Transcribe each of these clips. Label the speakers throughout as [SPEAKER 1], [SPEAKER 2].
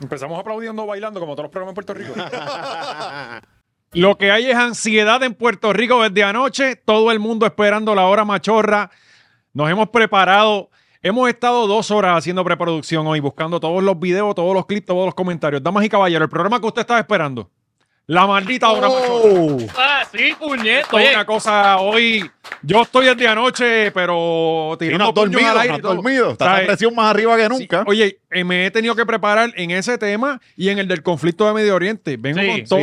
[SPEAKER 1] Empezamos aplaudiendo, bailando, como todos los programas en Puerto Rico.
[SPEAKER 2] Lo que hay es ansiedad en Puerto Rico desde anoche, todo el mundo esperando la hora machorra. Nos hemos preparado, hemos estado dos horas haciendo preproducción hoy, buscando todos los videos, todos los clips, todos los comentarios. Damas y caballeros, el programa que usted estaba esperando, la maldita
[SPEAKER 3] Oh.
[SPEAKER 2] hora machorra.
[SPEAKER 4] Ah, sí, puñeto.
[SPEAKER 2] Esto es una cosa hoy. Yo estoy desde anoche, pero
[SPEAKER 3] Y
[SPEAKER 2] tirando
[SPEAKER 3] no has
[SPEAKER 2] puños
[SPEAKER 3] dormido,
[SPEAKER 2] al
[SPEAKER 3] no
[SPEAKER 2] aire y
[SPEAKER 3] has
[SPEAKER 2] todo.
[SPEAKER 3] dormido. Estás
[SPEAKER 2] ¿Sabes?
[SPEAKER 3] la presión más arriba que
[SPEAKER 2] Sí,
[SPEAKER 3] nunca.
[SPEAKER 2] Oye, eh, me he tenido que preparar en ese tema y en el del conflicto de Medio Oriente. Vengo
[SPEAKER 4] Sí,
[SPEAKER 2] con
[SPEAKER 4] sí,
[SPEAKER 2] toda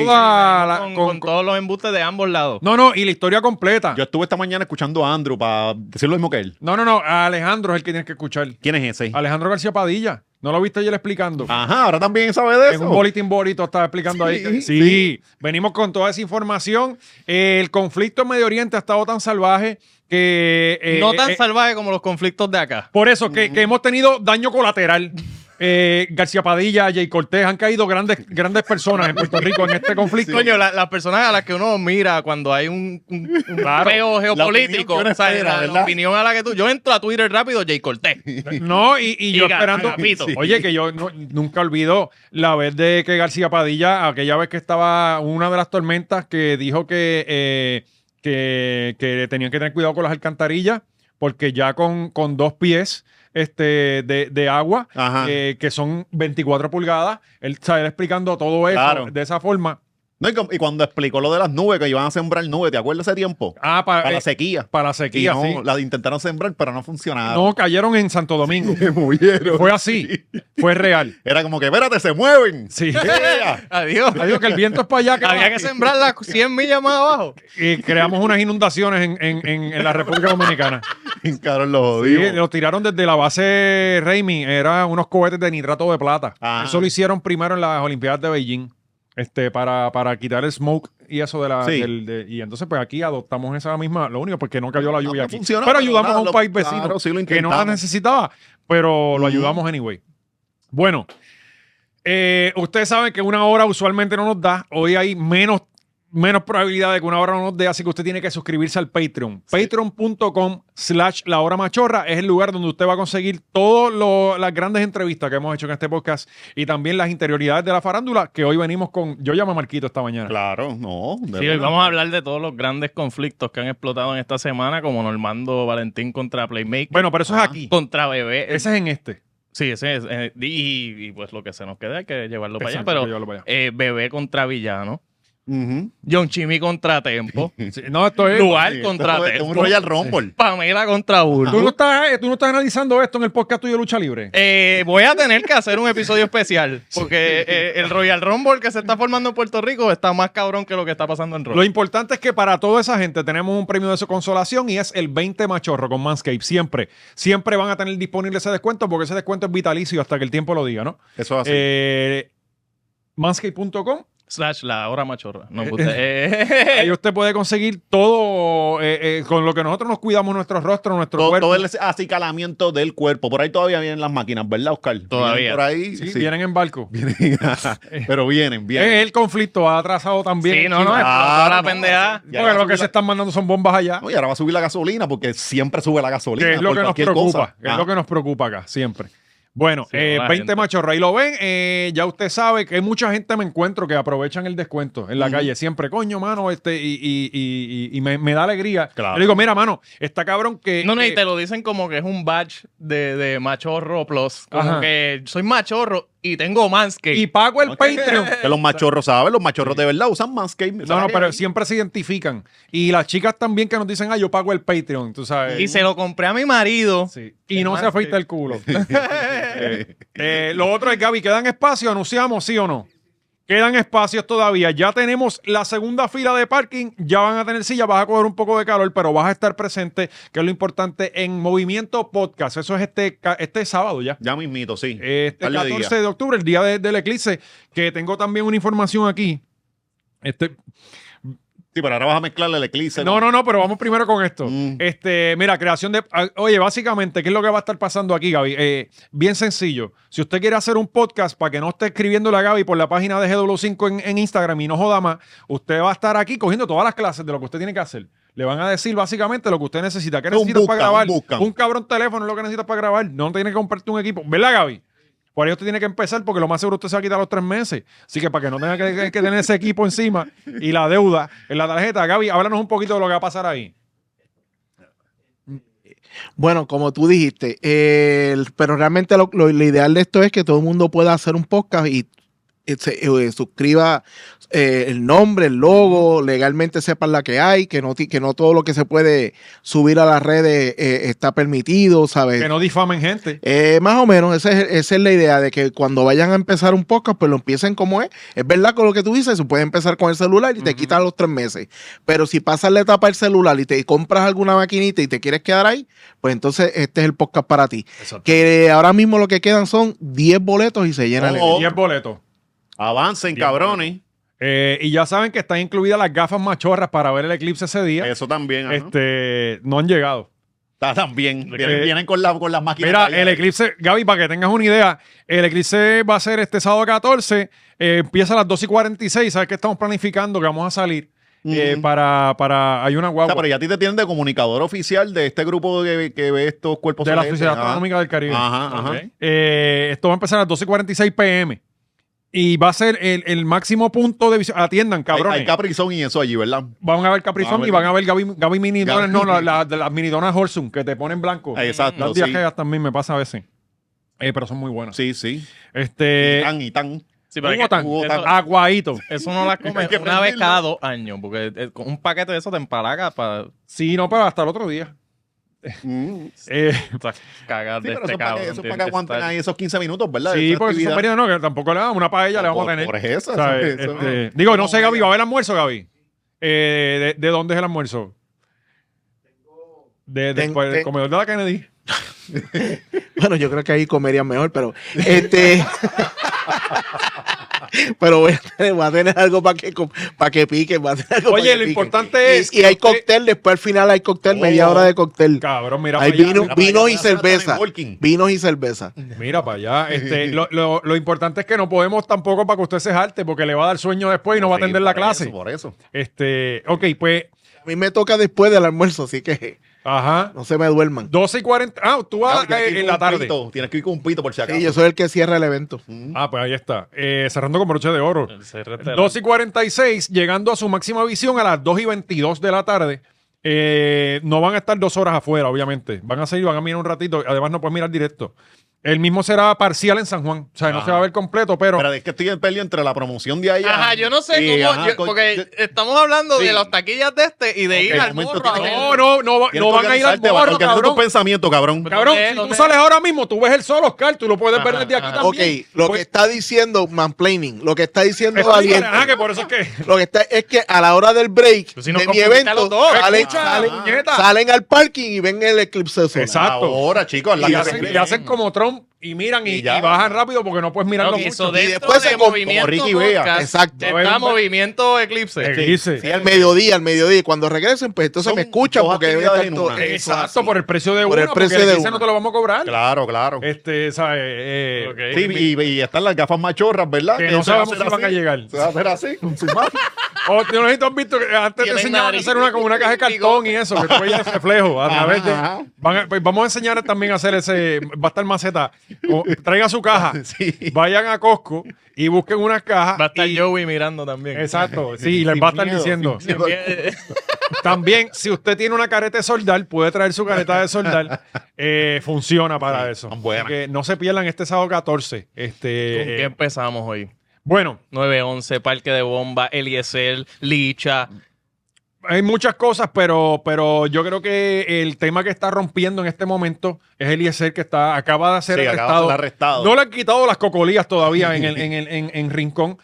[SPEAKER 4] sí,
[SPEAKER 2] la.
[SPEAKER 4] con,
[SPEAKER 2] con-
[SPEAKER 4] con todos los embustes de ambos lados.
[SPEAKER 2] no, no, y la historia completa.
[SPEAKER 3] Yo estuve esta mañana escuchando a Andrew para decir lo mismo que él.
[SPEAKER 2] No, no, no. a Alejandro es el que tienes que escuchar.
[SPEAKER 3] ¿Quién es ese?
[SPEAKER 2] Alejandro García Padilla. ¿No lo viste ayer explicando?
[SPEAKER 3] Ajá, ahora también sabe de
[SPEAKER 2] en un
[SPEAKER 3] Ah, eso.
[SPEAKER 2] boletín bonito estaba explicando ahí. que-
[SPEAKER 3] Sí,
[SPEAKER 2] Sí, venimos con toda esa información. Eh, el conflicto en Medio Oriente ha estado tan salvaje que... eh,
[SPEAKER 4] no tan
[SPEAKER 2] eh,
[SPEAKER 4] salvaje como los conflictos de acá.
[SPEAKER 2] Por eso, que, que hemos tenido daño colateral. Eh, García Padilla, Jay Cortés, han caído grandes, grandes personas en Puerto Rico en este conflicto.
[SPEAKER 4] Coño, la- las personas a las que uno mira cuando hay un, un, un peo geopolítico.
[SPEAKER 3] opinión que uno
[SPEAKER 4] o sea,
[SPEAKER 3] espera,
[SPEAKER 4] la- la
[SPEAKER 3] ¿verdad?
[SPEAKER 4] opinión a la que tú. Yo entro a Twitter rápido, Jay Cortés.
[SPEAKER 2] No, y, y yo
[SPEAKER 4] Diga,
[SPEAKER 2] esperando.
[SPEAKER 4] Agapito. Sí.
[SPEAKER 2] Oye, que yo no- nunca olvido la vez de que García Padilla, aquella vez que estaba una de las tormentas, que dijo que, eh, que, que tenían que tener cuidado con las alcantarillas, porque ya con, con dos pies este, de, de agua,
[SPEAKER 3] Ajá.
[SPEAKER 2] eh, que son 24 pulgadas, él está explicando todo eso
[SPEAKER 3] Claro.
[SPEAKER 2] de esa forma.
[SPEAKER 3] No, y, com- y cuando explicó lo de las nubes, que iban a sembrar nubes, ¿te acuerdas ese tiempo?
[SPEAKER 2] Ah, para,
[SPEAKER 3] Para
[SPEAKER 2] eh,
[SPEAKER 3] la sequía.
[SPEAKER 2] para la sequía,
[SPEAKER 3] Y no,
[SPEAKER 2] sí.
[SPEAKER 3] la intentaron sembrar, pero no funcionaba.
[SPEAKER 2] No, cayeron en Santo Domingo.
[SPEAKER 3] Se movieron.
[SPEAKER 2] Fue así, fue real.
[SPEAKER 3] Era como que, espérate, se mueven.
[SPEAKER 2] Sí.
[SPEAKER 3] Ea.
[SPEAKER 4] Adiós.
[SPEAKER 2] Adiós, que el viento es para allá. que va.
[SPEAKER 4] Había que sembrar las 100 millas más abajo.
[SPEAKER 2] y creamos unas inundaciones en, en- en- en la República Dominicana.
[SPEAKER 3] Hincaron los
[SPEAKER 2] Y
[SPEAKER 3] jodidos.
[SPEAKER 2] lo tiraron desde la base Raimi, eran unos cohetes de nitrato de plata.
[SPEAKER 3] Ah.
[SPEAKER 2] Eso lo hicieron primero en las Olimpiadas de Beijing, este, para, para quitar el smoke y eso de la.
[SPEAKER 3] Sí.
[SPEAKER 2] del- de- y entonces, pues aquí adoptamos esa misma. Lo único, porque no cayó la lluvia
[SPEAKER 3] no
[SPEAKER 2] aquí.
[SPEAKER 3] funcionó,
[SPEAKER 2] pero
[SPEAKER 3] pero
[SPEAKER 2] ayudamos
[SPEAKER 3] nada,
[SPEAKER 2] a un
[SPEAKER 3] lo-
[SPEAKER 2] país vecino
[SPEAKER 3] claro, sí lo
[SPEAKER 2] que no la
[SPEAKER 3] intentamos.
[SPEAKER 2] necesitaba, pero lo
[SPEAKER 3] Ujú.
[SPEAKER 2] ayudamos anyway. Bueno, eh, ustedes saben que una hora usualmente no nos da. Hoy hay menos, menos probabilidad de que una hora no nos dé, así que usted tiene que suscribirse al Patreon. Patreon.com slash la hora machorra es el lugar donde usted va a conseguir todas las grandes entrevistas que hemos hecho en este podcast y también las interioridades de la farándula que hoy venimos con... Yo llamo a Marquito esta mañana.
[SPEAKER 3] Claro, no. de
[SPEAKER 4] Sí, hoy
[SPEAKER 3] verdad.
[SPEAKER 4] vamos a hablar de todos los grandes conflictos que han explotado en esta semana, como Normando Valentín contra Playmaker,
[SPEAKER 2] Bueno, pero eso es aquí.
[SPEAKER 4] contra Bebé.
[SPEAKER 2] Ese es en este.
[SPEAKER 4] Sí, ese es. eh, y, y, pues lo que se nos queda hay que llevarlo para allá.
[SPEAKER 2] Exacto, hay que
[SPEAKER 4] Pero
[SPEAKER 2] llevarlo para allá.
[SPEAKER 4] eh, Bebé contra Villano,
[SPEAKER 3] Ujú.
[SPEAKER 4] John Chimmy contra Tempo,
[SPEAKER 2] Sí, no, esto es...
[SPEAKER 4] Lugar
[SPEAKER 3] Sí,
[SPEAKER 4] contra
[SPEAKER 3] esto es
[SPEAKER 4] Tempo,
[SPEAKER 3] Un Royal Rumble.
[SPEAKER 4] Pamela contra
[SPEAKER 2] ¿Tú no,
[SPEAKER 4] Urbu.
[SPEAKER 2] estás, eh, tú no estás analizando esto en el podcast tuyo de Lucha Libre.
[SPEAKER 4] Eh, voy a tener que hacer un episodio especial porque eh, el Royal Rumble que se está formando en Puerto Rico está más cabrón que lo que está pasando en
[SPEAKER 2] Lo
[SPEAKER 4] Royal.
[SPEAKER 2] importante es que para toda esa gente tenemos un premio de su consolación y es el 20 machorro con Manscaped. Siempre, siempre van a tener disponible ese descuento porque ese descuento es vitalicio hasta que el tiempo lo diga, ¿no?
[SPEAKER 3] Eso es así.
[SPEAKER 2] Eh, Manscaped.com.
[SPEAKER 4] Slash la hora machorra. No,
[SPEAKER 2] Eh,
[SPEAKER 4] embuste.
[SPEAKER 2] Ahí
[SPEAKER 4] Eh,
[SPEAKER 2] usted puede conseguir todo eh, eh, con lo que nosotros nos cuidamos, nuestro rostro, nuestro
[SPEAKER 3] todo,
[SPEAKER 2] cuerpo.
[SPEAKER 3] todo el acicalamiento del cuerpo. Por ahí todavía vienen las máquinas, ¿verdad, Oscar?
[SPEAKER 4] Todavía.
[SPEAKER 3] Vienen por ahí.
[SPEAKER 2] Sí,
[SPEAKER 3] sí.
[SPEAKER 2] Vienen en barco.
[SPEAKER 3] Pero vienen, vienen. Ah,
[SPEAKER 2] Eh, El conflicto ha atrasado también.
[SPEAKER 4] sí, no, no,
[SPEAKER 2] China,
[SPEAKER 4] explotó la
[SPEAKER 3] no.
[SPEAKER 4] pendeja.
[SPEAKER 3] Ya
[SPEAKER 2] porque
[SPEAKER 3] va a
[SPEAKER 2] lo que
[SPEAKER 3] subir
[SPEAKER 2] se
[SPEAKER 3] la-
[SPEAKER 2] están mandando son bombas allá.
[SPEAKER 3] No, y ahora va a subir la gasolina porque siempre sube la gasolina.
[SPEAKER 2] Que es lo
[SPEAKER 3] por
[SPEAKER 2] que nos
[SPEAKER 3] cualquier
[SPEAKER 2] preocupa,
[SPEAKER 3] cosa.
[SPEAKER 2] que es
[SPEAKER 3] Ah,
[SPEAKER 2] lo que nos preocupa acá, siempre. Bueno,
[SPEAKER 4] Sí,
[SPEAKER 2] eh,
[SPEAKER 4] la
[SPEAKER 2] 20
[SPEAKER 4] gente.
[SPEAKER 2] machorra. Y lo ven, eh, ya usted sabe que hay mucha gente me encuentro que aprovechan el descuento en la
[SPEAKER 3] Ujú.
[SPEAKER 2] calle. Siempre, coño, mano, este, y, y- y- y- y me, me da alegría.
[SPEAKER 3] Claro.
[SPEAKER 2] Le digo, mira, mano, está cabrón que.
[SPEAKER 4] No, no, y
[SPEAKER 2] que-
[SPEAKER 4] te lo dicen como que es un badge de, de machorro plus. Como
[SPEAKER 2] Ajá.
[SPEAKER 4] que soy machorro y tengo Manscaped.
[SPEAKER 2] y pago el
[SPEAKER 3] Ok.
[SPEAKER 2] Patreon.
[SPEAKER 3] que los machorros, ¿sabes? Los machorros de verdad usan más que...
[SPEAKER 2] No, no, pero siempre se identifican. Y las chicas también que nos dicen, ah, yo pago el Patreon, tú sabes.
[SPEAKER 4] Y se lo compré a mi marido.
[SPEAKER 2] Sí. Y no se
[SPEAKER 4] Manscaped.
[SPEAKER 2] afeita el culo. Eh, lo otro es, Gaby, ¿quedan espacios? ¿Anunciamos, sí o no? Quedan espacios todavía. Ya tenemos la segunda fila de parking. Ya van a tener silla. Vas a coger un poco de calor, pero vas a estar presente, que es lo importante, en Movimiento Podcast. Eso es este, ca- este sábado ya.
[SPEAKER 3] Ya mismito, sí.
[SPEAKER 2] Este
[SPEAKER 3] Par de
[SPEAKER 2] 14
[SPEAKER 3] días.
[SPEAKER 2] de octubre, el día de- del eclipse, que tengo también una información aquí. Este,
[SPEAKER 3] Sí, pero ahora vas a mezclar el eclipse.
[SPEAKER 2] no, no, no, pero vamos primero con esto.
[SPEAKER 3] Mm.
[SPEAKER 2] Este, mira, creación de. ah, Oye, básicamente, ¿qué es lo que va a estar pasando aquí, Gaby? Eh, bien sencillo. Si usted quiere hacer un podcast para que no esté escribiendo la Gaby por la página de GW5 en, en Instagram y no joda más, usted va a estar aquí cogiendo todas las clases de lo que usted tiene que hacer. Le van a decir básicamente lo que usted necesita. ¿Qué
[SPEAKER 3] Un
[SPEAKER 2] necesitas para
[SPEAKER 3] bootcamp,
[SPEAKER 2] grabar?
[SPEAKER 3] un bootcamp.
[SPEAKER 2] Un cabrón teléfono es lo que necesitas para grabar. No tiene que comprarte un equipo. ¿Verdad, Gaby? Por ahí usted tiene que empezar porque lo más seguro usted se va a quitar los tres meses. Así que para que no tenga que, que tener ese equipo encima y la deuda en la tarjeta. Gaby, háblanos un poquito de lo que va a pasar ahí.
[SPEAKER 5] Bueno, como tú dijiste, eh, el- pero realmente lo, lo- lo ideal de esto es que todo el mundo pueda hacer un podcast y eh, se, eh, suscriba eh, el nombre, el logo, legalmente sepan la que hay, que no, ti- que no todo lo que se puede subir a las redes eh, está permitido,
[SPEAKER 3] Eh,
[SPEAKER 5] ¿sabes?
[SPEAKER 2] Que no difamen gente.
[SPEAKER 5] Eh, más o menos, esa es, esa es la idea de que cuando vayan a empezar un podcast, pues lo empiecen como es. Es verdad con lo que tú dices, se puede empezar con el celular y te
[SPEAKER 2] Ujú.
[SPEAKER 5] quitan los tres meses. Pero si pasas la etapa del celular y te compras alguna maquinita y te quieres quedar ahí, pues entonces este es el podcast para ti. Que ahora mismo lo que quedan son 10 boletos y se llena el
[SPEAKER 3] Oh,
[SPEAKER 5] evento.
[SPEAKER 3] oh.
[SPEAKER 2] 10 boletos.
[SPEAKER 3] Avancen,
[SPEAKER 2] Bien,
[SPEAKER 3] cabrones.
[SPEAKER 2] Eh, y ya saben que están incluidas las gafas machorras para ver el eclipse ese día.
[SPEAKER 3] Eso también. ajá.
[SPEAKER 2] Este, no han llegado.
[SPEAKER 3] Está también.
[SPEAKER 2] Eh,
[SPEAKER 3] Vienen, vienen con, la, con las máquinas.
[SPEAKER 2] Mira,
[SPEAKER 3] talladas.
[SPEAKER 2] el eclipse, Gaby, para que tengas una idea, el eclipse va a ser este sábado 14, eh, empieza a las 12 y 46, ¿sabes qué estamos planificando? Que vamos a salir eh,
[SPEAKER 3] Mm.
[SPEAKER 2] para, para, hay una
[SPEAKER 3] O sea,
[SPEAKER 2] guagua
[SPEAKER 3] pero ya a ti te tienen de comunicador oficial de este grupo que, que ve estos cuerpos
[SPEAKER 2] de la
[SPEAKER 3] celestes, Ah,
[SPEAKER 2] Sociedad
[SPEAKER 3] ajá.
[SPEAKER 2] Astronómica del Caribe.
[SPEAKER 3] Ajá, ajá.
[SPEAKER 2] Ok. Eh, esto va a empezar a las 12 y 46 pm y va a ser el, el máximo punto de visión. Atiendan, cabrones.
[SPEAKER 3] Hay, hay Caprizón y eso allí, ¿verdad?
[SPEAKER 2] Van a ver Caprizón
[SPEAKER 3] Van a
[SPEAKER 2] y
[SPEAKER 3] ver-
[SPEAKER 2] van a ver Gaby, Gaby Mini
[SPEAKER 3] Gaby-
[SPEAKER 2] Donuts, no, la- la- de las mini donas Holsum que te ponen blanco.
[SPEAKER 3] Ah, Exacto.
[SPEAKER 2] Las
[SPEAKER 3] Sí,
[SPEAKER 2] viajeras también me pasa a veces. Eh, pero son muy buenas.
[SPEAKER 3] sí. sí.
[SPEAKER 2] Este,
[SPEAKER 3] y tan y tan.
[SPEAKER 4] Sí, pero
[SPEAKER 2] un
[SPEAKER 4] es que
[SPEAKER 2] gotán,
[SPEAKER 3] hubo
[SPEAKER 4] eso-
[SPEAKER 3] tan-
[SPEAKER 2] aguadito.
[SPEAKER 4] Eso no la comes
[SPEAKER 3] Hay que
[SPEAKER 4] una vez
[SPEAKER 3] prenderlo.
[SPEAKER 4] cada dos años, porque eh, con un paquete de eso te empalaga para
[SPEAKER 2] Sí, no, pero hasta el otro día.
[SPEAKER 3] Mm. Sí,
[SPEAKER 2] Eh,
[SPEAKER 4] o sea, cagar de
[SPEAKER 3] pero
[SPEAKER 4] este
[SPEAKER 3] eso para que, eso
[SPEAKER 4] cabrón.
[SPEAKER 3] para
[SPEAKER 4] tiene
[SPEAKER 3] que
[SPEAKER 4] que
[SPEAKER 3] aguanten
[SPEAKER 4] estar-
[SPEAKER 3] ahí esos 15 minutos, ¿verdad?
[SPEAKER 2] sí,
[SPEAKER 3] Esa
[SPEAKER 2] porque son
[SPEAKER 3] actividad.
[SPEAKER 2] periodos, no, que tampoco le damos una paella, le vamos a
[SPEAKER 3] Por-
[SPEAKER 2] tener.
[SPEAKER 3] Por eso.
[SPEAKER 2] ¿sabes?
[SPEAKER 3] eso, eso.
[SPEAKER 2] Este, digo, no sé,
[SPEAKER 3] Vamos
[SPEAKER 2] Gaby,
[SPEAKER 3] allá.
[SPEAKER 2] ¿va a haber almuerzo, Gaby? Eh, de, de dónde es el almuerzo? De, de-
[SPEAKER 5] Ten-
[SPEAKER 2] pues,
[SPEAKER 5] ten-
[SPEAKER 2] el comedor de la Kennedy.
[SPEAKER 5] Bueno, yo creo que ahí comerían mejor, pero este. pero voy a, tener, voy a tener algo para que, com- pa' que pique. voy a tener algo pa'
[SPEAKER 2] Oye,
[SPEAKER 5] que
[SPEAKER 2] lo
[SPEAKER 5] pique.
[SPEAKER 2] importante
[SPEAKER 5] Y-
[SPEAKER 2] es
[SPEAKER 5] Y,
[SPEAKER 2] que
[SPEAKER 5] hay
[SPEAKER 2] usted-
[SPEAKER 5] cóctel, después al final hay cóctel, media
[SPEAKER 3] Oh.
[SPEAKER 5] hora de cóctel.
[SPEAKER 2] Cabrón, mira
[SPEAKER 5] Hay
[SPEAKER 2] para allá.
[SPEAKER 5] vino,
[SPEAKER 3] mira para allá,
[SPEAKER 5] vino y
[SPEAKER 3] mira para allá,
[SPEAKER 5] cerveza.
[SPEAKER 3] networking.
[SPEAKER 5] Vino y cerveza.
[SPEAKER 2] Mira para allá. Este, lo, lo- lo importante es que no podemos tampoco para que usted se jarte porque le va a dar sueño después y no va a
[SPEAKER 3] Sí,
[SPEAKER 2] atender la
[SPEAKER 3] por
[SPEAKER 2] clase.
[SPEAKER 3] eso, por eso.
[SPEAKER 2] Este, ok, pues,
[SPEAKER 5] A mí me toca después del almuerzo, así que
[SPEAKER 2] ajá.
[SPEAKER 5] no se me duerman.
[SPEAKER 2] 12 y 40. Ah, tú vas
[SPEAKER 3] Gaby, tienes que
[SPEAKER 2] eh,
[SPEAKER 3] ir
[SPEAKER 2] en
[SPEAKER 3] con
[SPEAKER 2] la
[SPEAKER 3] un
[SPEAKER 2] tarde.
[SPEAKER 3] pito, Tienes que ir con un pito por si acaso.
[SPEAKER 5] Sí, yo soy el que cierra el evento.
[SPEAKER 3] Mm.
[SPEAKER 2] Ah, pues ahí está. Eh, cerrando con broche de oro.
[SPEAKER 4] el CRT de la-
[SPEAKER 2] 12 y 46, llegando a su máxima visión a las 2 y 22 de la tarde. Eh, no van a estar dos horas afuera, obviamente. Van a salir, van a mirar un ratito. Además, no pueden mirar directo. El mismo será parcial en San Juan. O sea, no
[SPEAKER 3] Ajá.
[SPEAKER 2] se va a ver completo, pero.
[SPEAKER 3] Pero es que estoy en pelea entre la promoción de allá.
[SPEAKER 4] Ajá, yo no sé
[SPEAKER 3] y,
[SPEAKER 4] cómo.
[SPEAKER 3] ajá,
[SPEAKER 4] yo-
[SPEAKER 3] con-
[SPEAKER 4] porque estamos hablando
[SPEAKER 3] Sí.
[SPEAKER 4] de las taquillas de este y de
[SPEAKER 3] Ok,
[SPEAKER 4] ir al
[SPEAKER 3] momento
[SPEAKER 4] morro.
[SPEAKER 3] tú-
[SPEAKER 4] a ver.
[SPEAKER 2] no, no, no, va- no
[SPEAKER 3] tienes que
[SPEAKER 2] van a ir al
[SPEAKER 3] organizarte, Bato,
[SPEAKER 2] morro,
[SPEAKER 3] organiza
[SPEAKER 2] cabrón.
[SPEAKER 3] tus pensamientos, cabrón.
[SPEAKER 2] Cabrón,
[SPEAKER 4] ¿Dónde-
[SPEAKER 2] si tú
[SPEAKER 4] dónde?
[SPEAKER 2] sales ahora mismo, tú ves el sol, Oscar, tú lo puedes ver
[SPEAKER 4] Ajá,
[SPEAKER 2] desde aquí
[SPEAKER 4] ajá.
[SPEAKER 5] Ok,
[SPEAKER 2] también.
[SPEAKER 5] lo
[SPEAKER 2] Pues,
[SPEAKER 5] que está diciendo Manplaining, lo que está diciendo
[SPEAKER 2] explícale,
[SPEAKER 5] Valiente,
[SPEAKER 2] ajá, que por eso es que.
[SPEAKER 5] lo que está es que a la hora del break
[SPEAKER 4] Pero si nos
[SPEAKER 5] de mi
[SPEAKER 4] confundiste a
[SPEAKER 5] evento
[SPEAKER 4] los dos,
[SPEAKER 5] salen,
[SPEAKER 2] Escucha,
[SPEAKER 5] salen-
[SPEAKER 2] puñeta.
[SPEAKER 5] salen al parking y ven el eclipse solar.
[SPEAKER 2] Exacto.
[SPEAKER 3] Ahora, chicos, la
[SPEAKER 2] Y
[SPEAKER 3] que
[SPEAKER 2] hacen,
[SPEAKER 3] se-
[SPEAKER 2] y hacen como Trump y miran y,
[SPEAKER 3] Y ya.
[SPEAKER 2] y bajan rápido porque no puedes mirarlo
[SPEAKER 4] Ok,
[SPEAKER 2] mucho.
[SPEAKER 4] eso
[SPEAKER 5] de-
[SPEAKER 4] dentro
[SPEAKER 5] después
[SPEAKER 4] de
[SPEAKER 5] se con-
[SPEAKER 3] como
[SPEAKER 4] movimiento
[SPEAKER 3] Ricky Vega.
[SPEAKER 4] podcast,
[SPEAKER 5] Exacto.
[SPEAKER 4] Está movimiento eclipse.
[SPEAKER 2] Eclipse.
[SPEAKER 5] Sí, al mediodía, al mediodía. Y cuando regresen, pues entonces
[SPEAKER 3] Son
[SPEAKER 5] me escuchan
[SPEAKER 3] dos
[SPEAKER 5] porque deben
[SPEAKER 3] actividades
[SPEAKER 5] estar
[SPEAKER 3] en
[SPEAKER 5] todos-
[SPEAKER 3] una.
[SPEAKER 5] eso es
[SPEAKER 2] Exacto,
[SPEAKER 5] así.
[SPEAKER 2] por el precio de
[SPEAKER 5] Por
[SPEAKER 2] una,
[SPEAKER 5] el precio
[SPEAKER 2] porque
[SPEAKER 5] de
[SPEAKER 2] el eclipse
[SPEAKER 5] una.
[SPEAKER 2] no te lo vamos a cobrar.
[SPEAKER 3] Claro, claro.
[SPEAKER 2] Este, ¿sabes? Eh,
[SPEAKER 4] Ok.
[SPEAKER 3] Sí, y, y están las gafas machorras, ¿verdad?
[SPEAKER 2] Que no
[SPEAKER 3] se va
[SPEAKER 2] sabemos
[SPEAKER 3] hacer
[SPEAKER 2] si van
[SPEAKER 3] así.
[SPEAKER 2] a llegar.
[SPEAKER 3] Se va a hacer así, con su mano.
[SPEAKER 2] O te oh, no sé si tú has visto que antes te
[SPEAKER 4] Tienen
[SPEAKER 2] enseñaban a
[SPEAKER 4] nariz.
[SPEAKER 2] hacer una con una caja de cartón y eso, que tú veías el reflejo a través de.
[SPEAKER 3] Ajá.
[SPEAKER 2] Van a- pues vamos a enseñar también a hacer ese. Va a estar maceta. O- traiga su caja.
[SPEAKER 3] Sí.
[SPEAKER 2] Vayan a Costco y busquen unas cajas.
[SPEAKER 4] Va a estar
[SPEAKER 2] y-
[SPEAKER 4] Joey mirando también.
[SPEAKER 2] Exacto. Sí, y les va a estar
[SPEAKER 3] miedo,
[SPEAKER 2] diciendo.
[SPEAKER 3] sin miedo.
[SPEAKER 4] Bien.
[SPEAKER 2] También, si usted tiene una careta de soldar, puede traer su careta de soldar. Eh, funciona para
[SPEAKER 3] Sí,
[SPEAKER 2] eso.
[SPEAKER 3] son buenas.
[SPEAKER 2] Así que no se pierdan este sábado 14.
[SPEAKER 4] ¿Con qué
[SPEAKER 2] Este, eh,
[SPEAKER 4] empezamos hoy?
[SPEAKER 2] bueno,
[SPEAKER 4] 911, Parque de Bomba, Eliezer, Licha.
[SPEAKER 2] hay muchas cosas, pero, pero yo creo que el tema que está rompiendo en este momento es Eliezer, que está, acaba de ser
[SPEAKER 3] Sí, acaba de
[SPEAKER 2] arrestado.
[SPEAKER 3] ser arrestado.
[SPEAKER 2] No le han quitado las cocolías todavía en, el, en, el- en- en Rincón.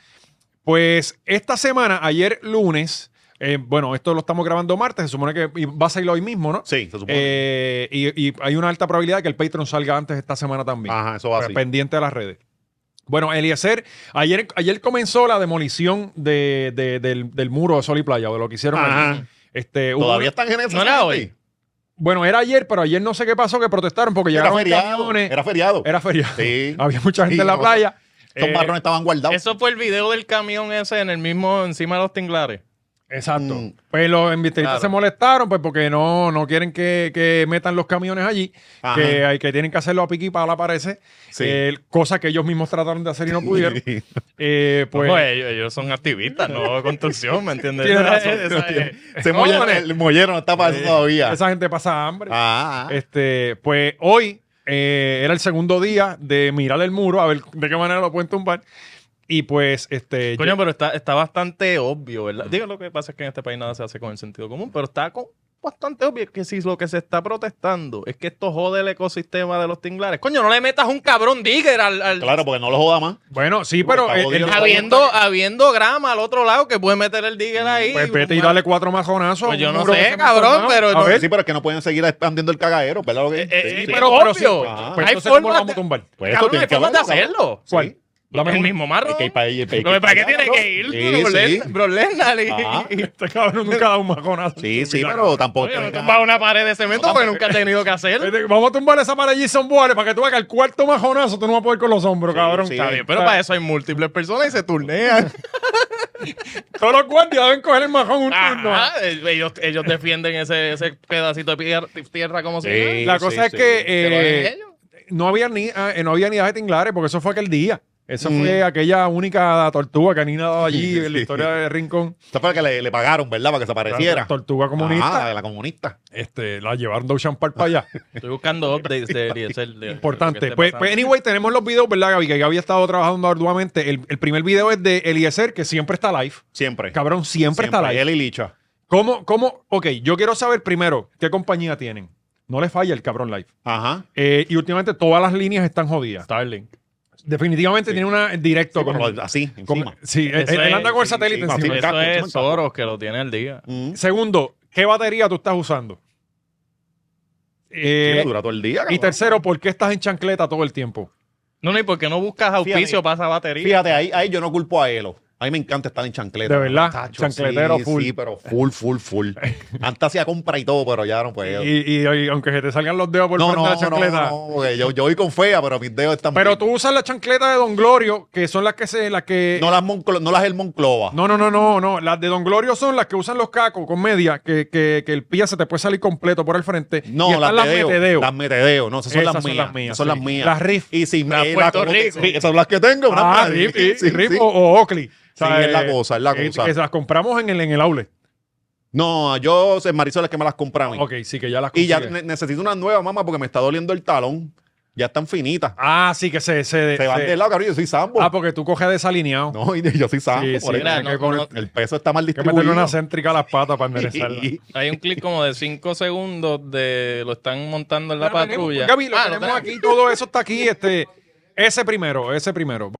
[SPEAKER 2] Pues esta semana, ayer lunes, eh, bueno, esto lo estamos grabando martes, se supone que va a salir hoy mismo, ¿no?
[SPEAKER 3] Sí, se supone.
[SPEAKER 2] Eh, y, y hay una alta probabilidad de que el Patreon salga antes esta semana también.
[SPEAKER 3] Ajá, eso va
[SPEAKER 2] Pues,
[SPEAKER 3] así.
[SPEAKER 2] pendiente de las redes. Bueno, Eliezer, ayer, ayer comenzó la demolición de- de- del, del muro de Sol y Playa, o de lo que hicieron
[SPEAKER 3] Ajá.
[SPEAKER 2] allí. Este, hubo-
[SPEAKER 3] Todavía están en esa.
[SPEAKER 4] ¿No era
[SPEAKER 3] gente?
[SPEAKER 4] hoy?
[SPEAKER 2] Bueno, era ayer, pero ayer no sé qué pasó que protestaron porque
[SPEAKER 3] Era
[SPEAKER 2] llegaron
[SPEAKER 3] feriado.
[SPEAKER 2] camiones.
[SPEAKER 3] Era feriado.
[SPEAKER 2] Era feriado.
[SPEAKER 3] Sí.
[SPEAKER 2] Había mucha gente
[SPEAKER 3] Sí,
[SPEAKER 2] en la
[SPEAKER 3] no.
[SPEAKER 2] playa.
[SPEAKER 3] Estos
[SPEAKER 2] Eh,
[SPEAKER 3] marrones estaban guardados.
[SPEAKER 4] Eso fue el video del camión ese en el mismo, encima de los tinglares.
[SPEAKER 2] Exacto.
[SPEAKER 3] Mm.
[SPEAKER 2] Pues los inversionistas
[SPEAKER 4] Claro.
[SPEAKER 2] se molestaron, pues porque no, no quieren que, que metan los camiones allí,
[SPEAKER 3] Ajá.
[SPEAKER 2] que, hay, que tienen que hacerlo a piqui para parece,
[SPEAKER 3] Sí.
[SPEAKER 2] eh, cosa que ellos mismos trataron de hacer y no pudieron. Eh, pues,
[SPEAKER 4] Ojo, ellos, ellos son activistas, no construcción, ¿me entiendes?
[SPEAKER 2] Tienes razón,
[SPEAKER 4] Esa- esa- eh,
[SPEAKER 3] Se mollero, el mollero no está para eso todavía.
[SPEAKER 2] Eh, esa gente pasa hambre.
[SPEAKER 3] Ah, ah.
[SPEAKER 2] Este, pues hoy eh, era el segundo día de mirar el muro, a ver de qué manera lo pueden tumbar. Y pues, este.
[SPEAKER 4] Coño, pero está, está bastante obvio, ¿verdad? Digo, lo que pasa es que en este país nada se hace con el sentido común, pero está con- bastante obvio que si lo que se está protestando es que esto jode el ecosistema de los tinglares. Coño, no le metas un cabrón digger al... al-
[SPEAKER 3] Claro, porque no lo joda más.
[SPEAKER 2] bueno, sí, pero.
[SPEAKER 3] Pues, Está
[SPEAKER 2] el-
[SPEAKER 3] jodido.
[SPEAKER 2] el-
[SPEAKER 4] Habiendo, habiendo grama al otro lado que puede meter el digger ahí. Eh,
[SPEAKER 2] pues vete y dale cuatro majonazos.
[SPEAKER 4] Pues yo
[SPEAKER 2] a un
[SPEAKER 4] no
[SPEAKER 2] muro que
[SPEAKER 4] sé,
[SPEAKER 2] se me
[SPEAKER 4] cabrón,
[SPEAKER 2] formó.
[SPEAKER 4] pero
[SPEAKER 2] A
[SPEAKER 4] no-
[SPEAKER 2] ver,
[SPEAKER 3] Sí, pero es que no pueden seguir expandiendo el cagadero, ¿verdad? Lo que-
[SPEAKER 4] Eh, eh,
[SPEAKER 3] sí,
[SPEAKER 4] eh,
[SPEAKER 3] sí.
[SPEAKER 2] pero obvio.
[SPEAKER 4] obvio.
[SPEAKER 3] Ajá.
[SPEAKER 2] pues entonces,
[SPEAKER 4] hay
[SPEAKER 2] ¿cómo lo
[SPEAKER 4] formas
[SPEAKER 2] vamos a
[SPEAKER 4] de-
[SPEAKER 2] tumbar?
[SPEAKER 3] Pues eso
[SPEAKER 4] Cabrón,
[SPEAKER 3] tiene
[SPEAKER 4] hay
[SPEAKER 3] que
[SPEAKER 4] formas de
[SPEAKER 3] haberlo, cabrón.
[SPEAKER 4] hacerlo.
[SPEAKER 2] ¿Cuál?
[SPEAKER 3] Sí.
[SPEAKER 2] Dame
[SPEAKER 4] el
[SPEAKER 2] una.
[SPEAKER 4] mismo marro.
[SPEAKER 3] Es que hay pa- hay- hay-
[SPEAKER 4] Lo que pasa es que tiene que ir,
[SPEAKER 3] Sí,
[SPEAKER 4] bro,
[SPEAKER 3] sí.
[SPEAKER 4] Lennon- bro, Lennon y-
[SPEAKER 3] Ajá.
[SPEAKER 4] y-
[SPEAKER 2] Este cabrón nunca da un majonazo.
[SPEAKER 3] Sí, sí, pero tampoco.
[SPEAKER 4] Oye, no tumba una pared de cemento porque nunca he tenido que hacer.
[SPEAKER 2] Vete, Vamos a tumbar esa pared allí, son buenos, para que tú veas que al cuarto majonazo tú no vas a poder con los hombros,
[SPEAKER 3] Sí,
[SPEAKER 2] cabrón.
[SPEAKER 3] sí.
[SPEAKER 2] Está bien,
[SPEAKER 4] Pero para eso hay múltiples personas y se turnean.
[SPEAKER 2] Todos los guardias deben coger el majón un turno.
[SPEAKER 4] Ajá, ellos, ellos defienden ese, ese pedacito de pier- tierra como si nada.
[SPEAKER 3] Sí,
[SPEAKER 2] La cosa
[SPEAKER 3] sí,
[SPEAKER 2] es
[SPEAKER 3] sí.
[SPEAKER 2] que
[SPEAKER 4] Se lo
[SPEAKER 2] eh,
[SPEAKER 4] hagan ellos.
[SPEAKER 2] no había ni ah, eh, no había nidaje de tinglares porque eso fue aquel día. Eso
[SPEAKER 3] Mm.
[SPEAKER 2] fue aquella única tortuga que han nadado allí en la historia de Rincón.
[SPEAKER 3] Esto fue la que le, le pagaron, ¿verdad? Para que se
[SPEAKER 2] La
[SPEAKER 3] apareciera.
[SPEAKER 2] tortuga comunista.
[SPEAKER 3] Ah, la, la comunista.
[SPEAKER 2] Este, la llevaron de Ocean Park para allá.
[SPEAKER 4] Estoy buscando updates de Eliezer. de- de lo que
[SPEAKER 2] Importante.
[SPEAKER 4] esté
[SPEAKER 2] Pues, pues,
[SPEAKER 4] pasando.
[SPEAKER 2] anyway, tenemos los videos, ¿verdad, Gaby? Que Gaby ha estado trabajando arduamente. El, el primer video es de Eliezer, que siempre está live.
[SPEAKER 3] Siempre.
[SPEAKER 2] Cabrón, siempre, está live.
[SPEAKER 3] Él y Licha.
[SPEAKER 2] ¿Cómo, cómo? Ok, yo quiero saber primero qué compañía tienen. No le falla el cabrón live.
[SPEAKER 3] Ajá.
[SPEAKER 2] Eh, y últimamente todas las líneas están jodidas.
[SPEAKER 4] Starlink.
[SPEAKER 2] Definitivamente tiene una en directo.
[SPEAKER 3] Sí,
[SPEAKER 2] con-
[SPEAKER 3] pero así,
[SPEAKER 2] Como-
[SPEAKER 3] encima.
[SPEAKER 2] sí, él,
[SPEAKER 4] Eso
[SPEAKER 2] él
[SPEAKER 4] es-
[SPEAKER 2] anda con el
[SPEAKER 3] sí,
[SPEAKER 2] satélite
[SPEAKER 3] sí,
[SPEAKER 2] encima.
[SPEAKER 3] sí.
[SPEAKER 4] Eso
[SPEAKER 3] Marcapo,
[SPEAKER 4] es
[SPEAKER 3] Marcapo.
[SPEAKER 4] Soros que lo tiene al día.
[SPEAKER 2] Eh,
[SPEAKER 3] Mm.
[SPEAKER 2] Segundo, ¿qué batería tú estás usando? Eh,
[SPEAKER 3] Sí, dura todo el día.
[SPEAKER 2] y
[SPEAKER 3] cabrón.
[SPEAKER 2] tercero, ¿por qué estás en chancleta todo el tiempo?
[SPEAKER 4] No, no, y porque no buscas auspicio
[SPEAKER 3] Fíjate.
[SPEAKER 4] para esa batería.
[SPEAKER 3] Fíjate, ahí, ahí yo no culpo a Elo. A mí me encanta estar en chancleta.
[SPEAKER 2] De verdad,
[SPEAKER 3] Tacho,
[SPEAKER 2] chancletero
[SPEAKER 3] sí,
[SPEAKER 2] full.
[SPEAKER 3] Sí, pero full, full, full. Antes hacía compra y todo, pero ya no puedo.
[SPEAKER 2] Y, y- y aunque se te salgan los dedos por
[SPEAKER 3] no,
[SPEAKER 2] frente de
[SPEAKER 3] no,
[SPEAKER 2] la
[SPEAKER 3] no,
[SPEAKER 2] chancleta.
[SPEAKER 3] no, porque yo, yo voy con fea, pero mis dedos están.
[SPEAKER 2] Pero
[SPEAKER 3] bien.
[SPEAKER 2] tú usas la chancleta de Don Glorio, que son las que se, las que.
[SPEAKER 3] No las, Monclo- no las el Monclova.
[SPEAKER 2] No, no, no, no, no. Las de Don Glorio son las que usan los cacos con media, que, que, que el pie se te puede salir completo por el frente.
[SPEAKER 3] No,
[SPEAKER 2] y están
[SPEAKER 3] las, de Deo,
[SPEAKER 2] metedeo.
[SPEAKER 3] Las metedeo, no, esas son,
[SPEAKER 2] Esas
[SPEAKER 3] las,
[SPEAKER 2] son
[SPEAKER 3] mías,
[SPEAKER 2] las mías,
[SPEAKER 3] esas Son
[SPEAKER 2] sí.
[SPEAKER 3] las mías.
[SPEAKER 2] Las Riff.
[SPEAKER 3] Y sin
[SPEAKER 4] Las
[SPEAKER 3] eh,
[SPEAKER 4] Puerto
[SPEAKER 3] como-
[SPEAKER 4] Rico.
[SPEAKER 3] sí, esas son las que tengo. una
[SPEAKER 2] Ah,
[SPEAKER 3] madre.
[SPEAKER 2] Rip, y-
[SPEAKER 3] Sí,
[SPEAKER 2] y Rip
[SPEAKER 3] sí.
[SPEAKER 2] O, o Oakley.
[SPEAKER 3] es la cosa, es la
[SPEAKER 2] que-
[SPEAKER 3] cosa.
[SPEAKER 2] Que, se las compramos en el, en el outlet.
[SPEAKER 3] No, yo, se- Marisol es que me las compraron.
[SPEAKER 2] Ok, sí, que ya las
[SPEAKER 3] Y ya
[SPEAKER 2] consigues.
[SPEAKER 3] ne- necesito una nueva, mamá, porque me está doliendo el talón. Ya están finitas.
[SPEAKER 2] Ah, sí, que se. Se,
[SPEAKER 3] se van
[SPEAKER 2] se-
[SPEAKER 3] de lado, cabrón. Yo soy sambo.
[SPEAKER 2] Ah, porque tú coges desalineado.
[SPEAKER 3] No, y yo soy sambo.
[SPEAKER 2] sí, sí,
[SPEAKER 3] por eso.
[SPEAKER 4] mira,
[SPEAKER 2] hay que,
[SPEAKER 4] no,
[SPEAKER 2] poner-
[SPEAKER 4] no,
[SPEAKER 3] El peso está mal
[SPEAKER 2] hay que meterle
[SPEAKER 3] distribuido.
[SPEAKER 2] una céntrica a las patas para enderezarla.
[SPEAKER 3] Sí.
[SPEAKER 4] Hay un clip como de 5 segundos de lo están montando en la
[SPEAKER 2] Pero tenemos-
[SPEAKER 4] patrulla.
[SPEAKER 2] Gaby, lo
[SPEAKER 4] Ah,
[SPEAKER 2] tenemos
[SPEAKER 4] tenemos.
[SPEAKER 2] aquí, todo eso está aquí. Este, ese primero, ese primero.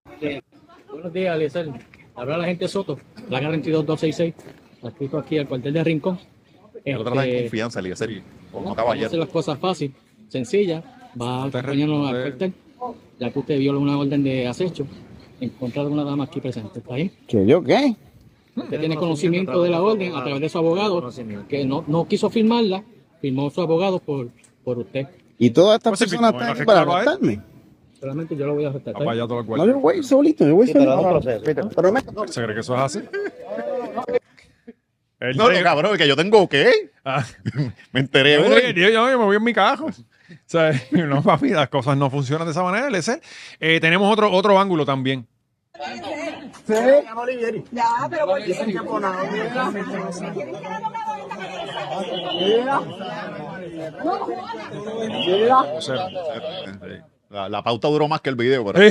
[SPEAKER 6] Buenos días, Eliezer. Habla la gente Soto, placa 22266, adscrito aquí al cuartel de Rincón.
[SPEAKER 3] No tratas de
[SPEAKER 6] Este,
[SPEAKER 3] confianza, Eliezer. Como
[SPEAKER 6] vamos a hacer
[SPEAKER 3] caballero.
[SPEAKER 6] las cosas fácil, sencillas. Va a
[SPEAKER 2] Usted
[SPEAKER 6] acompañarnos al
[SPEAKER 2] responde.
[SPEAKER 6] cuartel, ya que usted viola una orden de acecho, encontrar a una dama aquí presente. ¿Está bien?
[SPEAKER 7] ¿Que yo qué?
[SPEAKER 2] Hmm.
[SPEAKER 6] Usted tiene conocimiento de la orden a través de su abogado, que no, no quiso firmarla, firmó su abogado por, por usted.
[SPEAKER 7] Y todas estas
[SPEAKER 2] Pues sí,
[SPEAKER 7] personas
[SPEAKER 2] no,
[SPEAKER 7] están
[SPEAKER 2] hay
[SPEAKER 7] aquí para
[SPEAKER 2] que claro,
[SPEAKER 7] arrestarme.
[SPEAKER 6] Solamente yo lo voy a respetar.
[SPEAKER 2] Papá, ya todo lo cual.
[SPEAKER 7] No, yo voy solito, yo voy solito. Pero me-
[SPEAKER 2] ¿Se cree que eso es así? Él
[SPEAKER 3] No,
[SPEAKER 2] se-
[SPEAKER 3] no, cabrón, que yo tengo qué.
[SPEAKER 2] Ah.
[SPEAKER 3] Me enteré.
[SPEAKER 2] Yo,
[SPEAKER 3] hoy.
[SPEAKER 2] yo- yo- yo me voy en mi cajo. O sea, no, papi, las cosas no funcionan de esa manera. el ser. Eh, tenemos otro, otro ángulo también.
[SPEAKER 8] Ya, pero ¿por qué se encaponado? Mira.
[SPEAKER 3] La, la pauta duró más que el video, pero.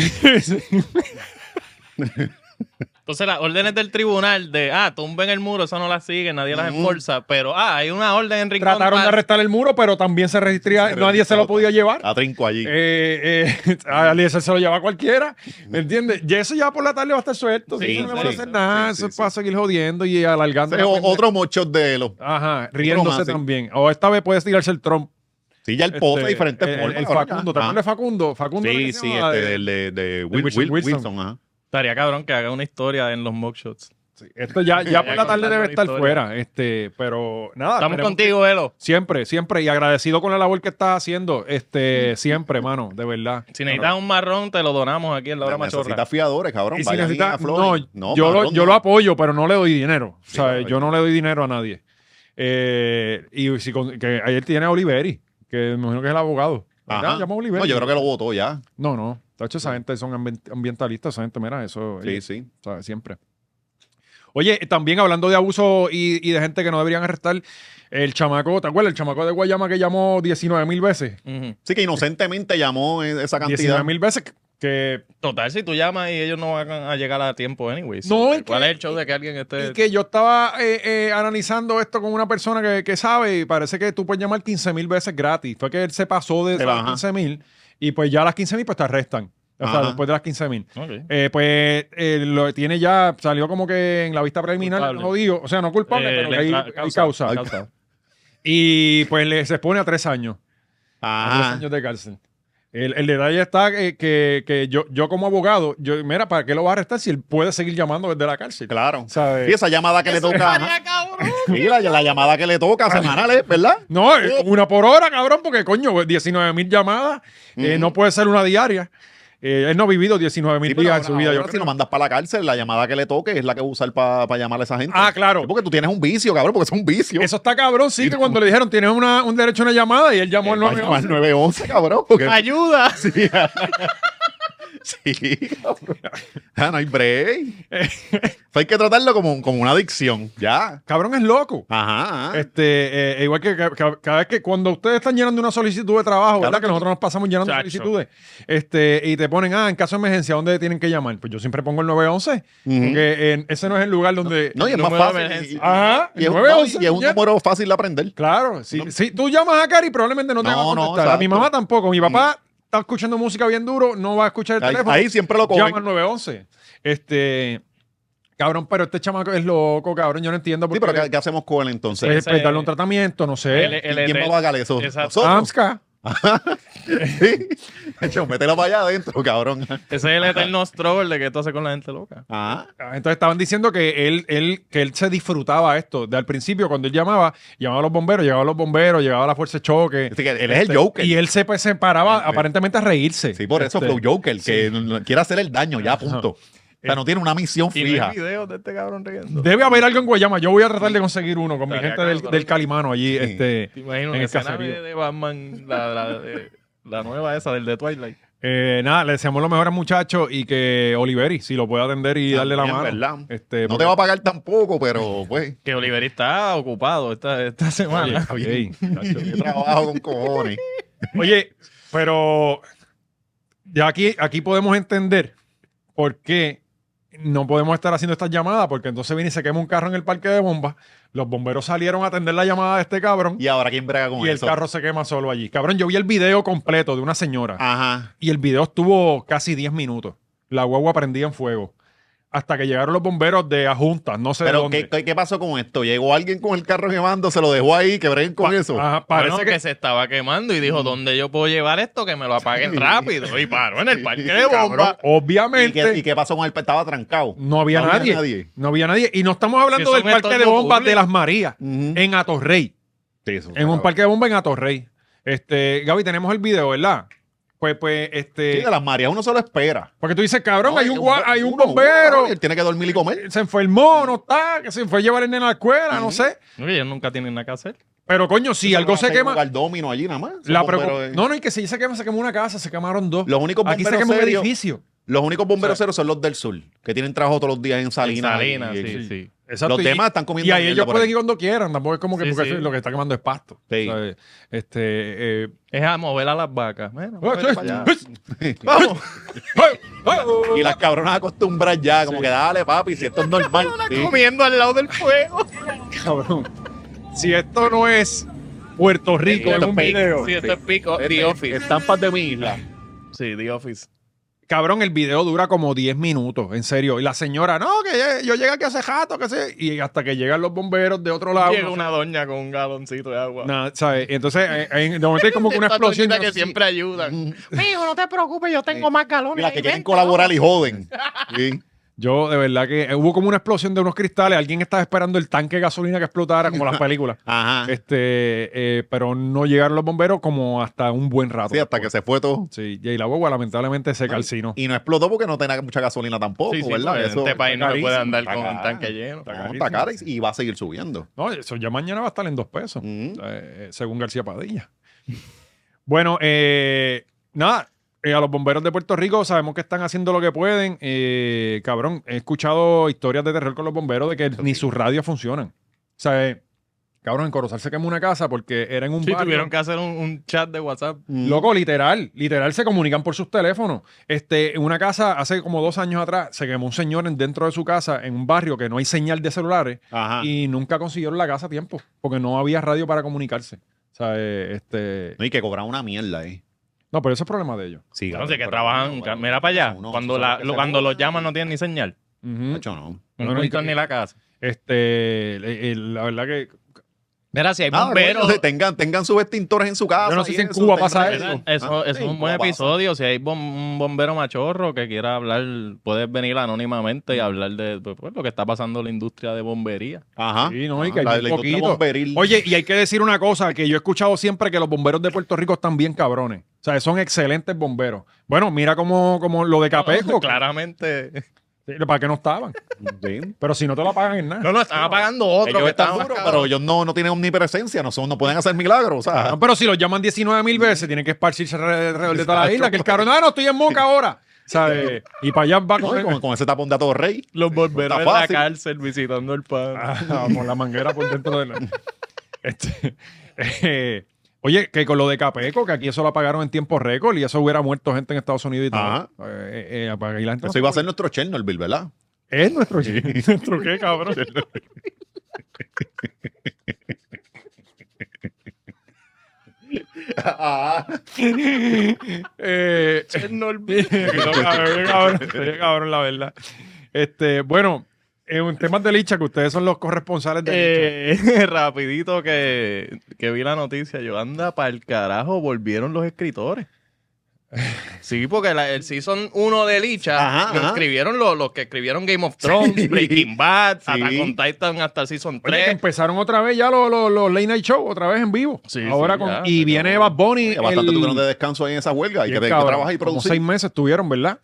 [SPEAKER 4] Entonces las órdenes del tribunal de, ah, tumben el muro, eso no las sigue, nadie las enforza, pero, ah, hay una orden en Rincón.
[SPEAKER 2] Trataron de
[SPEAKER 4] ah,
[SPEAKER 2] arrestar el muro, pero también se registría, nadie se lo podía llevar.
[SPEAKER 3] A trinco allí.
[SPEAKER 2] Eh, eh, a Eliezer se lo lleva cualquiera, ¿entiendes? Y eso ya por la tarde va a estar suelto,
[SPEAKER 3] Sí,
[SPEAKER 2] así que no le van a
[SPEAKER 3] sí,
[SPEAKER 2] hacer nada,
[SPEAKER 3] sí, sí,
[SPEAKER 2] eso es
[SPEAKER 3] sí.
[SPEAKER 2] para seguir jodiendo y alargando.
[SPEAKER 3] Ese es
[SPEAKER 2] la
[SPEAKER 3] o-
[SPEAKER 2] pende-
[SPEAKER 3] otro mocho de Elo.
[SPEAKER 2] Ajá, riéndose
[SPEAKER 3] más, sí.
[SPEAKER 2] también. O esta vez puedes tirarse el Trump.
[SPEAKER 3] Sí, ya el pose
[SPEAKER 2] Este,
[SPEAKER 3] de diferentes
[SPEAKER 2] el-
[SPEAKER 3] formas.
[SPEAKER 2] El,
[SPEAKER 3] cabrón,
[SPEAKER 2] Facundo, ¿te
[SPEAKER 3] ya.
[SPEAKER 2] acuerdas de Facundo? Facundo era que
[SPEAKER 3] Sí,
[SPEAKER 2] se
[SPEAKER 3] sí,
[SPEAKER 2] llamaba,
[SPEAKER 3] este
[SPEAKER 2] eh,
[SPEAKER 3] del de, de Wil-
[SPEAKER 2] Wilson,
[SPEAKER 3] Wil-
[SPEAKER 2] Wilson.
[SPEAKER 3] Wilson, ajá.
[SPEAKER 4] Estaría cabrón que haga una historia en los mugshots.
[SPEAKER 2] Sí, sí. Esto ya, ya por la tarde
[SPEAKER 4] contando
[SPEAKER 2] debe
[SPEAKER 4] la
[SPEAKER 2] estar
[SPEAKER 4] historia.
[SPEAKER 2] fuera. Este, pero nada.
[SPEAKER 4] Estamos
[SPEAKER 2] esperemos-
[SPEAKER 4] contigo, Elo.
[SPEAKER 2] Siempre, siempre. Y agradecido con la labor que estás haciendo. Este, siempre, mano, de verdad.
[SPEAKER 4] Mm. Si necesitas un marrón, te lo donamos aquí en la hora machorra.
[SPEAKER 3] Necesitas fiadores, cabrón.
[SPEAKER 2] Y si
[SPEAKER 3] Vayan
[SPEAKER 2] necesita-
[SPEAKER 3] a
[SPEAKER 2] no,
[SPEAKER 3] Florida.
[SPEAKER 2] yo, lo,
[SPEAKER 3] cabrón,
[SPEAKER 2] yo
[SPEAKER 3] no.
[SPEAKER 2] lo apoyo, pero no le doy dinero.
[SPEAKER 3] Sí,
[SPEAKER 2] O sea,
[SPEAKER 3] correcto.
[SPEAKER 2] yo no le doy dinero a nadie. Eh, y si con- que ayer tiene a Oliveri, que me imagino que es el abogado.
[SPEAKER 3] Ajá.
[SPEAKER 2] Ya, llama a Oliveri.
[SPEAKER 3] No, yo creo que lo votó ya.
[SPEAKER 2] No, no. De hecho, esa gente son ambient- ambientalistas, esa gente, mira, eso
[SPEAKER 3] Sí,
[SPEAKER 2] ellos,
[SPEAKER 3] sí.
[SPEAKER 2] o sea, siempre. Oye, también hablando de abuso y, y de gente que no deberían arrestar, el chamaco, ¿te acuerdas? El chamaco de Guayama que llamó 19 mil veces.
[SPEAKER 4] Ujú.
[SPEAKER 3] Sí que inocentemente llamó esa cantidad.
[SPEAKER 2] 19 mil veces que- que
[SPEAKER 4] Total, si tú llamas y ellos no van a llegar a tiempo, anyways.
[SPEAKER 2] No, y
[SPEAKER 4] ¿Cuál
[SPEAKER 2] que-
[SPEAKER 4] es el show de que alguien esté.?
[SPEAKER 2] Y que yo estaba eh, eh, analizando esto con una persona que, que sabe y parece que tú puedes llamar 15 mil veces gratis. Fue que él se pasó de
[SPEAKER 3] Se
[SPEAKER 2] esas
[SPEAKER 3] baja.
[SPEAKER 2] 15 mil y pues ya las 15 mil pues te arrestan. O sea,
[SPEAKER 3] Ajá.
[SPEAKER 2] después de las 15 mil.
[SPEAKER 4] Ok.
[SPEAKER 2] pues eh, lo tiene ya, salió como que en la vista preliminar
[SPEAKER 4] Culpable.
[SPEAKER 2] jodido. O sea, no culpable,
[SPEAKER 4] Eh,
[SPEAKER 2] pero que
[SPEAKER 4] le
[SPEAKER 2] hay,
[SPEAKER 4] entra-
[SPEAKER 2] hay causa.
[SPEAKER 4] causa, causa.
[SPEAKER 2] Y pues le, se expone a tres años. A tres
[SPEAKER 3] Ajá.
[SPEAKER 2] años de cárcel. El, el detalle está que, que- que yo, yo como abogado, yo, mira, ¿para qué lo vas a arrestar si él puede seguir llamando desde la cárcel? eh,
[SPEAKER 3] Claro.
[SPEAKER 2] ¿Sabes?
[SPEAKER 3] Y esa llamada que le toca. ajá. Sí, la, la llamada que le toca semanal, ¿eh? ¿verdad?
[SPEAKER 2] No, eh, una por hora, cabrón, porque coño, 19 mil llamadas, eh, no puede ser una diaria. Eh, él no ha vivido 19 mil
[SPEAKER 3] Sí, pero
[SPEAKER 2] días en
[SPEAKER 3] ahora-
[SPEAKER 2] su vida.
[SPEAKER 3] ahora
[SPEAKER 2] Yo
[SPEAKER 3] si
[SPEAKER 2] creo.
[SPEAKER 3] lo mandas para la cárcel, la llamada que le toque es la que va a usar para llamar a esa gente.
[SPEAKER 2] Ah, claro.
[SPEAKER 3] Sí, porque tú tienes un vicio, cabrón, porque es un vicio.
[SPEAKER 2] Eso está cabrón, sí, que cuando le dijeron tienes una- un derecho a una llamada y él llamó al
[SPEAKER 3] Va a llamar
[SPEAKER 2] 911.
[SPEAKER 3] 911, cabrón. Porque...
[SPEAKER 4] ¡Ayuda!
[SPEAKER 3] Sí, cabrón. Ah, no hay break. Eso hay que tratarlo como, como una adicción. Ya.
[SPEAKER 2] Cabrón es loco.
[SPEAKER 3] Ajá. ajá.
[SPEAKER 2] Este, eh, igual que ca- ca- cada vez que cuando ustedes están llenando una solicitud de trabajo, ¿verdad?
[SPEAKER 3] Claro
[SPEAKER 2] Que nosotros nos pasamos llenando
[SPEAKER 4] Chacho.
[SPEAKER 2] solicitudes. Este, y te ponen, ah, en caso de emergencia, ¿dónde tienen que llamar? Pues yo siempre pongo el 911,
[SPEAKER 3] Ujú.
[SPEAKER 2] porque eh, ese no es el lugar donde.
[SPEAKER 3] No, y es más
[SPEAKER 4] número de
[SPEAKER 3] fácil.
[SPEAKER 4] emergencia.
[SPEAKER 3] Y- y-
[SPEAKER 2] Ajá,
[SPEAKER 3] Y es, un-
[SPEAKER 2] 911,
[SPEAKER 3] y es un
[SPEAKER 2] puñeta.
[SPEAKER 3] número fácil
[SPEAKER 2] Este
[SPEAKER 3] de aprender.
[SPEAKER 2] Claro, si, si tú llamas a Cari, probablemente no te
[SPEAKER 3] No,
[SPEAKER 2] va a
[SPEAKER 3] no,
[SPEAKER 2] contestar. a mi
[SPEAKER 3] exacto.
[SPEAKER 2] mamá tampoco. Mi papá está escuchando música bien duro, no va a escuchar el
[SPEAKER 3] Ahí,
[SPEAKER 2] teléfono.
[SPEAKER 3] ahí siempre lo
[SPEAKER 2] Llama al
[SPEAKER 3] cogen.
[SPEAKER 2] 911. Este. Cabrón, pero este chamaco es loco, cabrón. Yo no entiendo por
[SPEAKER 3] Sí, pero
[SPEAKER 2] qué.
[SPEAKER 3] ¿qué, qué hacemos con él entonces?
[SPEAKER 2] Pues,
[SPEAKER 4] ese-
[SPEAKER 2] pues, darle un tratamiento, no sé.
[SPEAKER 4] El- el-
[SPEAKER 3] ¿Quién va a pagar eso?
[SPEAKER 4] Exacto.
[SPEAKER 3] Nosotros.
[SPEAKER 2] AMSCA.
[SPEAKER 3] Sí. Hecho, mételo para allá adentro, cabrón.
[SPEAKER 4] Ese es el eterno struggle de que tú haces con la gente loca.
[SPEAKER 3] Ah,
[SPEAKER 2] Entonces estaban diciendo que él, él, que él se disfrutaba esto. De al principio, cuando él llamaba, llamaba a los bomberos, llegaba a los bomberos, llegaba a la fuerza de choque.
[SPEAKER 3] es que él es el Joker. Este.
[SPEAKER 2] Y él se, pues, se paraba aparentemente a reírse.
[SPEAKER 3] Sí, por eso
[SPEAKER 2] Este,
[SPEAKER 3] Flow Joker, que n- n- quiere hacer el daño ya, punto. O
[SPEAKER 2] Eh,
[SPEAKER 3] sea, no tiene una misión
[SPEAKER 4] Y no
[SPEAKER 3] fija.
[SPEAKER 4] hay videos de este cabrón riendo.
[SPEAKER 2] Debe haber algo en Guayama. Yo voy a tratar de conseguir uno con mi
[SPEAKER 4] Estaría
[SPEAKER 2] gente del,
[SPEAKER 4] cabrón.
[SPEAKER 2] del Calimano allí. Este,
[SPEAKER 4] Te imagino
[SPEAKER 2] En
[SPEAKER 4] que
[SPEAKER 2] el
[SPEAKER 4] escena
[SPEAKER 2] caserío.
[SPEAKER 4] de, de Batman, la, la, de- la nueva esa del de Twilight.
[SPEAKER 2] eh, nada, le deseamos lo mejor al muchacho y que Oliveri, si lo puede atender y darle la mano.
[SPEAKER 3] También, ¿verdad?
[SPEAKER 2] Este,
[SPEAKER 3] no
[SPEAKER 2] porque-
[SPEAKER 3] te va a pagar tampoco, pero pues,
[SPEAKER 4] Que Oliveri está ocupado esta, esta semana.
[SPEAKER 3] pagar.
[SPEAKER 2] Ey, muchacho.
[SPEAKER 3] yo trabajo con cojones.
[SPEAKER 2] Oye, pero ya aquí, aquí podemos entender por qué no podemos estar haciendo estas llamadas, porque entonces viene y se quema un carro en el parque de bombas, los bomberos salieron a atender la llamada de este cabrón
[SPEAKER 3] Y ahora, ¿quién brega con
[SPEAKER 2] y el
[SPEAKER 3] eso?
[SPEAKER 2] carro se quema solo allí. Cabrón, yo vi el video completo de una señora.
[SPEAKER 3] Ah. Ajá.
[SPEAKER 2] Y el video estuvo casi 10 minutos. La guagua prendía en fuego. Hasta que llegaron los bomberos de Ajunta, no sé de
[SPEAKER 3] Pero,
[SPEAKER 2] dónde.
[SPEAKER 3] ¿qué, qué, qué pasó con esto? ¿Llegó alguien con el carro quemando, se lo dejó ahí, que breguen con
[SPEAKER 2] Pa- ah,
[SPEAKER 3] eso?
[SPEAKER 2] Ajá,
[SPEAKER 4] Parece
[SPEAKER 2] parece
[SPEAKER 4] que... Mm.
[SPEAKER 2] que,
[SPEAKER 4] se estaba quemando y dijo, ¿dónde yo puedo llevar esto? Que me lo apaguen rápido. Y paró en el parque de
[SPEAKER 3] Cabrón.
[SPEAKER 4] bomba.
[SPEAKER 3] ¿Y
[SPEAKER 2] obviamente
[SPEAKER 3] qué, y qué pasó con el Estaba trancado.
[SPEAKER 2] no había
[SPEAKER 3] no había
[SPEAKER 2] nadie,
[SPEAKER 3] nadie.
[SPEAKER 2] No había nadie. Y no estamos hablando
[SPEAKER 4] Si
[SPEAKER 2] del
[SPEAKER 4] son
[SPEAKER 2] parque de
[SPEAKER 4] estos no
[SPEAKER 2] bombas de
[SPEAKER 4] públicos.
[SPEAKER 2] las Marías,
[SPEAKER 3] Ujú.
[SPEAKER 2] en Atorrey.
[SPEAKER 3] Sí, eso,
[SPEAKER 2] En un
[SPEAKER 3] cabrón.
[SPEAKER 2] parque de bombas en Atorrey. Este, Gaby, tenemos el video, ¿verdad? Pues, pues,
[SPEAKER 3] Sí,
[SPEAKER 2] este.
[SPEAKER 3] de las Marías uno solo espera.
[SPEAKER 2] Porque tú dices, cabrón,
[SPEAKER 3] No,
[SPEAKER 2] hay un,
[SPEAKER 3] bo-
[SPEAKER 2] gua- hay un
[SPEAKER 3] uno, uno,
[SPEAKER 2] bombero,
[SPEAKER 3] cabrón, Él tiene que dormir y comer.
[SPEAKER 2] se enfermó, no está, que se fue a llevar el nene a la escuela, no sé.
[SPEAKER 4] No, que ellos nunca tienen nada que hacer.
[SPEAKER 2] Pero coño, si algo se quema,
[SPEAKER 3] El domino allí nada más.
[SPEAKER 2] La
[SPEAKER 3] Son bomberos,
[SPEAKER 2] preocup-
[SPEAKER 3] eh.
[SPEAKER 2] No, no, y que si se quemó, se quemó una casa, se quemaron dos.
[SPEAKER 3] Los únicos
[SPEAKER 2] Aquí se
[SPEAKER 3] bomberos
[SPEAKER 2] quemó un
[SPEAKER 3] serios-
[SPEAKER 2] edificio.
[SPEAKER 3] Los únicos bomberos ceros son los del sur, que tienen trabajo todos los días en Salinas.
[SPEAKER 4] Salinas,
[SPEAKER 3] y-
[SPEAKER 4] sí,
[SPEAKER 3] y-
[SPEAKER 4] sí.
[SPEAKER 2] Exacto,
[SPEAKER 3] Los
[SPEAKER 2] y-
[SPEAKER 3] demás están comiendo
[SPEAKER 2] Y ahí
[SPEAKER 3] mierda
[SPEAKER 2] ellos
[SPEAKER 3] por
[SPEAKER 2] pueden
[SPEAKER 3] ahí.
[SPEAKER 2] ir cuando quieran, tampoco es como que
[SPEAKER 4] Sí,
[SPEAKER 2] porque
[SPEAKER 4] sí.
[SPEAKER 2] lo que está quemando es pasto.
[SPEAKER 3] Sí.
[SPEAKER 2] ¿sabes? Este. eh,
[SPEAKER 4] Es a mover a las vacas. Bueno,
[SPEAKER 3] para allá. Y las cabronas acostumbran ya, como que dale, papi, si esto es normal. Sí.
[SPEAKER 4] comiendo al lado del fuego.
[SPEAKER 2] Cabrón. Si esto no es Puerto Rico en un video.
[SPEAKER 4] Sí, esto es pico. The Office.
[SPEAKER 3] Estampas de mi isla.
[SPEAKER 4] Sí, The Office.
[SPEAKER 2] Cabrón, el video dura como 10 minutos, en serio. Y la señora, no, que lle- yo llegué aquí hace rato, que sé. Y hasta que llegan los bomberos de otro lado.
[SPEAKER 4] Llega
[SPEAKER 2] no sé.
[SPEAKER 4] una doña con un galoncito de agua.
[SPEAKER 2] Nada, ¿sabes? Entonces, eh, eh, de momento hay como que una
[SPEAKER 4] Esta
[SPEAKER 2] explosión.
[SPEAKER 4] doñita
[SPEAKER 2] yo no sé
[SPEAKER 4] que
[SPEAKER 2] si-
[SPEAKER 4] siempre ayudan.
[SPEAKER 3] Mm.
[SPEAKER 4] Mijo, no te preocupes, yo tengo más galones.
[SPEAKER 3] Y las que quieren colaborar y joden. Sí.
[SPEAKER 2] Yo, de verdad que eh, hubo como una explosión de unos cristales. Alguien estaba esperando el tanque de gasolina que explotara, como las películas.
[SPEAKER 3] Ajá.
[SPEAKER 2] Este, eh, pero no llegaron los bomberos como hasta un buen rato.
[SPEAKER 3] Sí, hasta que se fue todo.
[SPEAKER 2] Sí, y ahí la guagua lamentablemente se calcinó.
[SPEAKER 3] Y no explotó porque no tenía mucha gasolina tampoco,
[SPEAKER 4] Sí, sí,
[SPEAKER 3] ¿verdad?
[SPEAKER 4] porque en
[SPEAKER 3] Eso
[SPEAKER 4] este país no se puede
[SPEAKER 2] carísimo,
[SPEAKER 4] andar
[SPEAKER 3] está
[SPEAKER 4] con un
[SPEAKER 3] caro.
[SPEAKER 4] tanque lleno.
[SPEAKER 3] No, está
[SPEAKER 2] carísimo.
[SPEAKER 3] cara y- y va a seguir subiendo. Mm,
[SPEAKER 2] No, eso ya mañana va a estar en dos pesos,
[SPEAKER 3] Ujú.
[SPEAKER 2] eh, según García Padilla. bueno, eh, nada, eh, a los bomberos de Puerto Rico sabemos que están haciendo lo que pueden. Eh, cabrón, he escuchado historias de terror con los bomberos de que ni sus radios funcionan. O sea, eh, cabrón, en Corozal se quemó una casa porque era en un
[SPEAKER 4] Sí,
[SPEAKER 2] barrio.
[SPEAKER 4] tuvieron que hacer un, un chat de WhatsApp.
[SPEAKER 3] mm.
[SPEAKER 2] Loco, literal, literal se comunican por sus teléfonos. Este, en una casa hace como dos años atrás se quemó un señor en- dentro de su casa en un barrio que no hay señal de celulares
[SPEAKER 3] Ajá.
[SPEAKER 2] y nunca consiguieron la casa a tiempo porque no había radio para comunicarse. O sea, eh, este,
[SPEAKER 3] No, y que cobran una mierda, ¿eh?
[SPEAKER 2] no, pero eso es problema de ellos.
[SPEAKER 3] Sí,
[SPEAKER 4] No sé,
[SPEAKER 3] cabrón,
[SPEAKER 4] que
[SPEAKER 3] pero
[SPEAKER 4] trabajan,
[SPEAKER 3] bueno,
[SPEAKER 4] mira para allá.
[SPEAKER 3] no, no,
[SPEAKER 4] cuando
[SPEAKER 3] eso
[SPEAKER 4] la-
[SPEAKER 3] es que
[SPEAKER 4] lo-
[SPEAKER 3] se
[SPEAKER 4] cuando
[SPEAKER 3] joda.
[SPEAKER 4] los llaman no tienen ni señal.
[SPEAKER 2] Ujú.
[SPEAKER 3] Nacho, no. Ah,
[SPEAKER 4] No
[SPEAKER 2] No, no, y
[SPEAKER 4] encuentran
[SPEAKER 2] que-
[SPEAKER 4] ni la casa.
[SPEAKER 2] Este, eh, eh, la verdad que
[SPEAKER 4] Mira, si hay
[SPEAKER 3] Nada,
[SPEAKER 4] bomberos...
[SPEAKER 3] hermano, tengan, tengan sus extintores en su casa.
[SPEAKER 2] Yo no sé
[SPEAKER 3] y
[SPEAKER 2] si en
[SPEAKER 3] eso,
[SPEAKER 2] Cuba
[SPEAKER 3] tengan
[SPEAKER 2] pasa
[SPEAKER 3] eso.
[SPEAKER 2] eso.
[SPEAKER 4] Eso,
[SPEAKER 3] Ah,
[SPEAKER 4] eso
[SPEAKER 3] sí,
[SPEAKER 4] es un buen
[SPEAKER 3] ¿cómo pasa?
[SPEAKER 4] episodio. Si hay bom- un bombero machorro que quiera hablar, puedes venir anónimamente y
[SPEAKER 3] Mm.
[SPEAKER 4] hablar de pues, pues, lo que está pasando en la industria de bombería.
[SPEAKER 3] Ajá.
[SPEAKER 2] Sí, no, y
[SPEAKER 3] Ajá,
[SPEAKER 2] que hay
[SPEAKER 3] Ah. la-
[SPEAKER 2] bien
[SPEAKER 3] la industria
[SPEAKER 2] poquito.
[SPEAKER 3] bomberil.
[SPEAKER 2] Oye, y hay que decir una cosa, que yo he escuchado siempre que los bomberos de Puerto Rico están bien cabrones. O sea, son excelentes bomberos. Bueno, mira como, como lo de Capeco.
[SPEAKER 4] pues, claramente.
[SPEAKER 2] Sí, ¿Para qué no estaban?
[SPEAKER 3] Sí.
[SPEAKER 2] Pero si no te la pagan en nada.
[SPEAKER 4] No, no, están apagando otro.
[SPEAKER 3] Ellos
[SPEAKER 4] que
[SPEAKER 3] están
[SPEAKER 4] estaba más
[SPEAKER 3] duros,
[SPEAKER 4] cabrón.
[SPEAKER 3] pero ellos no, no tienen omnipresencia, no, son, no pueden hacer milagros. O sea,
[SPEAKER 2] No, pero si los llaman 19 mil veces, tienen que esparcirse alre- alrededor de toda la isla. Que el cabrón, ah, no, estoy en Moca ahora. ¿Sabes? Y para allá va a
[SPEAKER 3] no, y
[SPEAKER 2] coger
[SPEAKER 3] con, con ese tapón de a todo rey.
[SPEAKER 4] Los bomberos
[SPEAKER 3] está
[SPEAKER 4] en la
[SPEAKER 3] fácil.
[SPEAKER 4] cárcel visitando el pan.
[SPEAKER 2] Ah, con la manguera por dentro de la... Este, eh, oye, que con lo de Capeco, que aquí eso lo apagaron en tiempo récord y eso hubiera muerto gente en Estados Unidos y todo.
[SPEAKER 3] Ajá.
[SPEAKER 2] Eh, eh, apaga- y la gente no
[SPEAKER 3] Eso iba a ser nuestro Chernobyl, ¿verdad?
[SPEAKER 2] Es nuestro ¿Nuestro qué, cabrón? Eh, Eh, cabrón, cabrón, cabrón, la verdad. Este, bueno, en temas de licha, que ustedes son los corresponsales de licha.
[SPEAKER 4] Eh, rapidito que, que vi la noticia, yo anda para el carajo, volvieron los escritores. Sí, porque la- el season 1 de Licha
[SPEAKER 3] Ajá,
[SPEAKER 4] lo
[SPEAKER 3] ajá.
[SPEAKER 4] escribieron los, los que escribieron Game of Thrones, Breaking Bad, Attack on Titan hasta el season
[SPEAKER 2] Oye, que
[SPEAKER 4] 3.
[SPEAKER 2] empezaron otra vez ya los, los- los Late Night Show, otra vez en vivo.
[SPEAKER 4] Sí,
[SPEAKER 2] Ahora
[SPEAKER 4] sí,
[SPEAKER 2] con,
[SPEAKER 4] ya,
[SPEAKER 2] y
[SPEAKER 4] se
[SPEAKER 2] viene
[SPEAKER 4] acabó.
[SPEAKER 2] Bad Bunny.
[SPEAKER 3] Oye, Bastante
[SPEAKER 2] el-
[SPEAKER 3] tuvieron de descanso ahí en esa huelga y que,
[SPEAKER 2] bien,
[SPEAKER 3] que
[SPEAKER 2] cabrón,
[SPEAKER 3] trabajar y
[SPEAKER 2] como
[SPEAKER 3] producir.
[SPEAKER 2] seis
[SPEAKER 3] Seis,
[SPEAKER 2] meses tuvieron, ¿verdad?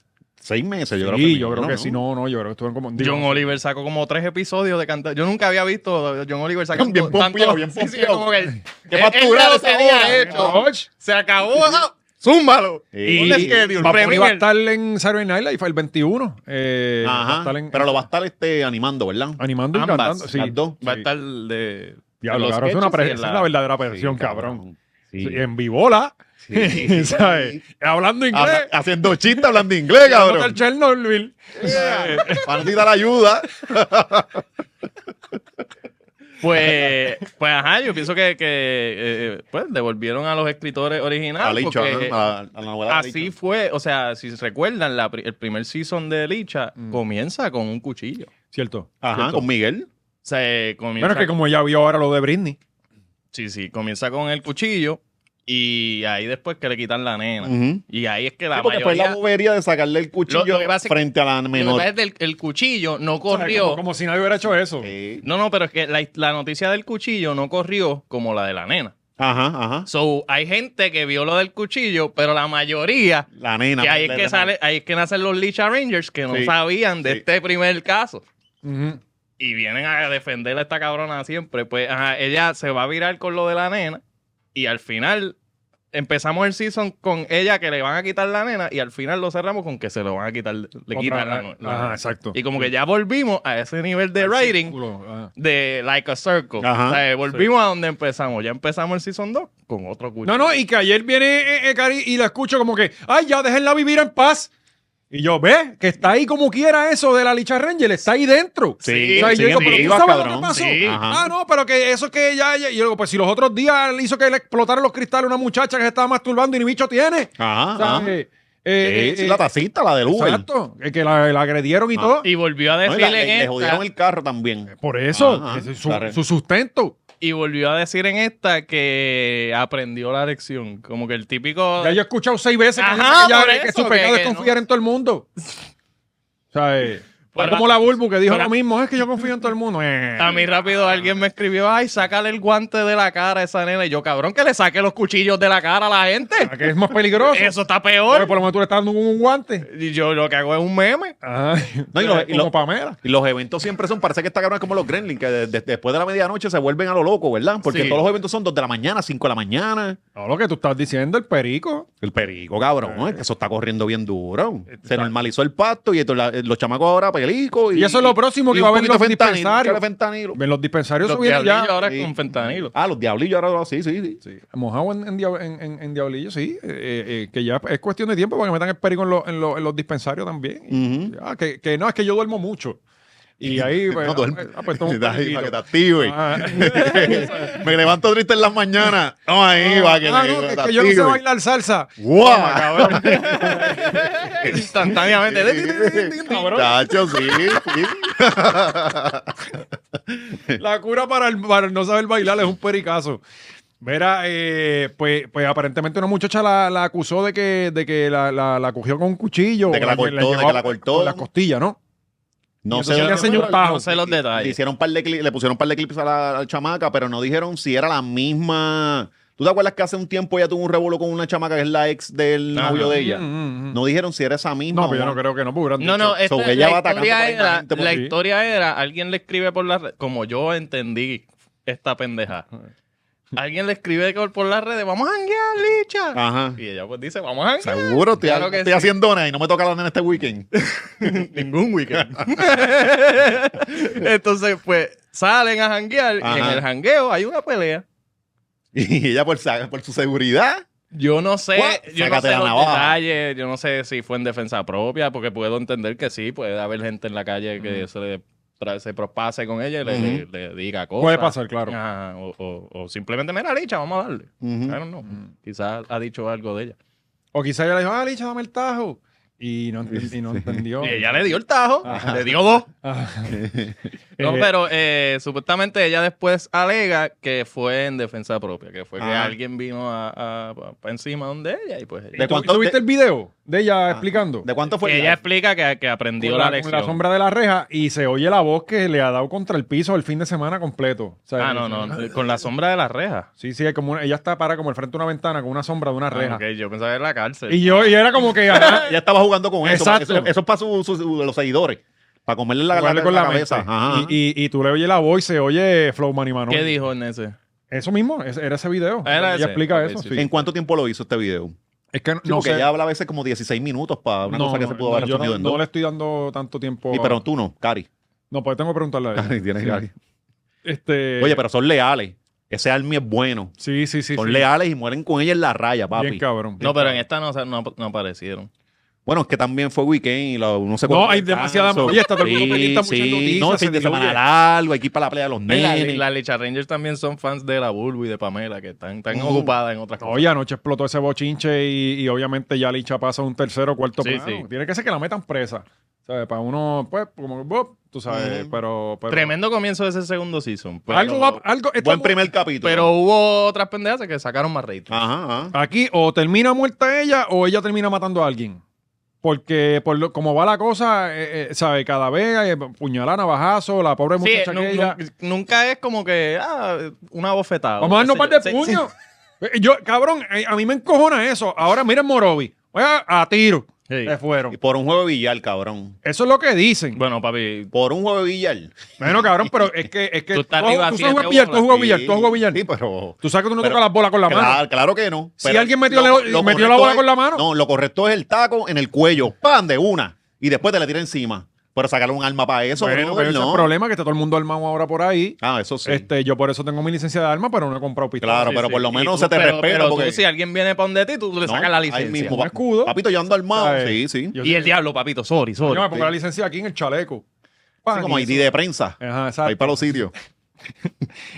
[SPEAKER 3] meses, yo
[SPEAKER 2] Yo
[SPEAKER 3] creo
[SPEAKER 2] sí,
[SPEAKER 3] que.
[SPEAKER 2] yo creo
[SPEAKER 3] primero,
[SPEAKER 2] que sí. No, no, yo creo que estuvieron como... digo,
[SPEAKER 4] John Oliver sacó como tres episodios de cantar. Yo nunca había visto a John Oliver sacando
[SPEAKER 3] Bien pompeado, bien
[SPEAKER 4] Sí, sí,
[SPEAKER 3] pompeado.
[SPEAKER 4] como que-
[SPEAKER 3] Qué
[SPEAKER 4] es-
[SPEAKER 3] factura
[SPEAKER 4] es lo
[SPEAKER 3] esa
[SPEAKER 4] que tenía
[SPEAKER 3] hora,
[SPEAKER 4] hecho.
[SPEAKER 2] George,
[SPEAKER 4] Se acabó. ah, ¡Zúmbalo!
[SPEAKER 3] Sí.
[SPEAKER 4] Ponle
[SPEAKER 2] Bad
[SPEAKER 4] schedule,
[SPEAKER 2] Bunny va a
[SPEAKER 4] premier.
[SPEAKER 2] estar en Saturday Night Live el 21. eh, va a
[SPEAKER 3] Ajá.
[SPEAKER 2] estar en-
[SPEAKER 3] Pero lo va a estar este, animando, ¿verdad?
[SPEAKER 2] animando y
[SPEAKER 4] ambas,
[SPEAKER 2] cantando. Sí,
[SPEAKER 3] las dos.
[SPEAKER 4] Va a
[SPEAKER 2] Sí.
[SPEAKER 4] estar de.
[SPEAKER 2] Diablo,
[SPEAKER 4] de los
[SPEAKER 2] cabrón, es una
[SPEAKER 4] sketches y
[SPEAKER 2] pre-
[SPEAKER 4] en
[SPEAKER 2] esa es la verdadera presión,
[SPEAKER 3] Sí,
[SPEAKER 2] cabrón.
[SPEAKER 3] Sí.
[SPEAKER 2] Sí, En vivola.
[SPEAKER 3] Sí.
[SPEAKER 2] ¿Sabes? Hablando
[SPEAKER 3] Habla-
[SPEAKER 2] inglés.
[SPEAKER 3] Haciendo chistes, hablando inglés,
[SPEAKER 2] Hablando del
[SPEAKER 3] cabrón.
[SPEAKER 2] Chernobyl.
[SPEAKER 3] Para necesitar ayuda.
[SPEAKER 4] Pues, pues ajá, yo pienso que, que eh, pues, devolvieron a los escritores
[SPEAKER 2] Ah,
[SPEAKER 3] A
[SPEAKER 4] originales.
[SPEAKER 3] Licha,
[SPEAKER 4] porque,
[SPEAKER 3] ¿no? a, a la novela de
[SPEAKER 4] así
[SPEAKER 3] Licha.
[SPEAKER 4] fue, o sea, si recuerdan, la, pri- el primer season de Licha comienza con un cuchillo.
[SPEAKER 2] Cierto.
[SPEAKER 3] Ajá, con Miguel.
[SPEAKER 4] Se comienza,
[SPEAKER 2] Bueno, es que como ya vio ahora lo de Britney.
[SPEAKER 4] Sí, sí, comienza con el cuchillo y ahí después que le quitan la nena.
[SPEAKER 3] Ujú.
[SPEAKER 4] Y ahí es que la
[SPEAKER 3] Sí, porque fue la
[SPEAKER 4] mayoría...
[SPEAKER 3] bobería de sacarle el cuchillo
[SPEAKER 4] Lo- lo que pasa es que-
[SPEAKER 3] frente a la
[SPEAKER 4] lo que
[SPEAKER 3] menor.
[SPEAKER 4] pasa es del- el cuchillo
[SPEAKER 2] O
[SPEAKER 4] no
[SPEAKER 2] sea,
[SPEAKER 4] corrió...
[SPEAKER 2] Como, como si nadie hubiera hecho eso.
[SPEAKER 3] Sí.
[SPEAKER 4] No, no, pero es que la, la noticia del cuchillo no corrió como la de la nena.
[SPEAKER 3] Ajá, ajá.
[SPEAKER 4] So, hay gente que vio lo del cuchillo, pero la mayoría
[SPEAKER 3] La nena.
[SPEAKER 4] Que ahí es
[SPEAKER 3] la-
[SPEAKER 4] que
[SPEAKER 3] la-
[SPEAKER 4] sale, ahí es que nacen los Licha Rangers que no
[SPEAKER 3] Sí.
[SPEAKER 4] sabían de
[SPEAKER 3] Sí.
[SPEAKER 4] este primer caso.
[SPEAKER 2] Ujú.
[SPEAKER 4] Y vienen a defender a esta cabrona siempre. Pues ajá, ella se va a virar con lo de la nena. Y al final empezamos el season con ella que le van a quitar la nena. Y al final lo cerramos con que se lo van a quitar. Le
[SPEAKER 2] Otra-
[SPEAKER 4] quitan la, la
[SPEAKER 2] Ajá,
[SPEAKER 4] nena.
[SPEAKER 2] exacto.
[SPEAKER 4] Y como que ya volvimos a ese nivel de writing
[SPEAKER 2] Círculo, ajá.
[SPEAKER 4] de Like a Circle.
[SPEAKER 3] Ajá.
[SPEAKER 4] O sea, volvimos a donde empezamos. Ya empezamos el season 2 con otro cuchillo.
[SPEAKER 2] No, no, y que ayer viene eh, eh, Cari y la escucho como que, ay, ya déjenla vivir en paz. Y yo, ve, que está ahí como quiera eso de la Licha Ranger, está ahí dentro.
[SPEAKER 3] Sí,
[SPEAKER 2] O sea,
[SPEAKER 3] sí,
[SPEAKER 2] yo digo,
[SPEAKER 3] sí,
[SPEAKER 2] pero
[SPEAKER 3] sí,
[SPEAKER 2] ¿tú sabes lo
[SPEAKER 3] cabrón,
[SPEAKER 2] que pasó?
[SPEAKER 3] sí. Ajá.
[SPEAKER 2] Ah, no, pero que eso que ya, ya- Y yo digo, pues si los otros días le hizo que le explotaran los cristales a una muchacha que se estaba masturbando y ni bicho tiene.
[SPEAKER 3] Ajá,
[SPEAKER 2] O sea,
[SPEAKER 3] ajá.
[SPEAKER 2] eh,
[SPEAKER 3] Sí,
[SPEAKER 2] eh,
[SPEAKER 3] sí,
[SPEAKER 2] eh,
[SPEAKER 3] la tacita, la del Uber.
[SPEAKER 2] Exacto, eh, que la, la agredieron y
[SPEAKER 3] Ah.
[SPEAKER 2] todo.
[SPEAKER 4] Y volvió a
[SPEAKER 3] No, y
[SPEAKER 4] decirle
[SPEAKER 3] la-
[SPEAKER 4] en
[SPEAKER 3] le, le
[SPEAKER 4] esta-
[SPEAKER 3] jodieron el carro también.
[SPEAKER 2] Por eso,
[SPEAKER 3] Ajá,
[SPEAKER 2] ese es su,
[SPEAKER 3] claro.
[SPEAKER 2] su sustento.
[SPEAKER 4] Y volvió a decir en esta que aprendió la lección. Como que el típico.
[SPEAKER 2] Ya yo he escuchado seis veces que, dice
[SPEAKER 4] Ajá,
[SPEAKER 2] que ya-
[SPEAKER 4] por
[SPEAKER 2] que
[SPEAKER 4] eso,
[SPEAKER 2] su pecado
[SPEAKER 4] que-
[SPEAKER 2] es
[SPEAKER 4] que no.
[SPEAKER 2] confiar en todo el mundo. O sea, eh, Es como la Bulbu que dijo lo mismo, es que yo confío en todo el mundo. Eh.
[SPEAKER 4] A mí rápido alguien me escribió, ay, sácale el guante de la cara a esa nena. Y yo, cabrón, que le saque los cuchillos de la cara a la gente.
[SPEAKER 2] Que es más peligroso.
[SPEAKER 4] Eso está
[SPEAKER 2] Porque
[SPEAKER 4] peor.
[SPEAKER 2] por lo menos tú le estás dando un, un guante.
[SPEAKER 4] Y yo lo que hago es un meme.
[SPEAKER 2] Ajá.
[SPEAKER 3] No, y lo- y lo-
[SPEAKER 2] como Pamela.
[SPEAKER 3] Y los eventos siempre son, parece que esta cabrón es como los Gremlins, que de- de- después de la medianoche se vuelven a lo loco, ¿verdad? Porque
[SPEAKER 4] Sí.
[SPEAKER 3] todos los eventos son 2 de la mañana, 5 de la mañana.
[SPEAKER 2] No, lo que tú estás diciendo, el perico.
[SPEAKER 3] El perico, cabrón, es que eso está corriendo bien duro. Se normalizó el pacto y esto- la- los chamacos ahora pelico. Y,
[SPEAKER 2] Y eso es lo próximo que
[SPEAKER 3] y
[SPEAKER 2] va a
[SPEAKER 3] un
[SPEAKER 2] haber en
[SPEAKER 3] poquito
[SPEAKER 2] los
[SPEAKER 3] de fentanilo,
[SPEAKER 2] dispensarios.
[SPEAKER 3] que era fentanilo.
[SPEAKER 2] En los dispensarios
[SPEAKER 4] Los
[SPEAKER 2] subieron ya.
[SPEAKER 4] diablillos ahora
[SPEAKER 3] sí.
[SPEAKER 4] con fentanilo.
[SPEAKER 3] Ah, los diablillos ahora, sí, sí, sí.
[SPEAKER 2] Mojado en, en, dia- en- en- en Diablillo, sí. Eh, eh, que ya es cuestión de tiempo para que metan el perico en, lo- en lo- en los dispensarios también.
[SPEAKER 3] Ujú.
[SPEAKER 2] Ah, que, que no, es que yo duermo mucho. Y ahí, pues,
[SPEAKER 3] No, duerme.
[SPEAKER 2] ah, pues, toma un
[SPEAKER 3] Ahí,
[SPEAKER 2] periquito.
[SPEAKER 3] para que te active.
[SPEAKER 2] Ah.
[SPEAKER 3] Me levanto triste en las mañanas. No, ahí va, que,
[SPEAKER 2] Ah, no, que, que yo no sé bailar salsa.
[SPEAKER 3] ¡Guau!
[SPEAKER 2] Toma, cabrón.
[SPEAKER 3] Instantáneamente. Chacho, sí, sí.
[SPEAKER 2] La cura para, el, para el no saber bailar es un pericazo. Verá, eh, pues, pues aparentemente una muchacha la, la acusó de que, de que la, la- la cogió con un cuchillo.
[SPEAKER 3] De que la cortó, de
[SPEAKER 2] llevaba
[SPEAKER 3] que la cortó.
[SPEAKER 2] Con la costilla, ¿no?
[SPEAKER 3] No
[SPEAKER 2] Entonces le enseñó un pajo.
[SPEAKER 4] No sé los
[SPEAKER 3] Le,
[SPEAKER 4] detalles.
[SPEAKER 3] hicieron un par de cli- le pusieron un par de clips a la, al chamaca, pero no dijeron si era la misma. ¿Tú te acuerdas que hace un tiempo ella tuvo un revuelo con una chamaca que es la ex del
[SPEAKER 4] Ajá.
[SPEAKER 3] novio de ella?
[SPEAKER 2] Mm, mm, mm.
[SPEAKER 3] No dijeron si era esa misma.
[SPEAKER 2] No, pero yo
[SPEAKER 3] o-
[SPEAKER 2] no creo que no. porque hubieran
[SPEAKER 4] No,
[SPEAKER 2] dicho-
[SPEAKER 4] no, esta-
[SPEAKER 3] So, que ella va
[SPEAKER 4] la,
[SPEAKER 3] atacando por
[SPEAKER 4] historia
[SPEAKER 3] ahí la
[SPEAKER 4] era,
[SPEAKER 3] gente por
[SPEAKER 4] la
[SPEAKER 3] ahí.
[SPEAKER 4] historia era, alguien le escribe por la red, como yo entendí esta pendeja. Alguien le escribe por- por las redes, vamos a janguear, licha.
[SPEAKER 3] Ajá.
[SPEAKER 4] Y ella pues dice, vamos a janguear.
[SPEAKER 3] Seguro, estoy,
[SPEAKER 4] Claro que
[SPEAKER 3] estoy
[SPEAKER 4] sí.
[SPEAKER 3] haciendo nada y no me toca la nena este weekend.
[SPEAKER 4] Ningún weekend. Entonces, pues, salen a janguear y en
[SPEAKER 3] Ajá.
[SPEAKER 4] el jangueo hay una pelea.
[SPEAKER 3] Y ella, por, sa- por su seguridad,
[SPEAKER 4] Yo no sé,
[SPEAKER 3] What?
[SPEAKER 4] yo no
[SPEAKER 3] Sácate
[SPEAKER 4] sé
[SPEAKER 3] la
[SPEAKER 4] los
[SPEAKER 3] navaja.
[SPEAKER 4] detalles, yo no sé si fue en defensa propia, porque puedo entender que sí, puede haber gente en la calle que se le tra- se propase con ella y le, le- le diga cosas.
[SPEAKER 2] Puede pasar, claro.
[SPEAKER 4] Ajá, o, o- o simplemente, mira, licha, vamos a darle.
[SPEAKER 3] Ujú.
[SPEAKER 4] I don't know. Quizás ha dicho algo de ella.
[SPEAKER 2] O quizá ella le dijo, ah, Licha, dame el tajo. Y no, enten- y no entendió.
[SPEAKER 4] Y ella le dio el tajo, le dio dos.
[SPEAKER 2] Ah.
[SPEAKER 4] No,
[SPEAKER 2] Eh,
[SPEAKER 4] pero eh, supuestamente ella después alega que fue en defensa propia, que fue que
[SPEAKER 3] Ah.
[SPEAKER 4] alguien vino a, a- a- encima donde ella y pues ella,
[SPEAKER 3] ¿De
[SPEAKER 2] ¿tú,
[SPEAKER 3] cuánto
[SPEAKER 2] tú viste
[SPEAKER 3] te- Ah,
[SPEAKER 2] el video de ella explicando?
[SPEAKER 3] ¿de cuánto fue?
[SPEAKER 4] que
[SPEAKER 3] el
[SPEAKER 4] ella
[SPEAKER 3] live?
[SPEAKER 4] explica que, que aprendió
[SPEAKER 2] con
[SPEAKER 4] la,
[SPEAKER 2] la, con
[SPEAKER 4] lección.
[SPEAKER 2] la sombra de la reja y se oye la voz que le ha dado contra el piso el fin de semana completo. O sea,
[SPEAKER 4] Ah, no, no, no, con la sombra de las rejas.
[SPEAKER 2] Sí, sí, es como una- ella está para como al frente de una ventana con una sombra de una reja.
[SPEAKER 4] Ah, ok, yo pensaba que era la cárcel.
[SPEAKER 2] Y yo y era como que ajá,
[SPEAKER 3] Ella estaba jugando con eso.
[SPEAKER 2] Exacto.
[SPEAKER 3] Eso, eso es para su- su- su- los seguidores. Para comerle la,
[SPEAKER 2] jugarle
[SPEAKER 3] la-
[SPEAKER 2] con
[SPEAKER 3] la
[SPEAKER 2] la,
[SPEAKER 3] cabeza.
[SPEAKER 2] mente.
[SPEAKER 3] Ajá.
[SPEAKER 2] Y, y- y tú le oyes la voz y se oye Flow Money Manuel.
[SPEAKER 4] ¿Qué dijo en ese?
[SPEAKER 2] Eso mismo, es- era ese video.
[SPEAKER 4] Ah, era
[SPEAKER 2] ella
[SPEAKER 4] ese.
[SPEAKER 2] explica
[SPEAKER 4] Ok,
[SPEAKER 2] eso.
[SPEAKER 4] sí,
[SPEAKER 2] sí.
[SPEAKER 3] ¿En cuánto tiempo lo hizo este video?
[SPEAKER 2] Es que
[SPEAKER 3] Sí,
[SPEAKER 2] no
[SPEAKER 3] porque
[SPEAKER 2] sé.
[SPEAKER 3] ella habla a veces como 16 minutos para una
[SPEAKER 2] No,
[SPEAKER 3] cosa que
[SPEAKER 2] no,
[SPEAKER 3] se pudo
[SPEAKER 2] no,
[SPEAKER 3] haber
[SPEAKER 2] yo
[SPEAKER 3] resumido
[SPEAKER 2] no,
[SPEAKER 3] en
[SPEAKER 2] no
[SPEAKER 3] dos.
[SPEAKER 2] le estoy dando tanto tiempo.
[SPEAKER 3] Y,
[SPEAKER 2] a-
[SPEAKER 3] pero tú no, Cari.
[SPEAKER 2] No, pues tengo que preguntarle a ella.
[SPEAKER 3] Cari, tienes
[SPEAKER 2] Sí.
[SPEAKER 3] Cari.
[SPEAKER 2] Este,
[SPEAKER 3] Eh, Oye, pero son leales. Ese Army es bueno.
[SPEAKER 2] Sí, sí, sí.
[SPEAKER 3] son
[SPEAKER 2] sí.
[SPEAKER 3] leales y mueren con ella en la raya, papi.
[SPEAKER 2] Bien cabrón.
[SPEAKER 4] No, pero en esta no, o sea, no, no aparecieron.
[SPEAKER 3] Bueno, es que también fue weekend y lo- no sé
[SPEAKER 2] No, hay demasiada molestia, todo
[SPEAKER 3] Todo
[SPEAKER 2] el mundo pendiente a muchas noticias,
[SPEAKER 3] No,
[SPEAKER 2] se
[SPEAKER 3] fin de
[SPEAKER 2] diluye.
[SPEAKER 3] semana largo, hay que ir para la playa de los
[SPEAKER 4] Y la,
[SPEAKER 3] nenes.
[SPEAKER 4] la Licha Rangers también son fans de la Bulbu y de Pamela, que están tan
[SPEAKER 3] Mm.
[SPEAKER 4] ocupadas en otras cosas.
[SPEAKER 2] Oye, anoche explotó ese bochinche y, y obviamente ya Licha pasa a un tercero cuarto
[SPEAKER 4] Sí,
[SPEAKER 2] plano.
[SPEAKER 4] sí.
[SPEAKER 2] Tiene que ser que la metan presa. ¿Sabes? Para uno, pues, como que, "Bop", tú sabes,
[SPEAKER 3] Ujú.
[SPEAKER 2] pero, pero-
[SPEAKER 4] Tremendo comienzo de ese segundo season. Pero,
[SPEAKER 2] algo va- algo, esta
[SPEAKER 3] Buen
[SPEAKER 2] mu-
[SPEAKER 3] primer capítulo.
[SPEAKER 4] pero hubo otras pendejas que sacaron más rating.
[SPEAKER 3] Ajá, ajá.
[SPEAKER 2] Aquí o termina muerta ella o ella termina matando a alguien. Porque por lo- como va la cosa, eh, eh, ¿sabes? Cada vez eh, puñalada, navajazo, la pobre
[SPEAKER 4] Sí,
[SPEAKER 2] muchacha
[SPEAKER 4] nu-
[SPEAKER 2] que
[SPEAKER 4] nu-
[SPEAKER 2] ella...
[SPEAKER 4] nunca es como que ah, una bofetada.
[SPEAKER 2] Vamos a darnos un par de
[SPEAKER 4] Sí, sí.
[SPEAKER 2] puños. Eh, Yo, cabrón, eh, a mí me encojona eso. Ahora miren Morovi. Oiga, a tiro.
[SPEAKER 4] Sí.
[SPEAKER 2] Le
[SPEAKER 3] Y
[SPEAKER 2] fueron.
[SPEAKER 3] por un juego de billar, cabrón.
[SPEAKER 2] Eso es lo que dicen.
[SPEAKER 4] Bueno, papi,
[SPEAKER 3] Por un juego de billar.
[SPEAKER 2] Bueno, cabrón, pero es que, es que
[SPEAKER 4] Tú estás
[SPEAKER 2] has-
[SPEAKER 4] arriba
[SPEAKER 2] tú sabes
[SPEAKER 4] siete
[SPEAKER 2] jugar billar, tú has
[SPEAKER 4] bolas.
[SPEAKER 2] jugado billar, tú has jugado
[SPEAKER 3] Sí,
[SPEAKER 2] billar.
[SPEAKER 3] Sí, pero...
[SPEAKER 2] Tú sabes que tú no
[SPEAKER 3] Pero-
[SPEAKER 2] tocas las bolas con la mano.
[SPEAKER 3] Claro, claro que no.
[SPEAKER 2] Si alguien metió le- metió la
[SPEAKER 3] correcto
[SPEAKER 2] bola
[SPEAKER 3] es-
[SPEAKER 2] con la mano.
[SPEAKER 3] No, lo correcto es el taco en el cuello, pan de una, y después te la tira encima. Pero sacarle un arma para eso,
[SPEAKER 2] Bueno,
[SPEAKER 3] brother,
[SPEAKER 2] pero ese es
[SPEAKER 3] no.
[SPEAKER 2] el problema que está todo el mundo armado ahora por ahí.
[SPEAKER 3] Ah, eso sí.
[SPEAKER 2] Este, yo por eso tengo mi licencia de arma, pero no he comprado pistola.
[SPEAKER 3] claro,
[SPEAKER 4] sí,
[SPEAKER 3] pero
[SPEAKER 4] sí.
[SPEAKER 3] por lo
[SPEAKER 4] Y
[SPEAKER 3] menos
[SPEAKER 4] tú-
[SPEAKER 3] se te
[SPEAKER 4] pero-
[SPEAKER 3] respeta
[SPEAKER 4] pero tú,
[SPEAKER 3] porque
[SPEAKER 4] si alguien viene para donde ti, tú le
[SPEAKER 3] No,
[SPEAKER 4] sacas la
[SPEAKER 3] ahí
[SPEAKER 4] licencia.
[SPEAKER 3] mismo,
[SPEAKER 2] Un escudo.
[SPEAKER 3] Papito, yo ando armado.
[SPEAKER 2] ¿Sabes?
[SPEAKER 3] Sí, sí.
[SPEAKER 2] Yo,
[SPEAKER 4] Y el diablo, papito, sorry,
[SPEAKER 2] yo
[SPEAKER 4] sorry.
[SPEAKER 2] me pongo la licencia aquí en el chaleco.
[SPEAKER 3] Así
[SPEAKER 2] Pan,
[SPEAKER 3] como
[SPEAKER 2] y
[SPEAKER 3] ID
[SPEAKER 2] eso.
[SPEAKER 3] de prensa.
[SPEAKER 2] Ajá,
[SPEAKER 3] Ahí
[SPEAKER 2] exacto.
[SPEAKER 3] para los sitios.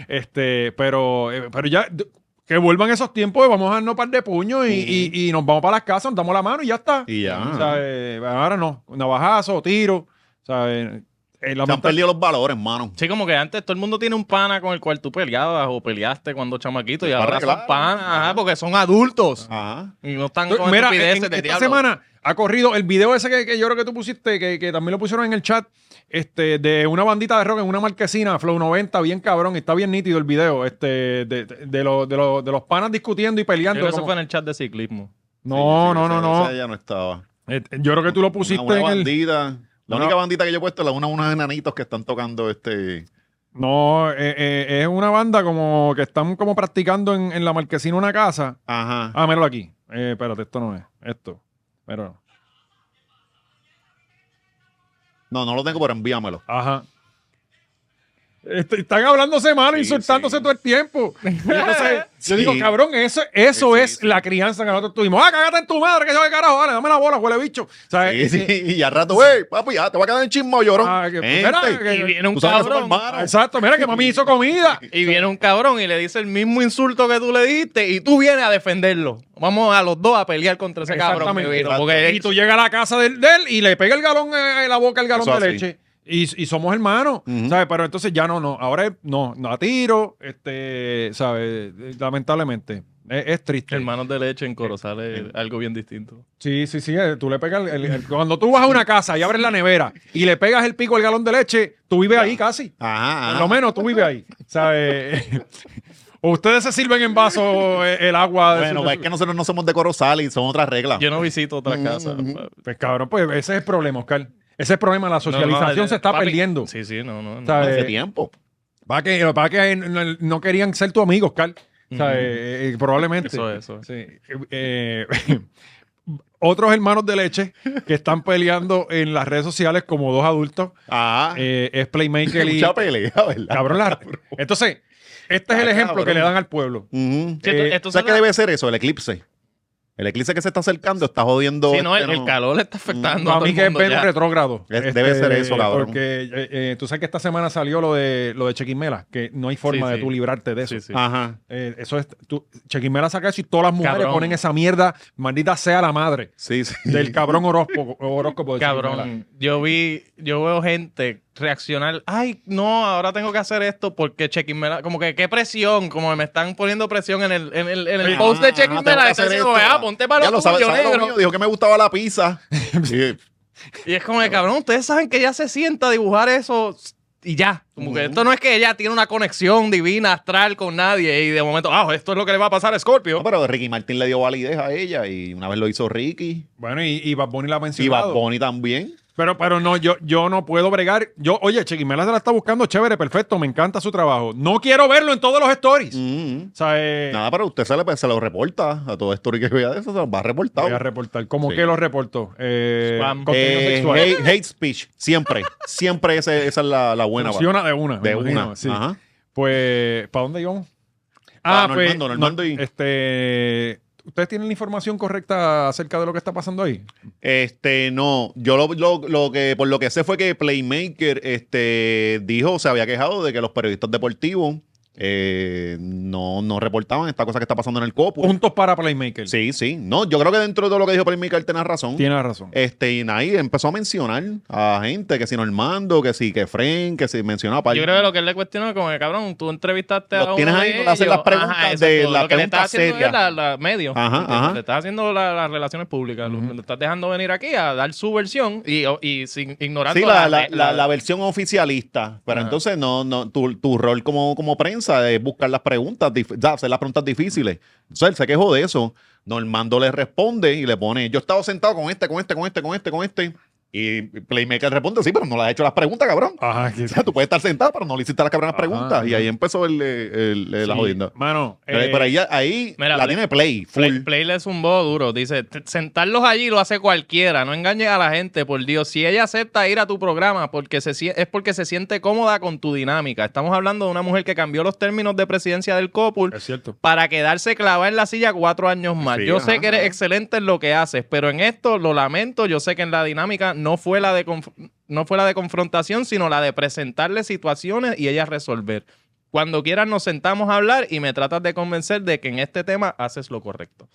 [SPEAKER 2] Este, pero, eh, pero ya d- que vuelvan esos tiempos de vamos a darnos un par de puños y, y- y nos vamos para las casas, nos damos la mano y ya está.
[SPEAKER 3] Y ya.
[SPEAKER 2] O sea, eh, ahora no, navajazo, tiro. o sea, eh, eh,
[SPEAKER 3] Se han
[SPEAKER 2] lamenta-
[SPEAKER 3] perdido los valores, hermano.
[SPEAKER 4] Sí, como que antes todo el mundo tiene un pana con el cual tú peleabas o peleaste cuando chamaquito y
[SPEAKER 3] Sí,
[SPEAKER 4] ahora
[SPEAKER 3] para, claro.
[SPEAKER 4] son panas, ajá, porque son adultos
[SPEAKER 3] Ajá.
[SPEAKER 4] y no están
[SPEAKER 2] Entonces,
[SPEAKER 4] con
[SPEAKER 2] Mira,
[SPEAKER 4] estupideces
[SPEAKER 2] en-
[SPEAKER 4] de
[SPEAKER 2] esta
[SPEAKER 4] diablo.
[SPEAKER 2] semana ha corrido el video ese que, que yo creo que tú pusiste, que, que también lo pusieron en el chat, este, de una bandita de rock en una marquesina, Flow 90, bien cabrón, y está bien nítido el video, este, de, de- de los- de los- de los panas discutiendo y
[SPEAKER 4] Yo
[SPEAKER 2] peleando.
[SPEAKER 4] creo que eso
[SPEAKER 2] como-
[SPEAKER 4] fue en el chat de ciclismo.
[SPEAKER 2] No,
[SPEAKER 3] Sí, sí,
[SPEAKER 2] no,
[SPEAKER 3] esa-
[SPEAKER 2] no, no.
[SPEAKER 3] Esa ya no estaba.
[SPEAKER 2] Este, Yo creo que tú lo pusiste
[SPEAKER 3] una, buena
[SPEAKER 2] en el...
[SPEAKER 3] bandita. La
[SPEAKER 2] Una-
[SPEAKER 3] única bandita que yo he puesto es la una unos enanitos que están tocando este.
[SPEAKER 2] No, eh, eh, es una banda como que están como practicando en, en la marquesina una casa.
[SPEAKER 3] Ajá.
[SPEAKER 2] Ah, míralo aquí. Eh, espérate, esto no es. Esto. Pero,
[SPEAKER 3] No, no lo tengo, pero envíamelo.
[SPEAKER 2] ajá. Est- están hablándose mal,
[SPEAKER 3] Sí,
[SPEAKER 2] insultándose
[SPEAKER 3] sí.
[SPEAKER 2] todo el tiempo. Y entonces, yo digo, cabrón, eso, eso
[SPEAKER 3] Sí, sí,
[SPEAKER 2] es
[SPEAKER 3] sí.
[SPEAKER 2] la crianza que nosotros tuvimos. Ah, cágate en tu madre, que yo de carajo, dale, dame la bola, huele bicho. eh,
[SPEAKER 3] Sí,
[SPEAKER 2] ¿Sabes?
[SPEAKER 3] sí, Y al rato, güey, papi, ya te va a quedar en chismo, llorón.
[SPEAKER 2] Ah, que-
[SPEAKER 3] Gente,
[SPEAKER 2] mira, que-
[SPEAKER 4] Y viene un
[SPEAKER 3] tú sabes que somos
[SPEAKER 4] cabrón.
[SPEAKER 3] hermanos.
[SPEAKER 2] Exacto, mira que mami hizo comida.
[SPEAKER 4] Y viene un cabrón y le dice el mismo insulto que tú le diste y tú vienes a defenderlo. Vamos a los dos a pelear contra ese cabrón. que
[SPEAKER 2] Exactamente.
[SPEAKER 4] vino, porque
[SPEAKER 2] Y tú llegas a la casa del- de, él y le pega el galón eh, en la boca el galón
[SPEAKER 3] Eso
[SPEAKER 2] de
[SPEAKER 3] así.
[SPEAKER 2] leche. Y, y somos hermanos,
[SPEAKER 3] Ujú.
[SPEAKER 2] ¿sabes? Pero entonces ya no, no. Ahora es- no, no a tiro, este, ¿sabes? Eh, Lamentablemente. Es, es triste.
[SPEAKER 4] hermanos de leche en Corozal es algo bien distinto.
[SPEAKER 2] Sí, sí, sí. eh, Tú le pegas el- el- el- cuando tú vas a una casa y abres la nevera y le pegas el pico al galón de leche, tú vives ahí casi.
[SPEAKER 3] Ajá.
[SPEAKER 2] Por
[SPEAKER 3] ajá.
[SPEAKER 4] Ah.
[SPEAKER 2] lo menos tú vives ahí, ¿sabes? O Ustedes se sirven en vaso eh, el agua. de su-
[SPEAKER 3] Bueno,
[SPEAKER 2] de
[SPEAKER 3] pues
[SPEAKER 4] pues,
[SPEAKER 3] es
[SPEAKER 2] su-
[SPEAKER 3] que nosotros no somos de Corozal y son otras reglas.
[SPEAKER 4] Yo no visito otra
[SPEAKER 3] Mm-hmm.
[SPEAKER 4] casa.
[SPEAKER 2] Pues cabrón, pues ese es el problema, Oscar. Ese es el problema. La socialización
[SPEAKER 4] No, no,
[SPEAKER 2] se está
[SPEAKER 4] papi,
[SPEAKER 2] perdiendo.
[SPEAKER 4] Sí, sí, no, no. no.
[SPEAKER 2] ¿sabes?
[SPEAKER 3] Hace tiempo.
[SPEAKER 2] Va que, va que no, no querían ser tu amigo, Oscar. O sea,
[SPEAKER 4] Ujú.
[SPEAKER 2] eh, eh, probablemente.
[SPEAKER 4] Eso es, eso es.
[SPEAKER 2] Sí. Eh, eh, otros hermanos de leche que están peleando en las redes sociales como dos adultos.
[SPEAKER 3] Ajá.
[SPEAKER 2] eh, es Playmaker y...
[SPEAKER 3] Mucha pelea, ¿verdad?
[SPEAKER 2] Cabrón, la- Entonces, este es el
[SPEAKER 3] Ah,
[SPEAKER 2] ejemplo que
[SPEAKER 3] cabrón.
[SPEAKER 2] le dan al pueblo.
[SPEAKER 3] Ujú.
[SPEAKER 4] Sí, esto-
[SPEAKER 2] eh,
[SPEAKER 4] esto
[SPEAKER 3] ¿Sabes
[SPEAKER 4] se
[SPEAKER 3] qué
[SPEAKER 4] da-
[SPEAKER 3] debe ser eso? El eclipse. El eclipse que se está acercando está jodiendo.
[SPEAKER 4] Sí, no, el,
[SPEAKER 3] este,
[SPEAKER 4] el calor le está afectando a,
[SPEAKER 2] Mm. Para
[SPEAKER 4] todo
[SPEAKER 2] mí
[SPEAKER 4] el
[SPEAKER 2] que es
[SPEAKER 4] mundo
[SPEAKER 2] Venus
[SPEAKER 4] ya.
[SPEAKER 2] retrógrado. este,
[SPEAKER 3] Es- debe ser eso, cabrón.
[SPEAKER 2] Porque eh, eh, tú sabes que esta semana salió lo de, lo de Chequimela, que no hay forma
[SPEAKER 4] Sí,
[SPEAKER 2] de
[SPEAKER 4] sí.
[SPEAKER 2] tú librarte de eso.
[SPEAKER 4] Sí, sí.
[SPEAKER 3] Ajá.
[SPEAKER 2] Eh, eso es. Tú, Chequimela saca eso y todas las mujeres
[SPEAKER 4] Cabrón.
[SPEAKER 2] ponen esa mierda. Maldita sea la madre
[SPEAKER 3] Sí, sí.
[SPEAKER 2] del cabrón horóscopo, horóscopo de Chequimela.
[SPEAKER 4] Cabrón, yo vi, yo veo gente reaccionar, ay, no, ahora tengo que hacer esto porque Chequimela, como que qué presión, como me están poniendo presión en el, en el, en el
[SPEAKER 3] Ah,
[SPEAKER 4] post de
[SPEAKER 3] tengo que
[SPEAKER 4] Chequimela,
[SPEAKER 3] hacer
[SPEAKER 4] están diciendo,
[SPEAKER 3] esto.
[SPEAKER 4] "Ah, ponte para
[SPEAKER 3] Ya
[SPEAKER 4] los
[SPEAKER 3] lo sabe, sabe lo
[SPEAKER 4] negro.
[SPEAKER 3] mío, Dijo que me gustaba la pizza. Sí.
[SPEAKER 4] Y es como que, cabrón, ustedes saben que ella se sienta a dibujar eso y ya. Como que esto no es que ella tiene una conexión divina, astral con nadie y de momento, ah, esto es lo que le va a pasar a Scorpio.
[SPEAKER 3] No, pero Ricky Martín le dio validez a ella y una vez lo hizo Ricky.
[SPEAKER 2] Bueno, y, y Bad Bunny la ha
[SPEAKER 3] Y Bad
[SPEAKER 2] mencionado.
[SPEAKER 3] Bunny también.
[SPEAKER 2] Pero, pero no, yo, yo no puedo bregar. Yo, oye, Chequimela se la está buscando chévere, perfecto, me encanta su trabajo. No quiero verlo en todos los stories.
[SPEAKER 3] Mm.
[SPEAKER 2] O sea, eh,
[SPEAKER 3] Nada, pero usted se, le, se lo reporta a todo story que vea de eso, se lo va reportado.
[SPEAKER 2] voy a reportar. ¿Cómo
[SPEAKER 3] Sí.
[SPEAKER 2] que lo reporto? Eh,
[SPEAKER 4] Spam.
[SPEAKER 2] contenido
[SPEAKER 3] Eh,
[SPEAKER 2] sexual.
[SPEAKER 3] hate, hate speech, siempre, siempre ese- esa es la, la buena.
[SPEAKER 2] Funciona de una. me
[SPEAKER 3] de
[SPEAKER 2] imagino,
[SPEAKER 3] una.
[SPEAKER 2] sí.
[SPEAKER 3] Ajá.
[SPEAKER 2] Pues, ¿para dónde íbamos? pues,
[SPEAKER 3] Ah, Normando, Normando y-
[SPEAKER 2] Este, ¿Ustedes tienen la información correcta acerca de lo que está pasando ahí?
[SPEAKER 3] Este, no, yo lo, lo- lo que por lo que sé fue que Playmaker este, dijo, se había quejado de que los periodistas deportivos eh, no, no reportaban esta cosa que está pasando en el copo.
[SPEAKER 2] Puntos para Playmaker.
[SPEAKER 3] Pues- Sí, sí. No, yo creo que dentro de todo lo que dijo Playmaker tenés razón.
[SPEAKER 2] Tienes razón.
[SPEAKER 3] Este, y ahí empezó a mencionar a gente que si Normando, que si que Fren, que si mencionaba para
[SPEAKER 4] Yo creo que lo que él le cuestionó es como que, cabrón, tú entrevistaste
[SPEAKER 3] Los
[SPEAKER 4] a uno
[SPEAKER 3] tienes ahí,
[SPEAKER 4] de
[SPEAKER 3] no le hacen
[SPEAKER 4] ellos.
[SPEAKER 3] las preguntas
[SPEAKER 4] Ajá,
[SPEAKER 3] de
[SPEAKER 4] exacto.
[SPEAKER 3] la
[SPEAKER 4] Lo que le
[SPEAKER 3] pregunta
[SPEAKER 4] estás haciendo
[SPEAKER 3] seria.
[SPEAKER 4] es la, la medio.
[SPEAKER 3] Ajá,
[SPEAKER 4] ¿entiendes?
[SPEAKER 3] ajá.
[SPEAKER 4] Le estás haciendo la- las relaciones públicas. Lo- Lo estás dejando venir aquí a dar su versión y, y sin, ignorando
[SPEAKER 3] Sí, la, la- la- la versión oficialista. Pero
[SPEAKER 4] Ajá.
[SPEAKER 3] entonces no, no, tu, tu rol como, como prensa es buscar las preguntas, dif- o sea, hacer las preguntas difíciles. Entonces él se quejó de eso. Normando le responde y le pone, yo estaba sentado con este, con este, con este, con este, con este. Y Playmaker responde, sí, pero no le has hecho las preguntas, cabrón.
[SPEAKER 2] Ajá, que-
[SPEAKER 3] O sea, tú puedes estar sentado, pero no le hiciste las cabronas
[SPEAKER 2] Ajá,
[SPEAKER 3] preguntas. Y
[SPEAKER 2] ajá.
[SPEAKER 3] ahí empezó el, eh, el- eh, la
[SPEAKER 2] Sí.
[SPEAKER 3] jodienda.
[SPEAKER 2] Mano,
[SPEAKER 3] Pero,
[SPEAKER 2] eh,
[SPEAKER 3] pero ahí, ahí
[SPEAKER 4] mira,
[SPEAKER 3] la
[SPEAKER 4] Play-
[SPEAKER 3] tiene Play, full.
[SPEAKER 4] Play, Play le zumbó duro. Dice, "T- sentarlos allí lo hace cualquiera. No engañes a la gente, por Dios. Si ella acepta ir a tu programa porque se, sie- es porque se siente cómoda con tu dinámica. Estamos hablando de una mujer que cambió los términos de presidencia del COPUL
[SPEAKER 2] es cierto.
[SPEAKER 4] para quedarse clavada en la silla cuatro años más.
[SPEAKER 3] Sí,
[SPEAKER 4] yo
[SPEAKER 3] ajá,
[SPEAKER 4] sé que eres
[SPEAKER 3] ajá.
[SPEAKER 4] excelente en lo que haces, pero en esto lo lamento. Yo sé que en la dinámica no fue la de conf- no fue la de confrontación, sino la de presentarle situaciones y ellas resolver. Cuando quieras nos sentamos a hablar y me tratas de convencer de que en este tema haces lo correcto.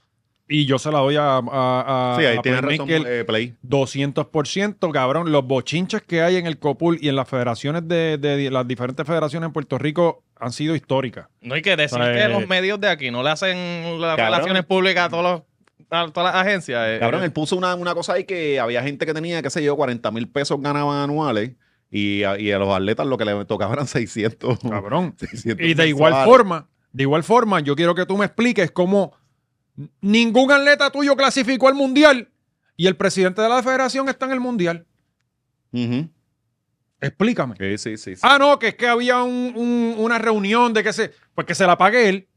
[SPEAKER 2] Y yo se la doy a, a, a-
[SPEAKER 3] Sí, ahí
[SPEAKER 2] a
[SPEAKER 3] tiene razón
[SPEAKER 2] Playmaker
[SPEAKER 3] eh, Play.
[SPEAKER 2] 200%, cabrón. Los bochinches que hay en el COPUL y en las federaciones de, de- de las diferentes federaciones en Puerto Rico han sido históricas.
[SPEAKER 4] No hay que decir
[SPEAKER 2] Eh,
[SPEAKER 4] que los medios de aquí no le hacen las
[SPEAKER 3] Pues, Cabrón.
[SPEAKER 4] relaciones públicas a, todos los- a todas las agencias. eh,
[SPEAKER 3] Cabrón,
[SPEAKER 4] eh,
[SPEAKER 3] él puso una, una cosa ahí que había gente que tenía, qué sé yo, 40 mil pesos ganaban anuales y a, y a los atletas lo que le tocaban eran 600.
[SPEAKER 2] Cabrón.
[SPEAKER 3] 600
[SPEAKER 2] Y de
[SPEAKER 3] mensuales.
[SPEAKER 2] igual forma, de igual forma, yo quiero que tú me expliques cómo ningún atleta tuyo clasificó al mundial y el presidente de la federación está en el mundial.
[SPEAKER 3] Ujú.
[SPEAKER 2] Explícame.
[SPEAKER 3] Sí, sí, sí. sí.
[SPEAKER 2] Ah, no, que es que había un- un- una reunión de que se. Pues que se la pague él.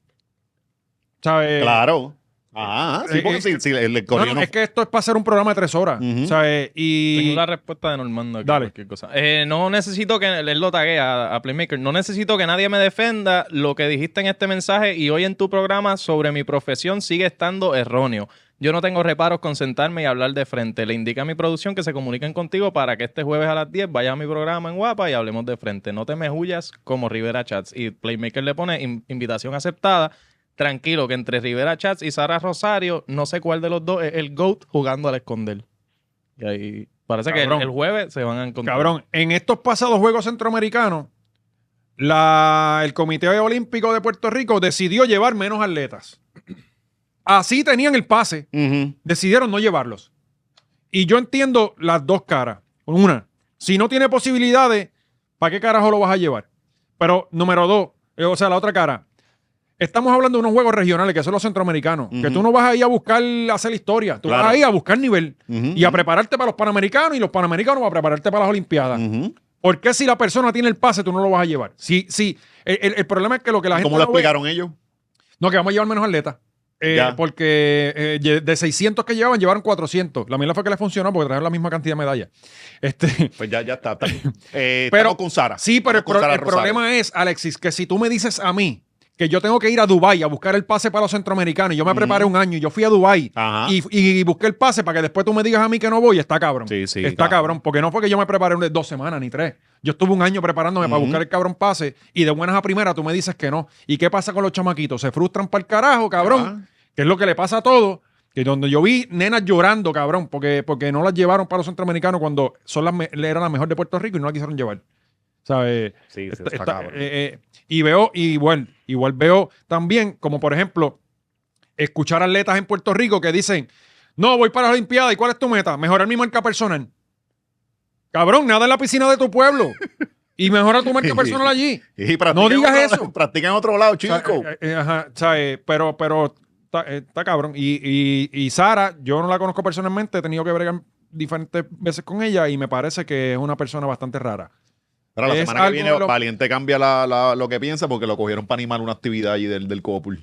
[SPEAKER 2] ¿Sabes?
[SPEAKER 3] claro. Ah, sí,
[SPEAKER 2] eh,
[SPEAKER 3] porque
[SPEAKER 2] eh,
[SPEAKER 3] si, si el, el
[SPEAKER 2] No, no,
[SPEAKER 3] correo no-
[SPEAKER 2] es que esto es para hacer un programa de tres horas.
[SPEAKER 3] Ujú.
[SPEAKER 2] ¿Sabes? Y.
[SPEAKER 4] Tengo la respuesta de Normando. aquí,
[SPEAKER 2] Dale.
[SPEAKER 4] cualquier cosa. Eh, no necesito que. Él lo tagué a, a Playmaker. No necesito que nadie me defenda. Lo que dijiste en este mensaje y hoy en tu programa sobre mi profesión sigue estando erróneo. Yo no tengo reparos con sentarme y hablar de frente. Le indica a mi producción que se comuniquen contigo para que este jueves a las 10 vaya a mi programa en Guapa y hablemos de frente. No te me huyas como Rivera Chats. Y Playmaker le pone "In- invitación aceptada. Tranquilo, que entre Rivera Chats y Sara Rosario, no sé cuál de los dos es el GOAT jugando al esconder. Y ahí parece que
[SPEAKER 2] Cabrón.
[SPEAKER 4] el, el jueves se van a encontrar.
[SPEAKER 2] Cabrón, en estos pasados Juegos Centroamericanos, la- el Comité Olímpico de Puerto Rico decidió llevar menos atletas. Así tenían el pase,
[SPEAKER 3] Ujú.
[SPEAKER 2] decidieron no llevarlos. Y yo entiendo las dos caras. Una, si no tiene posibilidades, ¿para qué carajo lo vas a llevar? Pero número dos, eh, o sea, la otra cara. Estamos hablando de unos juegos regionales, que son los centroamericanos, que
[SPEAKER 3] Ujú.
[SPEAKER 2] tú no vas ahí a buscar hacer historia, tú
[SPEAKER 3] Claro.
[SPEAKER 2] vas ahí a buscar nivel
[SPEAKER 3] Ujú.
[SPEAKER 2] y a prepararte para los panamericanos y los panamericanos a prepararte para las olimpiadas.
[SPEAKER 3] Ujú.
[SPEAKER 2] ¿Por qué si la persona tiene el pase tú no lo vas a llevar? Sí, sí. El, el- el problema es que lo que la gente.
[SPEAKER 3] ¿Cómo lo
[SPEAKER 2] no ve-
[SPEAKER 3] explicaron ellos?
[SPEAKER 2] no, que vamos a llevar menos atletas. Eh,
[SPEAKER 3] Ya.
[SPEAKER 2] porque eh, ye- de 600 que llevaban, llevaron 400. La mierda fue que les funcionó porque trajeron la misma cantidad de medallas. Este,
[SPEAKER 3] Pues ya, ya está. está bien. Eh,
[SPEAKER 2] Pero-
[SPEAKER 3] estamos con Sara.
[SPEAKER 2] sí, pero el,
[SPEAKER 3] Estamos con
[SPEAKER 2] pro-
[SPEAKER 3] Sara
[SPEAKER 2] el
[SPEAKER 3] Rosario.
[SPEAKER 2] problema es, Alexis, que si tú me dices a mí que yo tengo que ir a Dubái a buscar el pase para los centroamericanos, y yo me preparé un año y yo fui a Dubái
[SPEAKER 3] Ajá.
[SPEAKER 2] y, y busqué el pase para que después tú me digas a mí que no voy, está cabrón.
[SPEAKER 3] Sí, sí,
[SPEAKER 2] está
[SPEAKER 3] claro.
[SPEAKER 2] cabrón, porque no fue que yo me preparé un- dos semanas ni tres. Yo estuve un año preparándome para
[SPEAKER 3] Ujú.
[SPEAKER 2] buscar el cabrón pase y de buenas a primeras tú me dices que no. ¿Y qué pasa con los chamaquitos? Se frustran para el carajo, cabrón. Que es lo que le pasa a todos. Que donde yo vi nenas llorando, cabrón, porque, porque no las llevaron para los centroamericanos cuando son las, me- eran las mejor de Puerto Rico y no las quisieron llevar. ¿Sabes?
[SPEAKER 3] Ah, Sí, sí,
[SPEAKER 2] Está-
[SPEAKER 3] está
[SPEAKER 2] está-
[SPEAKER 3] cabrón.
[SPEAKER 2] eh, eh, y veo, y igual, igual veo también, como por ejemplo, escuchar atletas en Puerto Rico que dicen, no, voy para la Olimpiada, ¿y cuál es tu meta? Mejorar mi marca personal. Cabrón, nada en la piscina de tu pueblo. Y mejora tu marca personal allí.
[SPEAKER 3] Y practica en
[SPEAKER 2] digas
[SPEAKER 3] otro-
[SPEAKER 2] eso.
[SPEAKER 3] Practica en otro lado,
[SPEAKER 2] O sea,
[SPEAKER 3] chico.
[SPEAKER 2] eh, eh, ajá, o sea, eh, pero, pero está, eh, está cabrón. Y, y- y Sara, yo no la conozco personalmente, he tenido que bregar diferentes veces con ella y me parece que es una persona bastante rara.
[SPEAKER 3] Pero la
[SPEAKER 2] es
[SPEAKER 3] semana que
[SPEAKER 2] algo
[SPEAKER 3] viene,
[SPEAKER 2] de lo-
[SPEAKER 3] Valiente cambia la- la- lo que piensa porque lo cogieron para animar una actividad allí del, del Copul.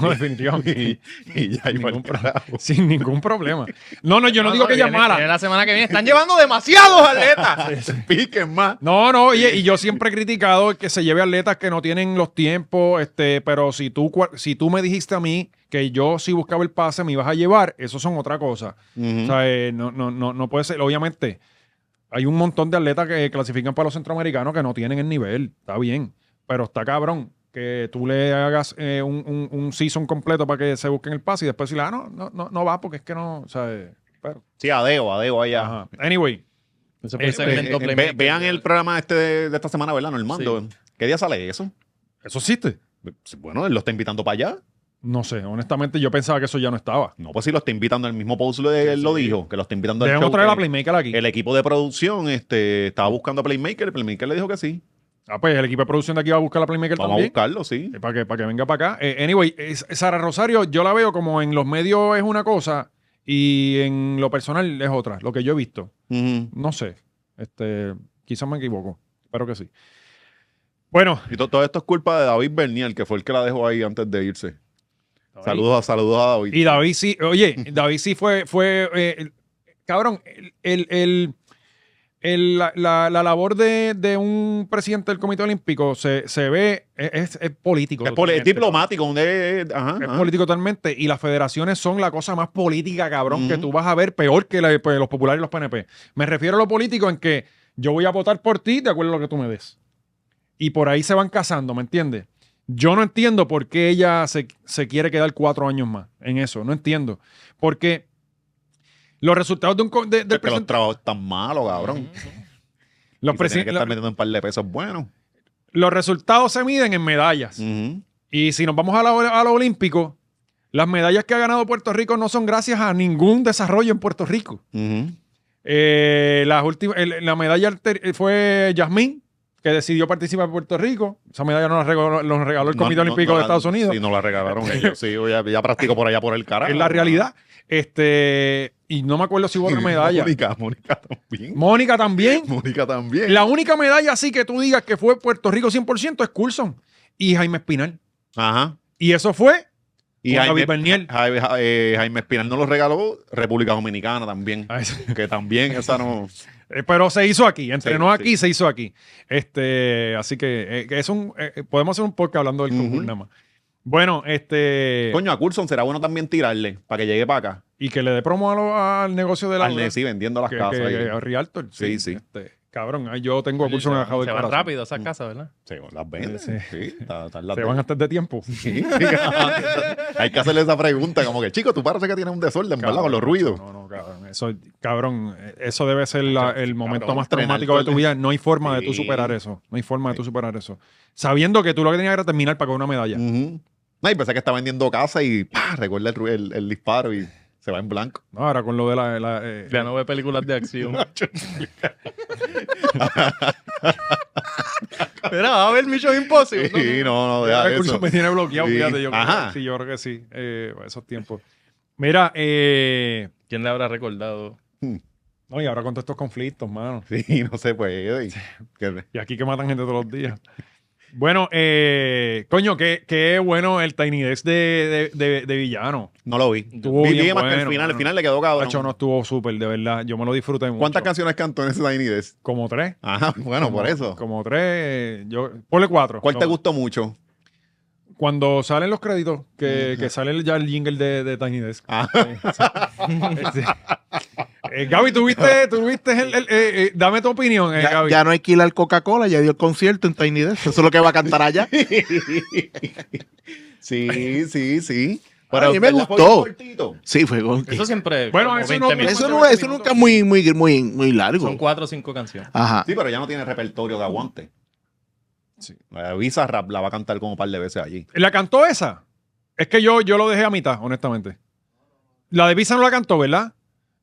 [SPEAKER 2] no, definitivamente.
[SPEAKER 3] y, y ya hay
[SPEAKER 2] Ningún Sin ningún problema. No, no, yo no, digo que ella es
[SPEAKER 4] viene- viene
[SPEAKER 2] mala.
[SPEAKER 4] la semana que viene. Están llevando demasiados atletas.
[SPEAKER 3] Piquen más.
[SPEAKER 2] No, no, oye, y yo siempre he criticado que se lleve atletas que no tienen los tiempos, este, pero si tú, cua- si tú me dijiste a mí que yo si buscaba el pase me ibas a llevar, eso son otra cosa. O sea, eh, no, no, no, no puede ser. Obviamente, hay un montón de atletas que clasifican para los centroamericanos que no tienen el nivel. Está bien. Pero está cabrón que tú le hagas eh, un, un- un season completo para que se busquen el pase y después decirle, ah, no, no, no, no va porque es que no. O sea, eh, pero,
[SPEAKER 3] Sí, adeo, adeo allá.
[SPEAKER 2] ajá. Anyway,
[SPEAKER 4] Ese fue el
[SPEAKER 2] Eh,
[SPEAKER 4] segmento
[SPEAKER 3] Eh, eh, ve-
[SPEAKER 4] Playmaker.
[SPEAKER 3] vean el programa este de, de esta semana, ¿verdad? Normando. ¿Qué día sale eso?
[SPEAKER 2] ¿eso existe?
[SPEAKER 3] Bueno, él lo está invitando para allá.
[SPEAKER 2] No sé, honestamente yo pensaba que eso ya no estaba.
[SPEAKER 3] No, pues sí, lo está invitando. El mismo post lo, él lo dijo, que lo está invitando al
[SPEAKER 2] Debemos
[SPEAKER 3] show,
[SPEAKER 2] traer
[SPEAKER 3] que
[SPEAKER 2] a Playmaker aquí.
[SPEAKER 3] El equipo de producción este, estaba buscando a Playmaker. El Playmaker le dijo que sí.
[SPEAKER 2] Ah, pues el equipo de producción de aquí va a buscar a Playmaker
[SPEAKER 3] Vamos a
[SPEAKER 2] también.
[SPEAKER 3] buscarlo, sí.
[SPEAKER 2] Eh, Para que, para que venga para acá. Eh, anyway, eh, Sara Rosario, yo la veo como en los medios es una cosa y en lo personal es otra, lo que yo he visto.
[SPEAKER 3] Ujú.
[SPEAKER 2] No sé. Este, quizás me equivoco. Espero que sí. Bueno,
[SPEAKER 3] Y to- todo esto es culpa de David Bernier, que fue el que la dejó ahí antes de irse. Saludos, a- saludos a David.
[SPEAKER 2] y David sí, oye, David sí fue, fue eh, el- cabrón, el, el- el- el- la, la- la labor de, de un presidente del Comité Olímpico se, se ve, es, es político.
[SPEAKER 3] es, poli- es
[SPEAKER 2] totalmente.
[SPEAKER 3] diplomático. un de- ajá,
[SPEAKER 2] Es
[SPEAKER 3] ajá.
[SPEAKER 2] político totalmente y las federaciones son la cosa más política, cabrón, que
[SPEAKER 3] Ujú.
[SPEAKER 2] tú vas a ver peor que la- pues, los populares y los PNP. Me refiero a lo político en que yo voy a votar por ti de acuerdo a lo que tú me des. Y por ahí se van casando, ¿me entiendes? Yo no entiendo por qué ella se, se quiere quedar cuatro años más en eso. No entiendo. Porque los resultados de un co- de- del
[SPEAKER 3] Porque los
[SPEAKER 2] present-
[SPEAKER 3] trabajos están malos, cabrón.
[SPEAKER 2] los
[SPEAKER 3] Y se tiene
[SPEAKER 2] presi-
[SPEAKER 3] que estar metiendo un par de pesos buenos.
[SPEAKER 2] los resultados se miden en medallas.
[SPEAKER 3] Ujú.
[SPEAKER 2] Y si nos vamos a, la- a lo olímpico, las medallas que ha ganado Puerto Rico no son gracias a ningún desarrollo en Puerto Rico.
[SPEAKER 3] Ujú.
[SPEAKER 2] Eh, las últimas- el- la medalla alter- eh, fue Yasmín, que decidió participar en Puerto Rico. Esa medalla nos la regaló, nos regaló el Comité
[SPEAKER 3] No, no,
[SPEAKER 2] Olímpico
[SPEAKER 3] no
[SPEAKER 2] de
[SPEAKER 3] la-
[SPEAKER 2] Estados Unidos.
[SPEAKER 3] Sí, no la regalaron ellos. Sí, yo ya, ya practico por allá por el carajo.
[SPEAKER 2] es la realidad. Este, y no me acuerdo si hubo otra medalla.
[SPEAKER 3] Mónica, Mónica también.
[SPEAKER 2] Mónica también.
[SPEAKER 3] Mónica también.
[SPEAKER 2] La única medalla así que tú digas que fue Puerto Rico 100% es Coulson y Jaime Espinal.
[SPEAKER 3] Ajá.
[SPEAKER 2] Y eso fue
[SPEAKER 3] Y
[SPEAKER 2] con
[SPEAKER 3] Jaime,
[SPEAKER 2] David Bernier.
[SPEAKER 3] Jaime, Ja- eh, Jaime Espinal no lo regaló República Dominicana también.
[SPEAKER 2] Ah, es-
[SPEAKER 3] Que también esa no.
[SPEAKER 2] eh, Pero se hizo aquí, entrenó
[SPEAKER 3] Sí,
[SPEAKER 2] aquí, se hizo aquí. Este, así que eh, que es un, eh, podemos hacer un podcast hablando del
[SPEAKER 3] Ujú.
[SPEAKER 2] conjunto nada más. Bueno, este
[SPEAKER 3] Coño, a Coulson será bueno también tirarle para que llegue para acá.
[SPEAKER 2] y que le dé promo a lo- al negocio de la
[SPEAKER 3] Al sí, vendiendo las
[SPEAKER 2] que-
[SPEAKER 3] casas.
[SPEAKER 2] que-
[SPEAKER 3] ahí.
[SPEAKER 2] a Realtor.
[SPEAKER 3] Sí, sí.
[SPEAKER 2] Este, cabrón, ay, yo tengo a
[SPEAKER 4] Se,
[SPEAKER 2] Coulson agajado de
[SPEAKER 4] van
[SPEAKER 2] corazón.
[SPEAKER 4] rápido esas casas, ¿verdad?
[SPEAKER 3] Sí, las venden.
[SPEAKER 2] Sí,
[SPEAKER 3] Sí, está- está en las
[SPEAKER 2] Se
[SPEAKER 3] de-
[SPEAKER 2] van antes de tiempo.
[SPEAKER 3] Sí. Hay que hacerle esa pregunta, como que, chico, tú parece que tienes un desorden, ¿verdad? Con los ruidos.
[SPEAKER 2] No, no, cabrón. Eso, cabrón, eh, eso debe ser la- el momento más
[SPEAKER 3] entrenar
[SPEAKER 2] traumático de tu
[SPEAKER 3] todo el-
[SPEAKER 2] vida. No hay forma de tú
[SPEAKER 3] Sí.
[SPEAKER 2] superar eso. No hay forma de tú superar eso. Sabiendo que tú lo que tenías era terminar para con una medalla.
[SPEAKER 3] Ujú. No, y pensé que está vendiendo casa y ¡pah! recuerda el, ru- el- el disparo y se va en blanco.
[SPEAKER 2] No, ahora con lo de la... la, eh,
[SPEAKER 4] Ya no ve películas de acción. Mira, va a ver Mission Impossible. ¿no?
[SPEAKER 3] Sí, no, no, deja
[SPEAKER 2] el curso
[SPEAKER 3] eso.
[SPEAKER 2] me tiene bloqueado,
[SPEAKER 3] Sí.
[SPEAKER 2] fíjate. Yo, creo que
[SPEAKER 3] Ajá.
[SPEAKER 2] sí, yo creo que sí. eh, esos tiempos. Mira, eh,
[SPEAKER 4] ¿Quién le habrá recordado?
[SPEAKER 2] no, y ahora con todos estos conflictos, mano.
[SPEAKER 3] Sí, no se puede. y- que-
[SPEAKER 2] Y aquí que matan gente todos los días. Bueno, eh, coño, qué, qué bueno el Tiny Desk de, de, de- de villano.
[SPEAKER 3] no lo vi.
[SPEAKER 2] Estuvo
[SPEAKER 3] vi
[SPEAKER 2] bien
[SPEAKER 3] vi más que el
[SPEAKER 2] bueno,
[SPEAKER 3] final,
[SPEAKER 2] mano.
[SPEAKER 3] el final le quedó cabrón.
[SPEAKER 2] Nacho no estuvo súper, de verdad. Yo me lo disfruté mucho.
[SPEAKER 3] ¿Cuántas canciones cantó en ese Tiny Desk?
[SPEAKER 2] Como tres.
[SPEAKER 3] Ajá, bueno,
[SPEAKER 2] Como-
[SPEAKER 3] por eso.
[SPEAKER 2] Como tres. Yo, ponle cuatro.
[SPEAKER 3] ¿Cuál te
[SPEAKER 2] Como-
[SPEAKER 3] gustó mucho?
[SPEAKER 2] Cuando salen los créditos, que, que sale ya el jingle de, de Tiny Desk.
[SPEAKER 3] Ah.
[SPEAKER 2] Este, eh, Gaby, ¿tuviste, tuviste el, el- eh, eh, dame tu opinión, eh,
[SPEAKER 5] Ya,
[SPEAKER 2] Gaby.
[SPEAKER 5] ya no hay que ir al Coca-Cola, ya dio el concierto en Tiny Desk. Eso es lo que va a cantar allá.
[SPEAKER 3] Sí, sí, sí.
[SPEAKER 5] A mí me
[SPEAKER 3] ¿verdad?
[SPEAKER 5] gustó.
[SPEAKER 3] Fue cortito.
[SPEAKER 5] Sí, fue gol.
[SPEAKER 4] Eso siempre.
[SPEAKER 2] Bueno,
[SPEAKER 4] como
[SPEAKER 2] eso
[SPEAKER 4] 20
[SPEAKER 2] no-
[SPEAKER 4] minutos.
[SPEAKER 5] Eso, no, eso nunca es muy, muy, muy, muy
[SPEAKER 4] Son
[SPEAKER 5] largo.
[SPEAKER 4] cuatro o cinco canciones.
[SPEAKER 5] Ajá.
[SPEAKER 3] Sí, pero ya no tiene repertorio de aguante.
[SPEAKER 2] Sí.
[SPEAKER 3] La Visa Rap la va a cantar como un par de veces allí.
[SPEAKER 2] ¿La cantó esa? Es que yo, yo lo dejé a mitad, honestamente. La de Visa no la cantó, ¿verdad?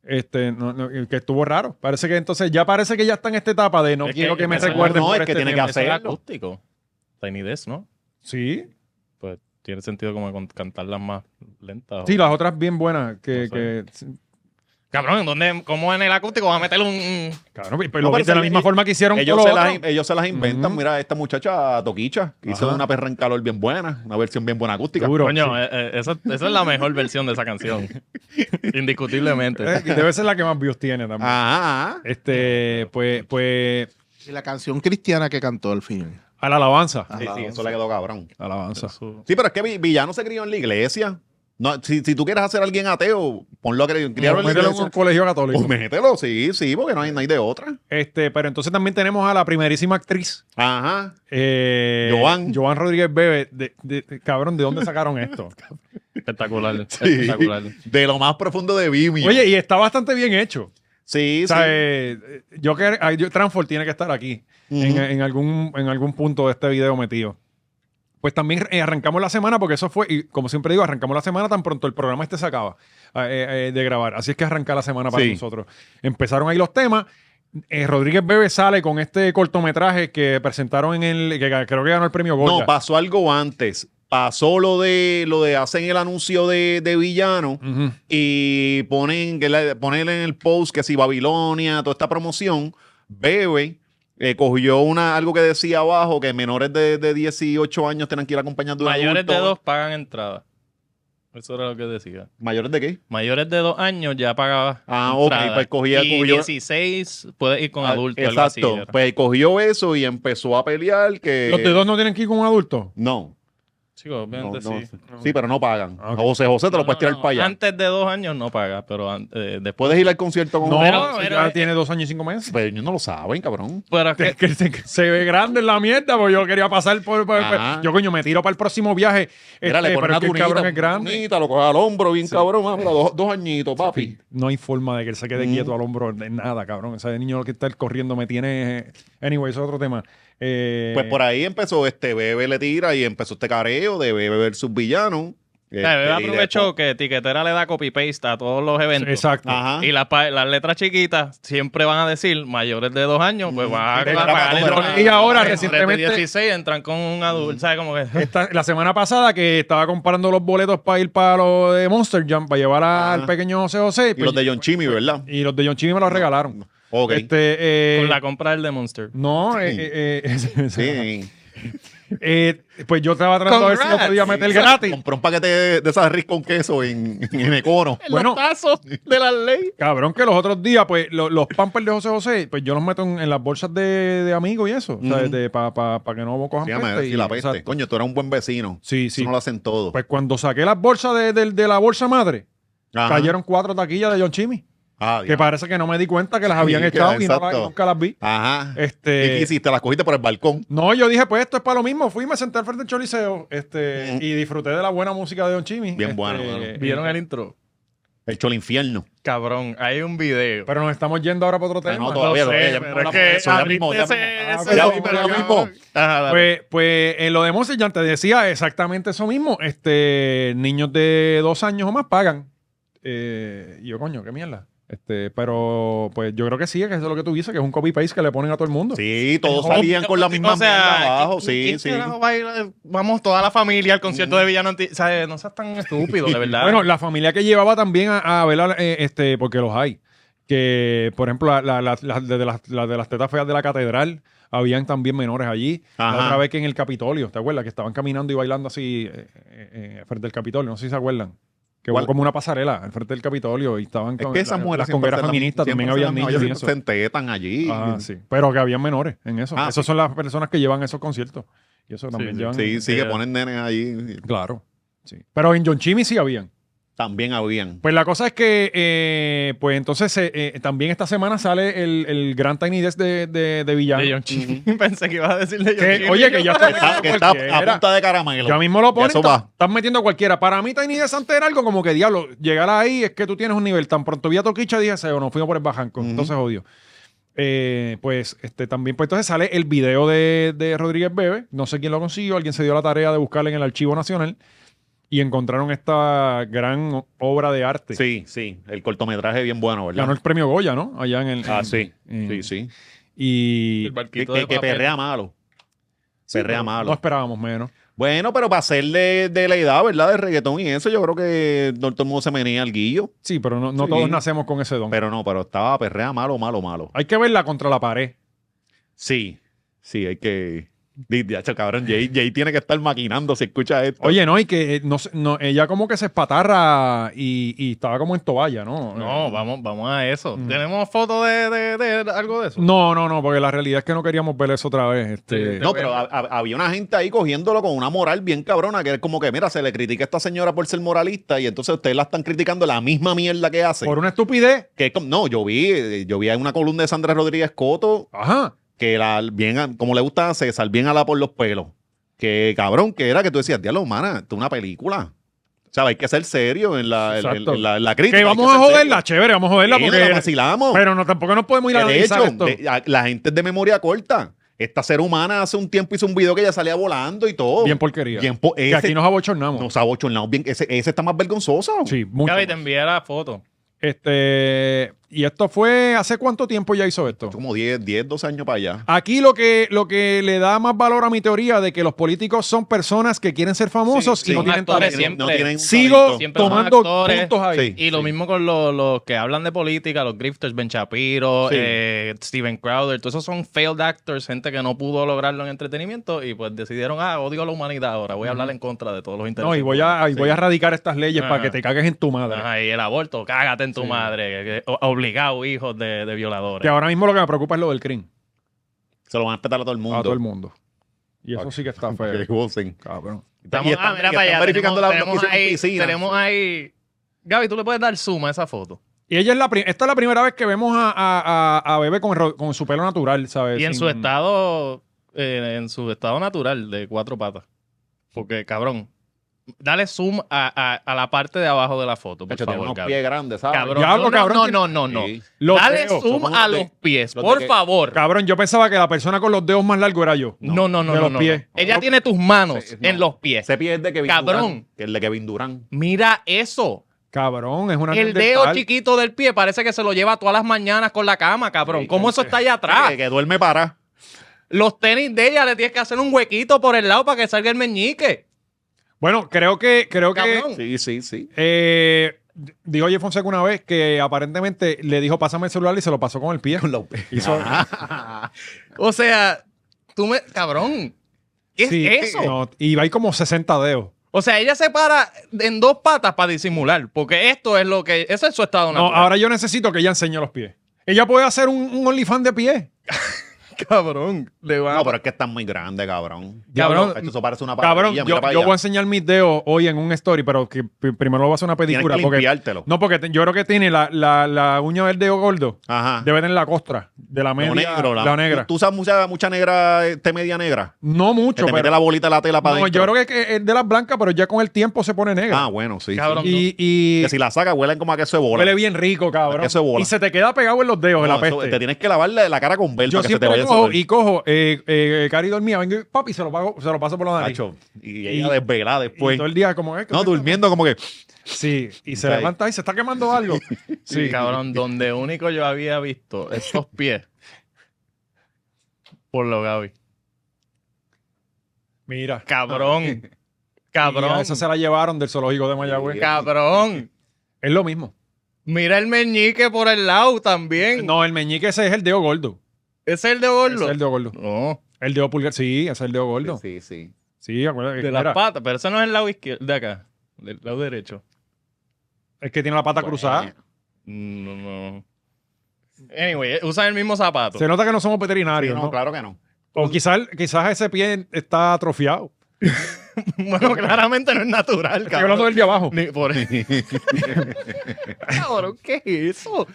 [SPEAKER 2] Este, no- no, que estuvo raro. Parece que entonces ya parece que ya está en esta etapa de no
[SPEAKER 4] Es
[SPEAKER 2] quiero que,
[SPEAKER 4] que-
[SPEAKER 2] me
[SPEAKER 4] eso no-
[SPEAKER 2] recuerden.
[SPEAKER 3] no,
[SPEAKER 2] por
[SPEAKER 3] es que
[SPEAKER 2] este
[SPEAKER 3] tiene que
[SPEAKER 2] tema.
[SPEAKER 4] Eso es
[SPEAKER 3] hacerlo.
[SPEAKER 4] acústico. Tiny Desk, ¿no?
[SPEAKER 2] Sí.
[SPEAKER 4] Pues tiene sentido como con- cantarlas más lentas. o-
[SPEAKER 2] Sí, las otras bien buenas. Que,
[SPEAKER 4] No sé.
[SPEAKER 2] que-
[SPEAKER 4] Cabrón, ¿dónde, ¿cómo en el acústico vas a meterle un.
[SPEAKER 2] cabrón, pero
[SPEAKER 3] No,
[SPEAKER 2] lo
[SPEAKER 3] pero
[SPEAKER 2] viste de la
[SPEAKER 3] se-
[SPEAKER 2] misma forma que hicieron
[SPEAKER 3] Ellos
[SPEAKER 2] con
[SPEAKER 3] se,
[SPEAKER 2] lo
[SPEAKER 3] las,
[SPEAKER 2] otro.
[SPEAKER 3] ellos se las inventan.
[SPEAKER 2] Ujú.
[SPEAKER 3] Mira, esta muchacha Toquicha que hizo
[SPEAKER 2] Ajá.
[SPEAKER 3] una perra en calor bien buena, una versión bien buena acústica.
[SPEAKER 2] Duro, sí.
[SPEAKER 4] Coño, eh, eh, esa, esa es la mejor versión de esa canción. Indiscutiblemente.
[SPEAKER 2] Eh, que debe ser la que más views tiene también.
[SPEAKER 5] Ah.
[SPEAKER 3] Ajá. ajá.
[SPEAKER 2] Este, pues, pues,
[SPEAKER 5] Y la canción cristiana que cantó al final.
[SPEAKER 2] a la alabanza.
[SPEAKER 5] Ah.
[SPEAKER 3] Sí, sí, eso le quedó cabrón.
[SPEAKER 2] Alabanza.
[SPEAKER 4] Eso-
[SPEAKER 3] Sí, pero es que Vi- Villano se crió en la iglesia. No, si, si tú quieres hacer a alguien ateo, ponlo a cre-
[SPEAKER 2] Mételo
[SPEAKER 3] criarlo en la
[SPEAKER 2] en un
[SPEAKER 3] iglesia.
[SPEAKER 2] colegio católico.
[SPEAKER 3] Pues mételo, sí, sí, porque no hay, no hay de otra.
[SPEAKER 2] Este, pero entonces también tenemos a la primerísima actriz,
[SPEAKER 3] Ajá.
[SPEAKER 2] eh,
[SPEAKER 3] Joan.
[SPEAKER 2] Rodríguez Bebe. De, de- de- cabrón, ¿de dónde sacaron esto?
[SPEAKER 4] Espectacular.
[SPEAKER 3] Sí.
[SPEAKER 4] Espectacular.
[SPEAKER 3] De lo más profundo de Vimeo.
[SPEAKER 2] Oye, y está bastante bien hecho.
[SPEAKER 3] sí,
[SPEAKER 2] O sea,
[SPEAKER 3] sí.
[SPEAKER 2] eh, yo que ay, yo- Transform tiene que estar aquí en,
[SPEAKER 3] Ujú.
[SPEAKER 2] en algún, en algún punto de este video metido. Pues también eh, arrancamos la semana, porque eso fue, y como siempre digo, arrancamos la semana tan pronto el programa este se acaba eh, eh, de grabar. Así es que arranca la semana para
[SPEAKER 3] Sí.
[SPEAKER 2] nosotros. Empezaron ahí los temas. Eh, Rodríguez Bebe sale con este cortometraje que presentaron en el, que ga- creo que ganó el premio Goya.
[SPEAKER 3] No, pasó algo antes. Pasó lo de lo de hacen el anuncio de, de villano
[SPEAKER 2] Ujú.
[SPEAKER 3] y ponen, que la- ponen en el post que si Babilonia, toda esta promoción, Bebe eh, cogió una, algo que decía abajo que menores de, de 18 años tienen que ir acompañados de un
[SPEAKER 4] Mayores de
[SPEAKER 3] adulto.
[SPEAKER 4] dos pagan entrada. Eso era lo que decía.
[SPEAKER 3] ¿Mayores de qué?
[SPEAKER 4] Mayores de dos años ya pagabas.
[SPEAKER 3] Ah, ok,
[SPEAKER 4] entrada.
[SPEAKER 3] pues cogía-
[SPEAKER 4] Y
[SPEAKER 3] cogió-
[SPEAKER 4] 16 puedes ir con
[SPEAKER 3] Ah,
[SPEAKER 4] adultos. algo así
[SPEAKER 3] Exacto.
[SPEAKER 4] era.
[SPEAKER 3] pues cogió eso y empezó a pelear que...
[SPEAKER 2] Los de dos no tienen que ir con un adulto.
[SPEAKER 3] No.
[SPEAKER 4] Sí, obviamente
[SPEAKER 3] No, no,
[SPEAKER 4] sí.
[SPEAKER 3] sí. Sí, pero no pagan.
[SPEAKER 2] Ah, ok.
[SPEAKER 3] A José José te lo
[SPEAKER 4] No,
[SPEAKER 3] puedes tirar
[SPEAKER 4] no,
[SPEAKER 3] para allá.
[SPEAKER 4] Antes de dos años no paga, pero an- eh, después.
[SPEAKER 3] Puedes ir al concierto con
[SPEAKER 2] No,
[SPEAKER 4] Pero-
[SPEAKER 2] si
[SPEAKER 4] pero- eh,
[SPEAKER 2] ya tiene dos años y cinco meses.
[SPEAKER 3] Pero ellos no lo saben, cabrón.
[SPEAKER 4] Pero es que- eh,
[SPEAKER 2] Que- que se, que se ve grande en la mierda, porque yo quería pasar por. por-
[SPEAKER 3] Ajá.
[SPEAKER 2] por- yo, coño, me tiro para el próximo viaje.
[SPEAKER 3] Mira,
[SPEAKER 2] Este,
[SPEAKER 3] le
[SPEAKER 2] pero
[SPEAKER 3] pones una
[SPEAKER 2] es que el
[SPEAKER 3] tunita,
[SPEAKER 2] cabrón es
[SPEAKER 3] una
[SPEAKER 2] grande.
[SPEAKER 3] tunita, lo coges al hombro, bien cabrón. ah, mira, dos, dos añitos, papi.
[SPEAKER 2] No hay forma de que él se quede
[SPEAKER 3] Mm.
[SPEAKER 2] quieto al hombro de nada, cabrón. Ese niño lo que está corriendo me tiene. Anyway, eso es otro tema. Eh,
[SPEAKER 3] Pues por ahí empezó este Bebe le tira y empezó este careo de Bebe versus villano.
[SPEAKER 2] Eh,
[SPEAKER 3] Este,
[SPEAKER 4] Claro, yo
[SPEAKER 3] y
[SPEAKER 4] aprovecho
[SPEAKER 3] después-
[SPEAKER 4] que Tiquetera le da copy-paste a todos los eventos.
[SPEAKER 2] Exacto.
[SPEAKER 3] Ajá.
[SPEAKER 4] Y las pa- las letras chiquitas siempre van a decir mayores de dos años, pues van a
[SPEAKER 3] Tiquetera
[SPEAKER 4] pagar
[SPEAKER 3] para
[SPEAKER 4] el
[SPEAKER 3] todo,
[SPEAKER 4] boleto.
[SPEAKER 3] ¿verdad? Y
[SPEAKER 2] ahora,
[SPEAKER 4] Entre
[SPEAKER 2] recientemente-
[SPEAKER 4] 16 entran con un adulto, ¿sabes? Como que.
[SPEAKER 2] Esta- la semana pasada que estaba comprando los boletos para ir para lo de Monster Jam, para llevar a-
[SPEAKER 3] Ajá.
[SPEAKER 2] al pequeño José José. pues,
[SPEAKER 3] Y los de John Chimmy, ¿verdad?
[SPEAKER 2] y los de John Chimmy me los regalaron.
[SPEAKER 3] Ok.
[SPEAKER 2] Este, eh,
[SPEAKER 4] Con la compra del de Monster.
[SPEAKER 2] No, eh,
[SPEAKER 3] Sí.
[SPEAKER 2] eh, eh,
[SPEAKER 3] Sí.
[SPEAKER 2] Eh, pues yo estaba tratando de ver si lo podía meter gratis.
[SPEAKER 3] Compró un paquete de, de esas Ritz con queso en, en Econo.
[SPEAKER 2] Bueno,
[SPEAKER 4] tazos de la ley.
[SPEAKER 2] cabrón, que los otros días, pues lo- los pampers de José José, pues yo los meto en, en las bolsas de, de amigos y eso,
[SPEAKER 3] Ujú.
[SPEAKER 2] para que no cojan
[SPEAKER 3] Se llama
[SPEAKER 2] peste y-
[SPEAKER 3] y la peste.
[SPEAKER 2] exacto.
[SPEAKER 3] Coño, tú eras un buen vecino.
[SPEAKER 2] Sí,
[SPEAKER 3] Eso
[SPEAKER 2] sí.
[SPEAKER 3] no lo hacen todo.
[SPEAKER 2] Pues cuando saqué las bolsas de, de- de la bolsa madre,
[SPEAKER 3] Ajá.
[SPEAKER 2] cayeron cuatro taquillas de John Chimmy,
[SPEAKER 3] Ah,
[SPEAKER 2] que
[SPEAKER 3] diablo.
[SPEAKER 2] parece que no me di cuenta que las
[SPEAKER 3] Sí,
[SPEAKER 2] habían
[SPEAKER 3] que-
[SPEAKER 2] echado y no
[SPEAKER 3] exacto.
[SPEAKER 2] las- nunca las vi.
[SPEAKER 3] Ajá. ¿Y
[SPEAKER 2] Este,
[SPEAKER 3] qué hiciste? Las cogiste por el balcón.
[SPEAKER 2] No, yo dije, pues esto es para lo mismo. Fui, me senté al frente del Choliseo este,
[SPEAKER 3] Ujú.
[SPEAKER 2] y disfruté de la buena música de John Chimmy.
[SPEAKER 3] Bien
[SPEAKER 2] Este,
[SPEAKER 3] bueno, bueno.
[SPEAKER 4] ¿Vieron el intro?
[SPEAKER 3] El cholo infierno.
[SPEAKER 4] Cabrón, hay un video.
[SPEAKER 2] Pero nos estamos yendo ahora para otro
[SPEAKER 3] Ah,
[SPEAKER 2] tema.
[SPEAKER 3] no, todavía
[SPEAKER 4] no
[SPEAKER 3] lo
[SPEAKER 4] sé,
[SPEAKER 3] ya-
[SPEAKER 4] pero
[SPEAKER 3] ya-
[SPEAKER 4] es
[SPEAKER 3] ya-
[SPEAKER 4] que
[SPEAKER 3] eso, ya
[SPEAKER 4] abriste
[SPEAKER 3] mismo, ya
[SPEAKER 4] ese-
[SPEAKER 3] mismo.
[SPEAKER 2] ese
[SPEAKER 3] Ya
[SPEAKER 2] video,
[SPEAKER 3] mismo, ya
[SPEAKER 2] cabrón.
[SPEAKER 3] mismo.
[SPEAKER 4] Ajá, dale.
[SPEAKER 2] Pues, pues en lo de Monster Jam te decía exactamente eso mismo. Este, niños de dos años o más pagan. Eh, y yo, coño, qué mierda. Este, pero pues yo creo que sí, que eso es lo que tú dices, que es un copy paste que le ponen a todo el mundo.
[SPEAKER 3] Sí, todos salían con la misma
[SPEAKER 4] o sea,
[SPEAKER 3] mierda abajo.
[SPEAKER 4] ¿quién-
[SPEAKER 3] Sí,
[SPEAKER 4] quién
[SPEAKER 3] sí.
[SPEAKER 4] carajo va a ir, eh, Vamos toda la familia al concierto de Villano Anti- o sea, eh, no seas tan estúpido, de
[SPEAKER 3] Ah.
[SPEAKER 4] verdad.
[SPEAKER 2] Bueno, la familia que llevaba también a, a ver, a- eh, este, porque los hay. Que, por ejemplo, la- la- la- la- de, las, la de las tetas feas de la catedral, habían también menores allí. La
[SPEAKER 3] Ajá.
[SPEAKER 2] otra vez que en el Capitolio, ¿te acuerdas? Que estaban caminando y bailando así eh, eh, eh, frente al Capitolio, no sé si se acuerdan. Que
[SPEAKER 3] ¿Cuál?
[SPEAKER 2] hubo como una pasarela al frente del Capitolio y estaban
[SPEAKER 3] Es
[SPEAKER 2] con-
[SPEAKER 3] que esas
[SPEAKER 2] la-
[SPEAKER 3] mujeres
[SPEAKER 2] las
[SPEAKER 3] siempre
[SPEAKER 2] congueras
[SPEAKER 3] hacen la-
[SPEAKER 2] feministas
[SPEAKER 3] siempre
[SPEAKER 2] también
[SPEAKER 3] hacen la
[SPEAKER 2] habían
[SPEAKER 3] misma-
[SPEAKER 2] niños y
[SPEAKER 3] ellos
[SPEAKER 2] eso.
[SPEAKER 3] Se entetan allí.
[SPEAKER 2] Ah, sí. Pero que habían menores en eso.
[SPEAKER 3] Ah,
[SPEAKER 2] Esas
[SPEAKER 3] sí.
[SPEAKER 2] son las personas que llevan esos conciertos. Y eso también
[SPEAKER 4] sí.
[SPEAKER 2] llevan.
[SPEAKER 3] Sí, sí, que ponen nenes allí.
[SPEAKER 2] Claro. Sí. Pero en John Chimmy sí habían.
[SPEAKER 3] También habían.
[SPEAKER 2] Pues la cosa es que, eh, pues entonces, eh, eh, también esta semana sale el, el Gran Tiny Desk de, de, de Villano.
[SPEAKER 4] De John Chimmy. Pensé que ibas a decir de John
[SPEAKER 2] Que,
[SPEAKER 4] Chimmy.
[SPEAKER 2] oye, que ya está,
[SPEAKER 3] Que está, Ah, que está a
[SPEAKER 2] cualquiera.
[SPEAKER 3] punta de caramelo.
[SPEAKER 2] Ya mismo lo pones,
[SPEAKER 3] Eso va.
[SPEAKER 2] estás metiendo cualquiera. Para mí Tiny Desk antes era algo como que, diablo, llegar ahí es que tú tienes un nivel. Tan pronto vi a Toquicha, dije, se nos fuimos por el bajanco.
[SPEAKER 3] Ujú.
[SPEAKER 2] Entonces, odio. Eh, pues este también, pues entonces sale el video de, de Rodríguez Bebe. No sé quién lo consiguió, alguien se dio la tarea de buscarle en el Archivo Nacional y encontraron esta gran obra de arte.
[SPEAKER 3] Sí, sí. El cortometraje bien bueno, ¿verdad?
[SPEAKER 2] Ganó el premio Goya, ¿no? Mm. Allá en el.
[SPEAKER 3] Ah, sí.
[SPEAKER 2] en-
[SPEAKER 3] Sí, sí.
[SPEAKER 2] Y.
[SPEAKER 4] El
[SPEAKER 3] Que,
[SPEAKER 4] barquito
[SPEAKER 3] que-
[SPEAKER 4] de
[SPEAKER 3] que
[SPEAKER 4] papel.
[SPEAKER 3] perrea malo. perrea malo.
[SPEAKER 2] No esperábamos menos.
[SPEAKER 3] Bueno, pero para ser de, de la edad, ¿verdad? De reggaetón y eso, yo creo que no todo el mundo se menía al guillo.
[SPEAKER 2] Sí, pero no, no
[SPEAKER 3] Sí.
[SPEAKER 2] todos nacemos con ese don.
[SPEAKER 3] Pero no, pero estaba perrea malo, malo, malo.
[SPEAKER 2] Hay que verla contra la pared.
[SPEAKER 3] Sí, sí, hay que. Di- di- acho, cabrón, Jay, Jay tiene que estar maquinando si escucha esto.
[SPEAKER 2] Oye, no, y que eh, no, se- no, ella como que se espatarra y, y estaba como en toalla, ¿no?
[SPEAKER 4] No,
[SPEAKER 2] Eh,
[SPEAKER 4] vamos, vamos a eso.
[SPEAKER 2] Mm.
[SPEAKER 4] ¿Tenemos fotos de, de- de algo de eso?
[SPEAKER 2] No, no, no, porque la realidad es que no queríamos ver eso otra vez. Este,
[SPEAKER 4] Sí.
[SPEAKER 3] No, pero ha- ha- había una gente ahí cogiéndolo con una moral bien cabrona, que es como que, mira, se le critica a esta señora por ser moralista y entonces ustedes la están criticando la misma mierda que hace.
[SPEAKER 2] Por una estupidez.
[SPEAKER 3] Que es como- no, yo vi, eh, yo vi una columna de Sandra Rodríguez Coto
[SPEAKER 2] Ajá.
[SPEAKER 3] que la bien, a- como le gusta a César, bien ala por los pelos. Que cabrón, que era que tú decías, diablo, humana, esto es una película. O sea, hay que ser serio en la, en- en-
[SPEAKER 2] Exacto.
[SPEAKER 3] en la, en la crítica.
[SPEAKER 2] Que
[SPEAKER 3] hay
[SPEAKER 2] vamos
[SPEAKER 3] ser
[SPEAKER 2] a
[SPEAKER 3] serio.
[SPEAKER 2] joderla, chévere, vamos a joderla
[SPEAKER 3] Sí, nos la
[SPEAKER 2] porque.
[SPEAKER 3] vacilamos.
[SPEAKER 2] Pero no, tampoco nos podemos ir a
[SPEAKER 3] Que de
[SPEAKER 2] analizar
[SPEAKER 3] hecho,
[SPEAKER 2] esto.
[SPEAKER 3] de- a- la gente es de memoria corta. Esta ser humana hace un tiempo hizo un video que ella salía volando y todo.
[SPEAKER 2] Bien porquería.
[SPEAKER 3] Bien po-
[SPEAKER 2] que
[SPEAKER 3] ese-
[SPEAKER 2] aquí nos abochornamos.
[SPEAKER 3] nos abochornamos bien. Ese, ese está más vergonzoso.
[SPEAKER 2] Sí, mucho.
[SPEAKER 4] Gaby,
[SPEAKER 2] más.
[SPEAKER 4] te envié la foto.
[SPEAKER 2] Este, y esto fue, ¿hace cuánto tiempo ya hizo esto?
[SPEAKER 3] Como 10, 10, 12 años para allá.
[SPEAKER 2] Aquí lo que, lo que le da más valor a mi teoría de que los políticos son personas que quieren ser famosos pues,
[SPEAKER 3] Sí,
[SPEAKER 2] y no
[SPEAKER 3] sí.
[SPEAKER 2] tienen
[SPEAKER 3] No
[SPEAKER 4] actores
[SPEAKER 2] talento.
[SPEAKER 3] tienen- no
[SPEAKER 4] siempre.
[SPEAKER 3] tienen un
[SPEAKER 2] Sigo
[SPEAKER 3] talento.
[SPEAKER 4] Siempre son
[SPEAKER 2] tomando
[SPEAKER 4] actores.
[SPEAKER 2] puntos ahí.
[SPEAKER 3] Sí.
[SPEAKER 4] Y lo mismo con lo- los que hablan de política, los grifters, Ben Shapiro,
[SPEAKER 3] Sí.
[SPEAKER 4] eh, Steven Crowder, todos esos son failed actors, gente que no pudo lograrlo en entretenimiento y pues decidieron, ah, odio a la humanidad ahora, voy a hablar en contra de todos los intereses.
[SPEAKER 2] No, y voy a, y voy a erradicar estas leyes
[SPEAKER 4] Ajá.
[SPEAKER 2] para que te cagues en tu madre.
[SPEAKER 4] Ajá, y el aborto, cágate en tu madre, que- que- o- obligado hijos de, de violadores.
[SPEAKER 2] Que ahora mismo lo que me preocupa es lo del crimen.
[SPEAKER 3] Se lo van a respetar a todo el mundo.
[SPEAKER 2] A todo el mundo. Y eso sí que está
[SPEAKER 3] Que
[SPEAKER 2] feo.
[SPEAKER 3] gocen.
[SPEAKER 2] Cabrón.
[SPEAKER 4] Estamos,
[SPEAKER 3] Y están-
[SPEAKER 4] ah, mira
[SPEAKER 3] y
[SPEAKER 4] para
[SPEAKER 3] están
[SPEAKER 4] allá.
[SPEAKER 3] verificando la-
[SPEAKER 4] tenemos,
[SPEAKER 3] lo que
[SPEAKER 4] tenemos
[SPEAKER 3] hicieron
[SPEAKER 4] ahí,
[SPEAKER 3] piscina.
[SPEAKER 4] tenemos ahí. Gaby, tú le puedes dar suma a esa foto.
[SPEAKER 2] Y ella es la pri- esta es la primera vez que vemos a, a, a- a Bebe con, ro- con su pelo natural, ¿sabes?
[SPEAKER 4] Y en
[SPEAKER 2] Sin-
[SPEAKER 4] su estado, eh, en su estado natural de cuatro patas. Porque, cabrón, dale zoom a, a- a la parte de abajo de la foto, por
[SPEAKER 3] Cacho, tiene
[SPEAKER 4] favor,
[SPEAKER 3] unos
[SPEAKER 4] Gaby.
[SPEAKER 3] pies grandes, ¿sabes?
[SPEAKER 4] Cabrón,
[SPEAKER 2] Ya,
[SPEAKER 4] no, no,
[SPEAKER 2] cabrón,
[SPEAKER 4] no,
[SPEAKER 2] tiene-
[SPEAKER 4] no, no, no.
[SPEAKER 3] Sí.
[SPEAKER 2] Los
[SPEAKER 4] Dale
[SPEAKER 2] dedos,
[SPEAKER 4] zoom
[SPEAKER 3] somos
[SPEAKER 4] a
[SPEAKER 3] los
[SPEAKER 4] los
[SPEAKER 3] de-
[SPEAKER 4] pies,
[SPEAKER 3] los de
[SPEAKER 4] por
[SPEAKER 3] que-
[SPEAKER 4] favor.
[SPEAKER 2] Cabrón, yo pensaba que la persona con los dedos más largos era yo.
[SPEAKER 4] No, no, no,
[SPEAKER 2] de
[SPEAKER 4] no,
[SPEAKER 2] los
[SPEAKER 4] no,
[SPEAKER 2] pies.
[SPEAKER 4] no. Ella tiene tus manos
[SPEAKER 3] Sí, no.
[SPEAKER 4] en los pies.
[SPEAKER 3] Ese pie es de Kevin
[SPEAKER 4] Cabrón.
[SPEAKER 3] Durant, que el de Kevin Durant.
[SPEAKER 4] Mira eso.
[SPEAKER 2] Cabrón, es una
[SPEAKER 4] El dedo
[SPEAKER 2] neandertal.
[SPEAKER 4] chiquito del pie parece que se lo lleva todas las mañanas con la cama, cabrón.
[SPEAKER 3] Sí,
[SPEAKER 4] ¿Cómo eso está allá atrás?
[SPEAKER 3] Que, que duerme para.
[SPEAKER 4] Los tenis de ella le tienes que hacer un huequito por el lado para que salga el meñique.
[SPEAKER 2] Bueno, creo que, creo que
[SPEAKER 4] Cabrón.
[SPEAKER 3] Sí, sí, sí.
[SPEAKER 2] Eh, dijo Oye Fonseca una vez que aparentemente le dijo, pásame el celular y se lo pasó con el pie.
[SPEAKER 3] Con los pies.
[SPEAKER 4] O sea, tú me. Cabrón. ¿Qué
[SPEAKER 2] Sí,
[SPEAKER 4] es eso?
[SPEAKER 2] no, y va ahí como 60 dedos.
[SPEAKER 4] O sea, ella se para en dos patas para disimular. Porque esto es lo que. Ese es su estado
[SPEAKER 2] No, ah.
[SPEAKER 4] natural.
[SPEAKER 2] ahora yo necesito que ella enseñe los pies. Ella puede hacer un, un OnlyFans de pie.
[SPEAKER 4] cabrón. Le va.
[SPEAKER 3] No, pero es que están muy grandes, cabrón.
[SPEAKER 2] Cabrón,
[SPEAKER 3] Cacho, eso parece una
[SPEAKER 2] Cabrón,
[SPEAKER 3] patilla, mira
[SPEAKER 2] yo,
[SPEAKER 3] para
[SPEAKER 2] yo
[SPEAKER 3] allá.
[SPEAKER 2] voy a enseñar mis dedos hoy en un story, pero que p- primero voy a hacer una
[SPEAKER 3] Tienes
[SPEAKER 2] pedicura.
[SPEAKER 3] que
[SPEAKER 2] porque-
[SPEAKER 3] limpiártelo.
[SPEAKER 2] no, porque te- yo creo que tiene la, la, la uña del dedo gordo.
[SPEAKER 3] Ajá.
[SPEAKER 2] Debe tener la costra de la media,
[SPEAKER 3] Ah. Lo negro,
[SPEAKER 2] la,
[SPEAKER 3] la-
[SPEAKER 2] negra.
[SPEAKER 3] Tú usas mucha, mucha negra, este media negra.
[SPEAKER 2] no
[SPEAKER 3] Que
[SPEAKER 2] mucho,
[SPEAKER 3] te mete
[SPEAKER 2] pero...
[SPEAKER 3] la bolita de la tela para
[SPEAKER 2] no, yo creo que es de las blancas, pero ya con el tiempo se pone negra.
[SPEAKER 3] Ah, bueno, sí. sí.
[SPEAKER 4] Cabrón.
[SPEAKER 2] y, y-
[SPEAKER 3] Que si la sacas, huelen como a queso de bola.
[SPEAKER 2] Huele bien rico, cabrón.
[SPEAKER 3] Queso de bola.
[SPEAKER 2] Y se te queda pegado en los dedos
[SPEAKER 3] No,
[SPEAKER 2] de la
[SPEAKER 3] eso-
[SPEAKER 2] peste.
[SPEAKER 3] te tienes que lavar la, la cara con vela
[SPEAKER 2] Yo
[SPEAKER 3] para que se te
[SPEAKER 2] siempre
[SPEAKER 3] vaya
[SPEAKER 2] cojo
[SPEAKER 3] ese
[SPEAKER 2] y cojo, eh, eh, Cari dormía, vengo y papi se lo, pago, se lo paso por la
[SPEAKER 3] olor.
[SPEAKER 2] nariz.
[SPEAKER 3] Cacho, Y ella
[SPEAKER 2] Y-
[SPEAKER 3] desvelada
[SPEAKER 2] Y
[SPEAKER 3] después.
[SPEAKER 2] todo el día como... eh, que-
[SPEAKER 3] pues, No, durmiendo como que...
[SPEAKER 2] Sí, y se
[SPEAKER 3] Ok.
[SPEAKER 2] levanta y se está quemando algo.
[SPEAKER 4] Sí, cabrón, donde único yo había visto estos pies. Por lo Gaby.
[SPEAKER 2] Mira.
[SPEAKER 4] Cabrón.
[SPEAKER 2] Mira,
[SPEAKER 4] Cabrón.
[SPEAKER 2] esa se la llevaron del zoológico de Mayagüez.
[SPEAKER 4] Cabrón.
[SPEAKER 2] Es lo mismo.
[SPEAKER 4] Mira el meñique por el lado también.
[SPEAKER 2] No, el meñique ese es el dedo gordo.
[SPEAKER 4] Ese Es el de
[SPEAKER 2] Ese
[SPEAKER 4] gordo.
[SPEAKER 2] es el dedo gordo.
[SPEAKER 4] No,
[SPEAKER 2] El dedo pulgar, sí, ese es el dedo gordo. Sí,
[SPEAKER 3] Sí, sí.
[SPEAKER 2] acuérdate.
[SPEAKER 4] de las
[SPEAKER 2] Eh, mira,
[SPEAKER 4] patas, pero ese no es el lado izquierdo, de acá, del lado derecho.
[SPEAKER 2] es que tiene la pata
[SPEAKER 3] eh,
[SPEAKER 2] cruzada.
[SPEAKER 4] Mm, No, no. Anyway, eh, usan el mismo zapato.
[SPEAKER 2] Se nota que no somos
[SPEAKER 3] Sí,
[SPEAKER 2] veterinarios,
[SPEAKER 3] no,
[SPEAKER 2] ¿no?
[SPEAKER 3] claro que no.
[SPEAKER 2] O quizás, quizás ese pie está atrofiado.
[SPEAKER 4] Bueno, claramente no es natural,
[SPEAKER 2] Estoy hablando
[SPEAKER 4] cabrón.
[SPEAKER 2] del de abajo.
[SPEAKER 4] Ni por- cabrón, ¿qué es eso?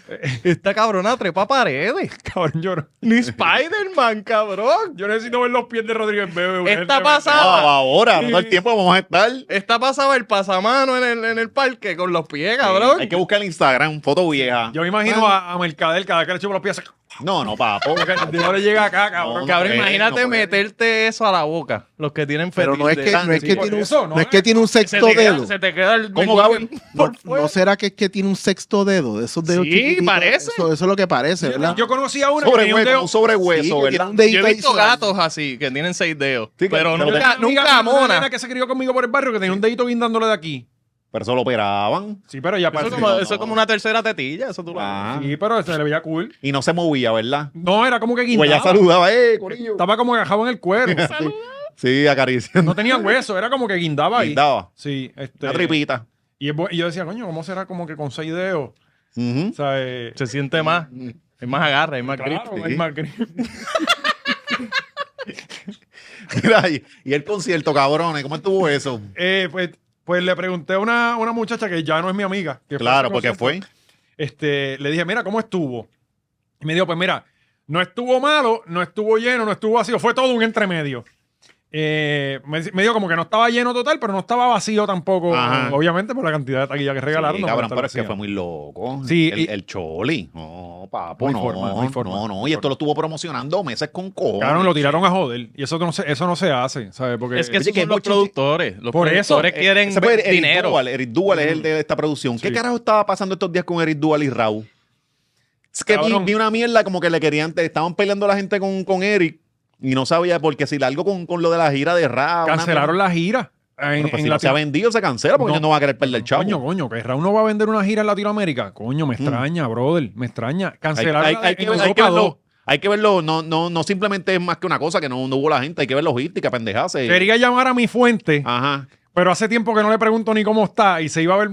[SPEAKER 4] Esta cabrona trepa paredes.
[SPEAKER 2] Cabrón, yo no-
[SPEAKER 4] Ni Spider-Man, cabrón.
[SPEAKER 2] Yo necesito ver los pies de Rodríguez Bebe.
[SPEAKER 4] Esta
[SPEAKER 2] urgentemente.
[SPEAKER 3] No,
[SPEAKER 4] pasada.
[SPEAKER 3] ahora, no todo el tiempo vamos a estar...
[SPEAKER 4] Esta pasaba el pasamano en el, en el parque con los pies, cabrón.
[SPEAKER 3] Hay que buscar en Instagram, foto vieja.
[SPEAKER 2] Yo me imagino a, a Mercader cada vez que le chupo los pies.
[SPEAKER 3] No, no, papo.
[SPEAKER 2] No le llega acá, cabrón.
[SPEAKER 3] No,
[SPEAKER 4] Cabrón,
[SPEAKER 3] puede,
[SPEAKER 4] imagínate
[SPEAKER 3] no puede.
[SPEAKER 4] meterte eso a la boca. Los que tienen
[SPEAKER 5] Pero
[SPEAKER 4] fetiche
[SPEAKER 5] no es
[SPEAKER 4] de
[SPEAKER 5] que, no es
[SPEAKER 3] Sí,
[SPEAKER 5] que,
[SPEAKER 3] por
[SPEAKER 5] tiene, un,
[SPEAKER 2] eso, no
[SPEAKER 5] no es que tiene un
[SPEAKER 4] Se
[SPEAKER 5] sexto
[SPEAKER 4] te, queda,
[SPEAKER 5] dedo.
[SPEAKER 4] se te queda el.
[SPEAKER 3] ¿Cómo, Gaby?
[SPEAKER 5] No, ¿no será que es que tiene un sexto dedo? De esos dedos
[SPEAKER 4] Sí,
[SPEAKER 5] chiquititos.
[SPEAKER 4] parece.
[SPEAKER 5] Eso, eso es lo que parece, ¿verdad?
[SPEAKER 2] Yo conocí a una que
[SPEAKER 3] Sobre
[SPEAKER 2] tenía un
[SPEAKER 3] hueso,
[SPEAKER 2] dedo.
[SPEAKER 3] un sobre hueso,
[SPEAKER 5] que tiene
[SPEAKER 3] ¿verdad?
[SPEAKER 5] un dedito
[SPEAKER 4] Yo he visto
[SPEAKER 5] adicional.
[SPEAKER 4] gatos así, que tienen seis dedos.
[SPEAKER 3] Sí, que-
[SPEAKER 4] pero
[SPEAKER 3] pero
[SPEAKER 4] nunca,
[SPEAKER 2] Una amiga-
[SPEAKER 4] nunca
[SPEAKER 2] una nena
[SPEAKER 4] mona.
[SPEAKER 2] que se crió conmigo por el barrio que tenía un dedito guindándole de aquí.
[SPEAKER 3] Pero eso lo operaban.
[SPEAKER 2] Sí, pero ya
[SPEAKER 4] Eso,
[SPEAKER 2] parece.
[SPEAKER 4] es como,
[SPEAKER 3] no,
[SPEAKER 4] eso es
[SPEAKER 3] no.
[SPEAKER 4] como una tercera tetilla. Eso tú lo
[SPEAKER 3] Ah,
[SPEAKER 2] Sí, pero se le veía cool.
[SPEAKER 3] Y no se movía, ¿verdad?
[SPEAKER 2] No, era como que
[SPEAKER 3] Pues ya
[SPEAKER 2] guindaba.
[SPEAKER 3] saludaba, eh, corillo.
[SPEAKER 2] Estaba como agajado en el cuero.
[SPEAKER 3] Sí, acariciando.
[SPEAKER 2] No tenía hueso, era como que guindaba ahí.
[SPEAKER 3] Guindaba.
[SPEAKER 2] Sí, este.
[SPEAKER 3] Una tripita.
[SPEAKER 2] Y, es bu- y yo decía, coño, ¿cómo será como que con seis dedos? O
[SPEAKER 3] Ujú.
[SPEAKER 2] sea, eh,
[SPEAKER 4] Se siente más. Hay más agarre, hay más grip.
[SPEAKER 2] claro,
[SPEAKER 3] sí.
[SPEAKER 2] es más grip.
[SPEAKER 3] Mira, y, y el concierto, cabrones, ¿cómo estuvo eso?
[SPEAKER 2] Eh, pues, pues le pregunté a una, una muchacha que ya no es mi amiga. que fue a
[SPEAKER 3] Claro,
[SPEAKER 2] ese
[SPEAKER 3] porque
[SPEAKER 2] concierto.
[SPEAKER 3] fue.
[SPEAKER 2] Este, le dije, mira, ¿cómo estuvo? Y me dijo, pues mira, no estuvo malo, no estuvo lleno, no estuvo vacío, fue todo un entremedio. Eh, me, me dijo como que no estaba lleno total, pero no estaba vacío tampoco,
[SPEAKER 3] Ajá.
[SPEAKER 2] obviamente, por la cantidad de taquilla que regalaron.
[SPEAKER 3] Sí,
[SPEAKER 2] no
[SPEAKER 3] cabrón,
[SPEAKER 2] fue
[SPEAKER 3] pero es que
[SPEAKER 2] vacío.
[SPEAKER 3] fue muy loco.
[SPEAKER 2] Sí,
[SPEAKER 3] el,
[SPEAKER 2] y-
[SPEAKER 3] el Choli. No, papo,
[SPEAKER 2] No
[SPEAKER 3] no.
[SPEAKER 2] hay forma, no hay forma.
[SPEAKER 3] no, no, Y esto lo estuvo promocionando meses con cojones.
[SPEAKER 2] Cabrón, lo tiraron a joder. Y eso no se, eso no se hace, ¿sabes? Porque
[SPEAKER 4] Es que
[SPEAKER 3] Oye,
[SPEAKER 4] esos
[SPEAKER 3] que
[SPEAKER 4] son los
[SPEAKER 3] mucho- eh,
[SPEAKER 4] productores. Los
[SPEAKER 2] Por eso,
[SPEAKER 4] productores Eh, quieren
[SPEAKER 3] Ese fue Eric
[SPEAKER 4] dinero.
[SPEAKER 3] Duval, Eric Duval es el de esta producción. ¿Qué
[SPEAKER 2] Sí.
[SPEAKER 3] carajo estaba pasando estos días con Eric Duval y Raúl? Es que vi,
[SPEAKER 2] Cabrón.
[SPEAKER 3] vi una mierda como que le querían, te- estaban peleando la gente con, con Eric y no sabía porque si algo con, con lo de la gira de Raúl.
[SPEAKER 2] cancelaron la gira. En,
[SPEAKER 3] Bueno, pues
[SPEAKER 2] en
[SPEAKER 3] si no se ha
[SPEAKER 2] Latino-
[SPEAKER 3] vendido, se cancela porque
[SPEAKER 2] No.
[SPEAKER 3] ellos no van a querer perder el chavo. Mm.
[SPEAKER 2] Coño, coño, que Raúl no va a vender una gira en Latinoamérica. Coño, me extraña, brother. Me extraña.
[SPEAKER 3] hay,
[SPEAKER 2] Cancelaron
[SPEAKER 3] hay-
[SPEAKER 2] la de-
[SPEAKER 3] hay que,
[SPEAKER 2] en
[SPEAKER 3] ver- hay que
[SPEAKER 2] Europa
[SPEAKER 3] verlo.
[SPEAKER 2] 2.
[SPEAKER 3] Hay que verlo, no, no, no simplemente es más que una cosa, que no, no hubo la gente, hay que ver logística, pendejase.
[SPEAKER 2] Quería llamar a mi fuente,
[SPEAKER 3] Ajá.
[SPEAKER 2] pero hace tiempo que no le pregunto ni cómo está y se iba a ver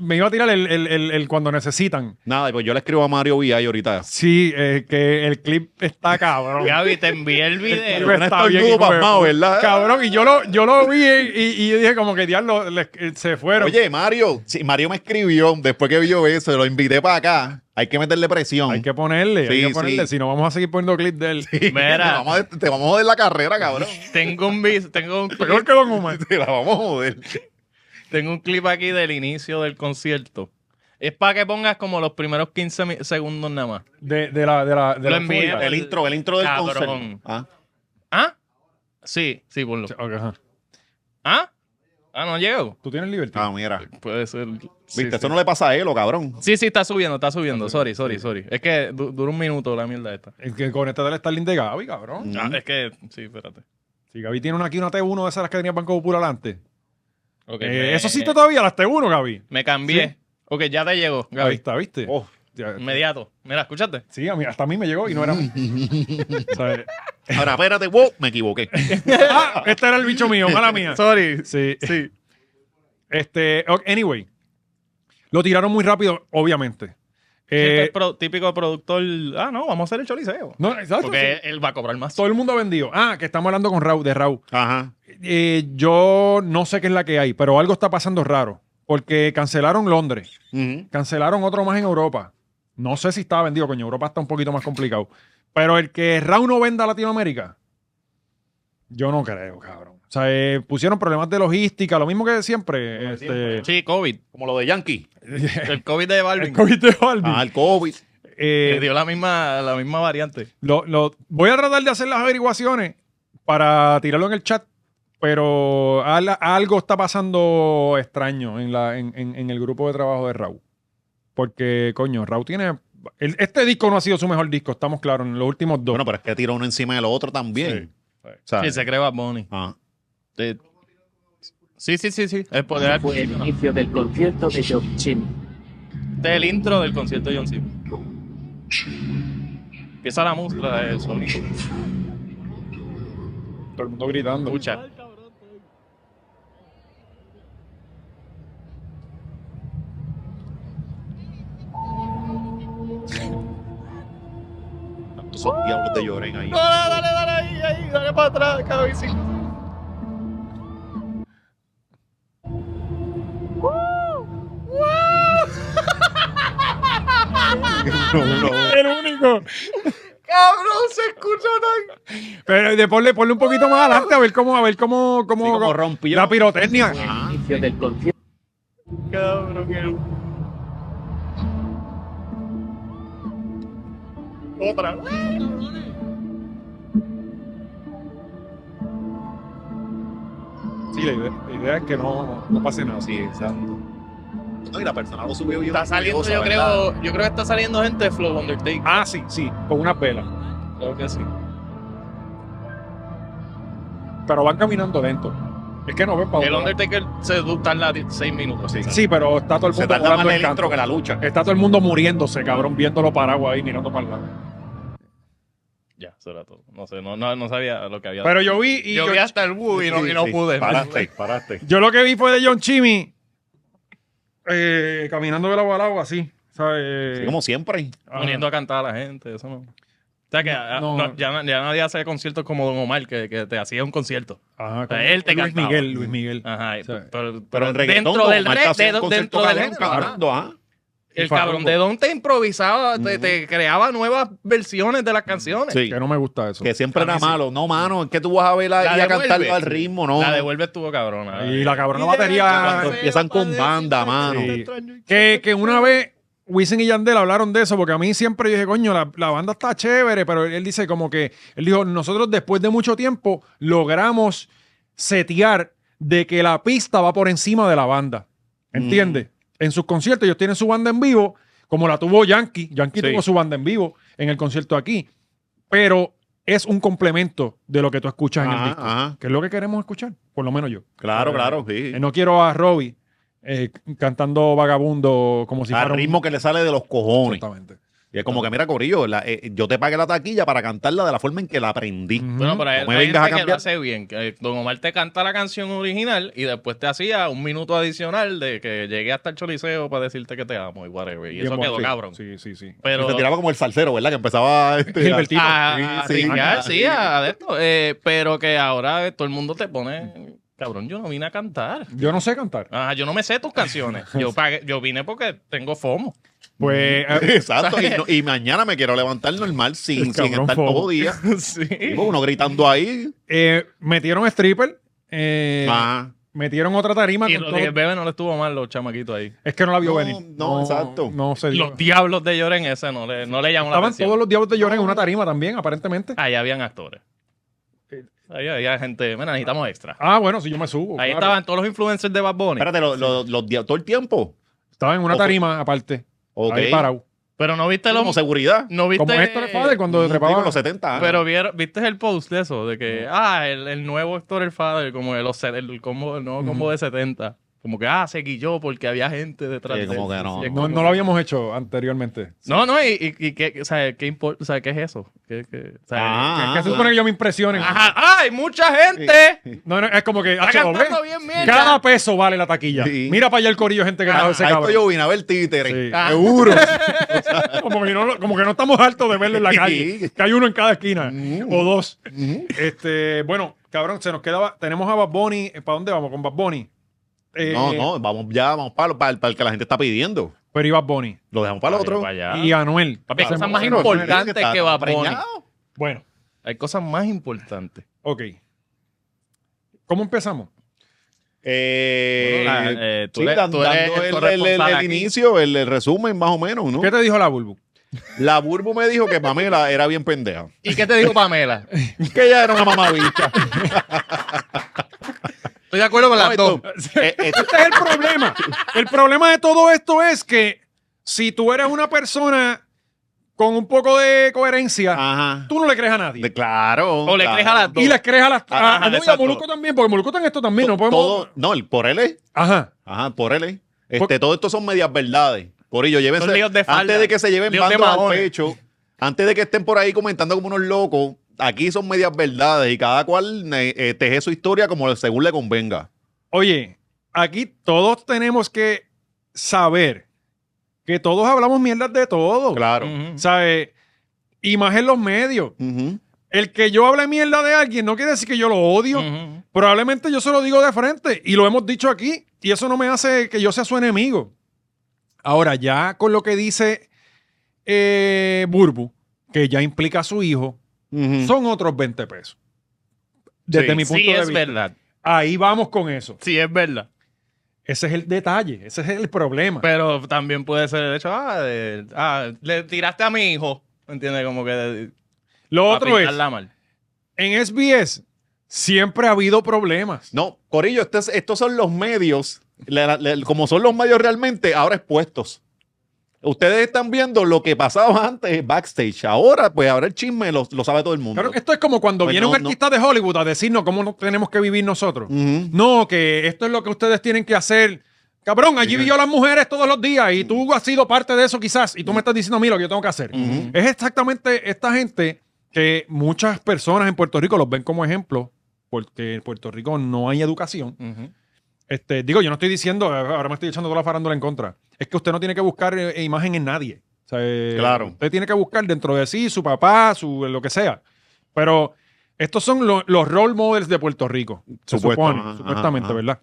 [SPEAKER 2] me iba a tirar el, el- el- el cuando necesitan.
[SPEAKER 3] Nada, pues yo le escribo a Mario VI ahorita.
[SPEAKER 2] Sí, eh, que el clip está cabrón.
[SPEAKER 4] Gaby, te envié el
[SPEAKER 2] El
[SPEAKER 4] video.
[SPEAKER 2] clip
[SPEAKER 3] Pero está todo
[SPEAKER 2] como que,
[SPEAKER 3] pasmado, ¿verdad?
[SPEAKER 2] Cabrón, y yo lo, yo lo vi y, y yo dije como que diablo, les- eh, se fueron.
[SPEAKER 3] Oye, Mario, si Mario me escribió después que vio eso, lo invité para acá. Hay que meterle presión.
[SPEAKER 2] hay que ponerle, hay
[SPEAKER 3] Sí,
[SPEAKER 2] que ponerle,
[SPEAKER 3] sí.
[SPEAKER 2] si no vamos a seguir poniendo clip de él.
[SPEAKER 3] te,
[SPEAKER 4] Mira,
[SPEAKER 3] vamos a, te vamos a joder la carrera, cabrón.
[SPEAKER 4] tengo un vis- tengo un clip,
[SPEAKER 2] Peor que Don Omar.
[SPEAKER 3] te la vamos a joder.
[SPEAKER 4] tengo un clip aquí del inicio del concierto. Es para que pongas como los primeros 15 mi- segundos nada más.
[SPEAKER 2] De, de la, de la, de
[SPEAKER 4] Lo
[SPEAKER 2] la
[SPEAKER 4] envié.
[SPEAKER 2] furia.
[SPEAKER 3] El intro, el intro del
[SPEAKER 4] Cabrón.
[SPEAKER 3] concert. Ah,
[SPEAKER 4] ¿Ah? Sí, sí, ponlo.
[SPEAKER 2] Ok, ajá.
[SPEAKER 4] ¿Ah? Ah, no llegó.
[SPEAKER 2] Tú tienes libertad.
[SPEAKER 3] ah, mira. Viste,
[SPEAKER 4] Puede ser. Viste,
[SPEAKER 3] eso no le pasa a Elo, cabrón.
[SPEAKER 4] Sí, sí, está subiendo, está subiendo. Sorry, sorry, sorry. Es que du- dura un minuto la mierda esta.
[SPEAKER 2] El que conecta al Starlink de Gaby, cabrón.
[SPEAKER 3] Mm.
[SPEAKER 4] Ah, es que, sí, espérate.
[SPEAKER 2] Si Gaby tiene una, aquí una T1 de esas las que tenía el Banco Popular antes.
[SPEAKER 4] Ok, pues,
[SPEAKER 2] Eh,
[SPEAKER 4] me-
[SPEAKER 2] eso sí está todavía, las T1, Gaby.
[SPEAKER 4] Me cambié. Ok, ya te llegó,
[SPEAKER 2] Ahí
[SPEAKER 4] Gaby.
[SPEAKER 2] está, ¿viste?
[SPEAKER 3] Oh.
[SPEAKER 2] Ya-
[SPEAKER 4] Inmediato. Mira, escúchate.
[SPEAKER 2] Sí, a mí- hasta a mí me llegó y no era. O sea,
[SPEAKER 3] Ahora, espérate, wow, me equivoqué.
[SPEAKER 2] ah, este era el bicho mío, mala mía.
[SPEAKER 4] Sorry.
[SPEAKER 2] Sí. sí. Este, ok, anyway. Lo tiraron muy rápido, obviamente.
[SPEAKER 4] Este es
[SPEAKER 2] Eh,
[SPEAKER 4] pro- típico productor. Ah, no, vamos a hacer el choliseo.
[SPEAKER 2] no, exacto,
[SPEAKER 4] Porque
[SPEAKER 2] Ah, sí.
[SPEAKER 4] él va a cobrar más.
[SPEAKER 2] Todo el mundo ha vendido. Ah, que estamos hablando con Raúl, de Raúl.
[SPEAKER 3] Ajá.
[SPEAKER 2] Eh, yo no sé qué es la que hay, pero algo está pasando raro. Porque cancelaron Londres.
[SPEAKER 3] Ujú.
[SPEAKER 2] Cancelaron otro más en Europa. No sé si estaba vendido, coño. Europa está un poquito más complicado. Pero el que Raúl no venda a Latinoamérica, yo no creo, cabrón. O sea, eh, pusieron problemas de logística, lo mismo que siempre. Este,
[SPEAKER 4] Sí, COVID.
[SPEAKER 3] Como lo de Yankee.
[SPEAKER 4] El COVID de
[SPEAKER 2] el
[SPEAKER 4] Balvin.
[SPEAKER 2] COVID de Balvin.
[SPEAKER 3] Ah, el COVID.
[SPEAKER 2] Eh,
[SPEAKER 4] Le dio la misma, la misma variante.
[SPEAKER 2] lo- lo- voy a tratar de hacer las averiguaciones para tirarlo en el chat, pero al- algo está pasando extraño en, la, en, en- en el grupo de trabajo de Raúl. Porque, coño, Raúl tiene... el- este disco no ha sido su mejor disco, estamos claros, en los últimos dos.
[SPEAKER 3] Bueno, pero es que tira uno encima del otro también.
[SPEAKER 2] Sí, sí.
[SPEAKER 3] O sea,
[SPEAKER 4] Sí, se cree Bad Bunny.
[SPEAKER 3] ajá.
[SPEAKER 4] Eh, Sí, sí, sí, sí. El poder
[SPEAKER 9] fue el inicio del concierto de John Cena.
[SPEAKER 4] del intro del concierto de John Cena. Empieza la música, eh, el sonido.
[SPEAKER 2] Todo el mundo gritando.
[SPEAKER 4] Escucha.
[SPEAKER 3] Tantos son diablos de lloren ahí.
[SPEAKER 4] Dale, dale, dale ahí, ahí, dale para atrás, cabecita.
[SPEAKER 2] El único.
[SPEAKER 4] Cabrón, se escucha tan.
[SPEAKER 2] Pero de ponle, ponle un poquito más adelante a ver cómo, a ver cómo, cómo,
[SPEAKER 3] Sí, como
[SPEAKER 2] cómo-
[SPEAKER 3] rompió.
[SPEAKER 2] la pirotecnia.
[SPEAKER 9] El inicio del concierto
[SPEAKER 4] Cabrón, que. Otra.
[SPEAKER 2] Sí, la idea, la idea es que no, no pase nada.
[SPEAKER 3] Sí, exacto. No, y la persona lo subió bien.
[SPEAKER 4] Está saliendo,
[SPEAKER 3] orgullosa,
[SPEAKER 4] yo
[SPEAKER 3] ¿verdad?
[SPEAKER 4] creo, yo creo que está saliendo gente de Flow Undertaker.
[SPEAKER 2] Ah, sí, sí, con una vela.
[SPEAKER 4] Creo que sí.
[SPEAKER 2] Pero van caminando lento. Es que no ven para
[SPEAKER 4] El Undertaker se du- tarda 6 minutos.
[SPEAKER 3] Sí.
[SPEAKER 2] Sí, pero está todo el
[SPEAKER 3] Se
[SPEAKER 2] mundo
[SPEAKER 3] tarda más
[SPEAKER 2] volando
[SPEAKER 3] en
[SPEAKER 2] el
[SPEAKER 3] el intro
[SPEAKER 2] canto.
[SPEAKER 3] que la lucha.
[SPEAKER 2] Está todo el mundo muriéndose, cabrón, viéndolo paraguas ahí, mirando para el lado.
[SPEAKER 4] Ya, eso era todo. No sé, no, no, no sabía lo que había.
[SPEAKER 2] Pero yo vi y
[SPEAKER 4] yo
[SPEAKER 2] yo,
[SPEAKER 4] vi hasta el Wu y no, y no
[SPEAKER 3] Sí, sí.
[SPEAKER 4] pude.
[SPEAKER 3] Paraste, paraste.
[SPEAKER 2] yo lo que vi fue de John Chimmy eh, caminando de lado a lado así. ¿sabes?
[SPEAKER 3] Sí, como siempre.
[SPEAKER 2] Ah.
[SPEAKER 4] Poniendo a cantar a la gente, eso no. O sea que ah,
[SPEAKER 2] No.
[SPEAKER 4] no, ya, ya nadie hace conciertos como Don Omar, que, que te hacía un concierto.
[SPEAKER 2] Ajá,
[SPEAKER 4] sea, él te
[SPEAKER 2] Luis
[SPEAKER 4] cantaba.
[SPEAKER 2] Miguel, Luis Miguel.
[SPEAKER 4] Ajá, y-
[SPEAKER 2] Sí.
[SPEAKER 4] pero, pero,
[SPEAKER 3] Pero en reggaetón,
[SPEAKER 4] dentro
[SPEAKER 3] no,
[SPEAKER 4] del
[SPEAKER 3] Marta
[SPEAKER 4] re-
[SPEAKER 3] hacía un
[SPEAKER 4] de-
[SPEAKER 3] concierto
[SPEAKER 4] dentro
[SPEAKER 3] cabrón,
[SPEAKER 4] del
[SPEAKER 3] Ah,
[SPEAKER 4] género, ajá.
[SPEAKER 3] cantando, ajá.
[SPEAKER 4] El
[SPEAKER 2] Y Farruko.
[SPEAKER 4] cabrón de Don te improvisaba, te, te creaba nuevas versiones de las canciones.
[SPEAKER 3] Sí.
[SPEAKER 2] Que no me gusta eso.
[SPEAKER 3] Que siempre
[SPEAKER 4] A mí
[SPEAKER 3] era
[SPEAKER 4] sí.
[SPEAKER 3] malo. No, mano, es que tú vas a ver ahí a
[SPEAKER 4] devuelve.
[SPEAKER 3] cantar al ritmo, ¿no?
[SPEAKER 4] La devuelve estuvo cabrona.
[SPEAKER 2] Y la cabrona
[SPEAKER 3] Cuando
[SPEAKER 2] batería.
[SPEAKER 3] empiezan con banda, mano.
[SPEAKER 2] Sí. Que, que una vez Wisin y Yandel hablaron de eso, porque a mí siempre yo dije, coño, la, la banda está chévere, pero él dice como que, él dijo, nosotros después de mucho tiempo logramos setear de que la pista va por encima de la banda. ¿Entiendes?
[SPEAKER 3] Mm.
[SPEAKER 2] En sus conciertos ellos tienen su banda en vivo, como la tuvo Yankee. Yankee
[SPEAKER 3] Sí.
[SPEAKER 2] tuvo su banda en vivo en el concierto aquí, pero es un complemento de lo que tú escuchas en el
[SPEAKER 3] Ajá,
[SPEAKER 2] disco,
[SPEAKER 3] ajá.
[SPEAKER 2] que es lo que queremos escuchar, por lo menos yo.
[SPEAKER 3] Ah, Claro,
[SPEAKER 2] Eh,
[SPEAKER 3] claro, sí.
[SPEAKER 2] eh, No quiero a Robbie eh, cantando vagabundo como si
[SPEAKER 3] Al
[SPEAKER 2] fuera un-
[SPEAKER 3] ritmo que le sale de los cojones.
[SPEAKER 2] Exactamente.
[SPEAKER 3] Y es como que, mira, Corillo, la- eh, yo te pagué la taquilla para cantarla de la forma en que la aprendí.
[SPEAKER 2] Ujú.
[SPEAKER 4] Bueno, pero hay,
[SPEAKER 3] No me
[SPEAKER 4] hay
[SPEAKER 3] vengas a
[SPEAKER 4] gente que lo
[SPEAKER 3] cambiar.
[SPEAKER 4] hace bien. que, eh, Don Omar te canta la canción original y después te hacía un minuto adicional de que llegué hasta el choliseo para decirte que te amo y whatever. Y
[SPEAKER 2] Bien
[SPEAKER 4] eso quedó
[SPEAKER 2] bonito.
[SPEAKER 4] cabrón.
[SPEAKER 2] Sí, sí, sí.
[SPEAKER 4] Pero
[SPEAKER 3] Y se tiraba como el salsero, ¿verdad? Que empezaba este,
[SPEAKER 2] Gilbertino.
[SPEAKER 4] a, a
[SPEAKER 3] Sí, sí.
[SPEAKER 4] ringar, sí, a, de esto. eh, pero que ahora eh, todo el mundo te pone, cabrón, yo no vine a cantar.
[SPEAKER 2] Yo no sé cantar.
[SPEAKER 4] Ajá, yo no me sé tus canciones. Yo pagué, yo vine porque tengo FOMO.
[SPEAKER 2] Pues,
[SPEAKER 4] Mm.
[SPEAKER 2] eh,
[SPEAKER 3] Exacto. Y, no- y mañana me quiero levantar normal sin, sin
[SPEAKER 2] Cabrón,
[SPEAKER 3] estar
[SPEAKER 2] fobo.
[SPEAKER 3] todo día.
[SPEAKER 4] sí.
[SPEAKER 3] Y uno gritando ahí.
[SPEAKER 2] eh, metieron stripper. eh,
[SPEAKER 3] Ah.
[SPEAKER 2] Metieron otra tarima.
[SPEAKER 4] Y
[SPEAKER 2] con
[SPEAKER 4] Rodríguez
[SPEAKER 2] todo-
[SPEAKER 4] Bebe no le estuvo mal los chamaquitos ahí.
[SPEAKER 2] Es que no la vio
[SPEAKER 3] No,
[SPEAKER 2] venir.
[SPEAKER 3] no, exacto.
[SPEAKER 2] No se dio.
[SPEAKER 4] Los diablos de Lloren ese no le, no le llamó la Ah.
[SPEAKER 2] Estaban
[SPEAKER 4] atención.
[SPEAKER 2] todos los diablos de Lloren en una tarima también, aparentemente.
[SPEAKER 4] Ahí habían actores. Ahí había gente, mira, necesitamos extra.
[SPEAKER 2] Ah, bueno, si yo me subo.
[SPEAKER 4] Ahí
[SPEAKER 2] claro.
[SPEAKER 4] estaban todos los influencers de Bad Bunny.
[SPEAKER 3] Espérate, lo- lo- los días, todo el tiempo.
[SPEAKER 2] Estaba en una
[SPEAKER 3] Ojo.
[SPEAKER 2] tarima aparte.
[SPEAKER 3] Ok.
[SPEAKER 2] Ahí parado.
[SPEAKER 4] Pero no viste
[SPEAKER 3] Como
[SPEAKER 4] los...
[SPEAKER 3] seguridad.
[SPEAKER 4] No viste... Eh,
[SPEAKER 2] Como Héctor Fader cuando
[SPEAKER 3] Digo,
[SPEAKER 2] trepaba.
[SPEAKER 3] los 70 años.
[SPEAKER 4] Pero vieron, viste el post de eso, de que, ah, el, el nuevo Héctor el Father, como el, los set- el combo, el nuevo combo de 70. Como que, ah, se guilló porque había gente detrás
[SPEAKER 3] Sí,
[SPEAKER 4] de
[SPEAKER 3] como
[SPEAKER 4] él.
[SPEAKER 3] que no,
[SPEAKER 4] Sí, es
[SPEAKER 2] No,
[SPEAKER 4] como-
[SPEAKER 2] no lo habíamos hecho anteriormente.
[SPEAKER 4] No, no, y, y, y qué, o sea, qué impor- o sea, ¿qué es eso? ¿Qué, qué- o sea,
[SPEAKER 3] Ah,
[SPEAKER 2] ¿Qué
[SPEAKER 3] ah,
[SPEAKER 2] se supone que yo me impresione?
[SPEAKER 4] ajá, ah, hay mucha gente!
[SPEAKER 2] No, no, es como que.
[SPEAKER 4] Está
[SPEAKER 2] "Hacho, ¿lo
[SPEAKER 4] cantando
[SPEAKER 2] ves?
[SPEAKER 4] bien mierda.
[SPEAKER 2] Cada peso vale la taquilla.
[SPEAKER 3] Sí.
[SPEAKER 2] Mira para allá el corillo, gente que
[SPEAKER 3] ah,
[SPEAKER 2] no ese
[SPEAKER 3] ahí estoy
[SPEAKER 2] cabrón.
[SPEAKER 3] yo vine a ver títeres. Ah.
[SPEAKER 2] Sí.
[SPEAKER 3] Seguro.
[SPEAKER 2] Como que, no, como que no estamos hartos de verlo en la calle.
[SPEAKER 3] Sí. Mm.
[SPEAKER 2] Que hay uno en cada esquina. O dos. Este, bueno, cabrón, se nos quedaba. Tenemos a Bad Bunny. eh, ¿Para dónde vamos? Con Bad Bunny. Eh,
[SPEAKER 3] no, no, vamos ya, vamos para, lo- para- para el que la gente está pidiendo.
[SPEAKER 2] Pero y Bad Bunny.
[SPEAKER 3] Lo dejamos para el otro.
[SPEAKER 4] Para allá.
[SPEAKER 2] Y Anuel.
[SPEAKER 4] Papi, hay
[SPEAKER 2] Hacemos-
[SPEAKER 4] cosas más
[SPEAKER 3] Pero,
[SPEAKER 4] importantes
[SPEAKER 3] está-
[SPEAKER 4] que Bad
[SPEAKER 3] está
[SPEAKER 4] Bunny.
[SPEAKER 3] preñado.
[SPEAKER 2] Bueno,
[SPEAKER 4] Hay cosas más importantes.
[SPEAKER 2] ok. ¿Cómo empezamos?
[SPEAKER 3] Eh,
[SPEAKER 4] Bueno, la- eh, tú
[SPEAKER 3] sí,
[SPEAKER 4] le-
[SPEAKER 3] dan-
[SPEAKER 4] tú eres
[SPEAKER 3] dando
[SPEAKER 4] el
[SPEAKER 3] el, el- el- el
[SPEAKER 4] corresponsal aquí.
[SPEAKER 3] inicio, el, el resumen más o menos, ¿no?
[SPEAKER 2] ¿Qué te dijo la Bulbu?
[SPEAKER 3] La Burbu me dijo que Pamela era bien pendeja.
[SPEAKER 4] ¿Y qué te dijo Pamela?
[SPEAKER 3] Que ella era una mamabicha.
[SPEAKER 4] Estoy de acuerdo con las dos.
[SPEAKER 3] Eh, eh,
[SPEAKER 2] Este es el problema. El problema de todo esto es que si tú eres una persona con un poco de coherencia,
[SPEAKER 3] Ajá.
[SPEAKER 2] tú no le crees a nadie.
[SPEAKER 3] De- claro.
[SPEAKER 4] O le
[SPEAKER 3] claro.
[SPEAKER 4] crees a las dos.
[SPEAKER 2] Y le crees a las.
[SPEAKER 3] Ajá,
[SPEAKER 2] a- a- no, y a
[SPEAKER 3] Ah, exacto.
[SPEAKER 2] Molusco también, porque Molusco está en esto también. No podemos.
[SPEAKER 3] Todo, no, el por él es.
[SPEAKER 2] Ajá.
[SPEAKER 3] Ajá, por él es.
[SPEAKER 2] Por-
[SPEAKER 3] Este, todo esto son medias verdades. Corillo, llévense.
[SPEAKER 4] Son líos de falda.
[SPEAKER 3] antes de que se lleven
[SPEAKER 4] Líos de
[SPEAKER 3] bandos al
[SPEAKER 4] mahones.
[SPEAKER 3] pecho, antes de que estén por ahí comentando como unos locos, aquí son medias verdades y cada cual eh, eh, teje su historia como según le convenga.
[SPEAKER 2] Oye, aquí todos tenemos que saber que todos hablamos mierdas de todo.
[SPEAKER 3] Claro.
[SPEAKER 4] Ujú.
[SPEAKER 2] ¿Sabes? Y más en los medios.
[SPEAKER 3] Ujú.
[SPEAKER 2] El que yo hable mierda de alguien no quiere decir que yo lo odio.
[SPEAKER 4] Ujú.
[SPEAKER 2] Probablemente yo se lo digo de frente y lo hemos dicho aquí y eso no me hace que yo sea su enemigo. Ahora ya con lo que dice eh, Burbu, que ya implica a su hijo,
[SPEAKER 3] Ujú.
[SPEAKER 2] son otros 20 pesos. Desde
[SPEAKER 4] Sí,
[SPEAKER 2] mi punto
[SPEAKER 4] sí
[SPEAKER 2] de
[SPEAKER 4] es
[SPEAKER 2] vista.
[SPEAKER 4] verdad.
[SPEAKER 2] Ahí vamos con eso.
[SPEAKER 4] Sí es verdad.
[SPEAKER 2] Ese es el detalle, ese es el problema.
[SPEAKER 4] Pero también puede ser el hecho, ah, de- ah, le tiraste a mi hijo. ¿Entiendes? Como que... de-
[SPEAKER 2] lo
[SPEAKER 4] pa'
[SPEAKER 2] otro es,
[SPEAKER 4] pintarla mal.
[SPEAKER 2] en SBS siempre ha habido problemas.
[SPEAKER 3] No, Corillo, este es- estos son los medios, la- la- la- como son los medios realmente, ahora expuestos. Ustedes están viendo lo que pasaba antes backstage. Ahora, pues ahora el chisme lo, lo sabe todo el mundo.
[SPEAKER 2] Claro, esto es como cuando
[SPEAKER 3] Pues
[SPEAKER 2] viene
[SPEAKER 3] no,
[SPEAKER 2] un
[SPEAKER 3] no.
[SPEAKER 2] artista de Hollywood a decirnos cómo no tenemos que vivir nosotros.
[SPEAKER 3] Ujú.
[SPEAKER 2] No, que esto es lo que ustedes tienen que hacer. Cabrón, allí vio a las mujeres todos los días y tú has sido parte de eso quizás y tú me estás diciendo a mí lo que yo tengo que hacer.
[SPEAKER 4] Mm.
[SPEAKER 3] Ujú.
[SPEAKER 2] Es exactamente esta gente que muchas personas en Puerto Rico los ven como ejemplo porque en Puerto Rico no hay educación.
[SPEAKER 4] Ujú.
[SPEAKER 2] Este, digo, yo no estoy diciendo, eh, ahora me estoy echando toda la farándula en contra. Es que usted no tiene que buscar eh, imagen en nadie. O sea, eh,
[SPEAKER 3] Claro.
[SPEAKER 2] Usted tiene que buscar dentro de sí, su papá, su lo que sea. Pero estos son lo- los role models de Puerto Rico. Se
[SPEAKER 3] Supuesto,
[SPEAKER 2] supone,
[SPEAKER 3] ajá,
[SPEAKER 2] supuestamente,
[SPEAKER 3] ajá, ajá.
[SPEAKER 2] ¿verdad?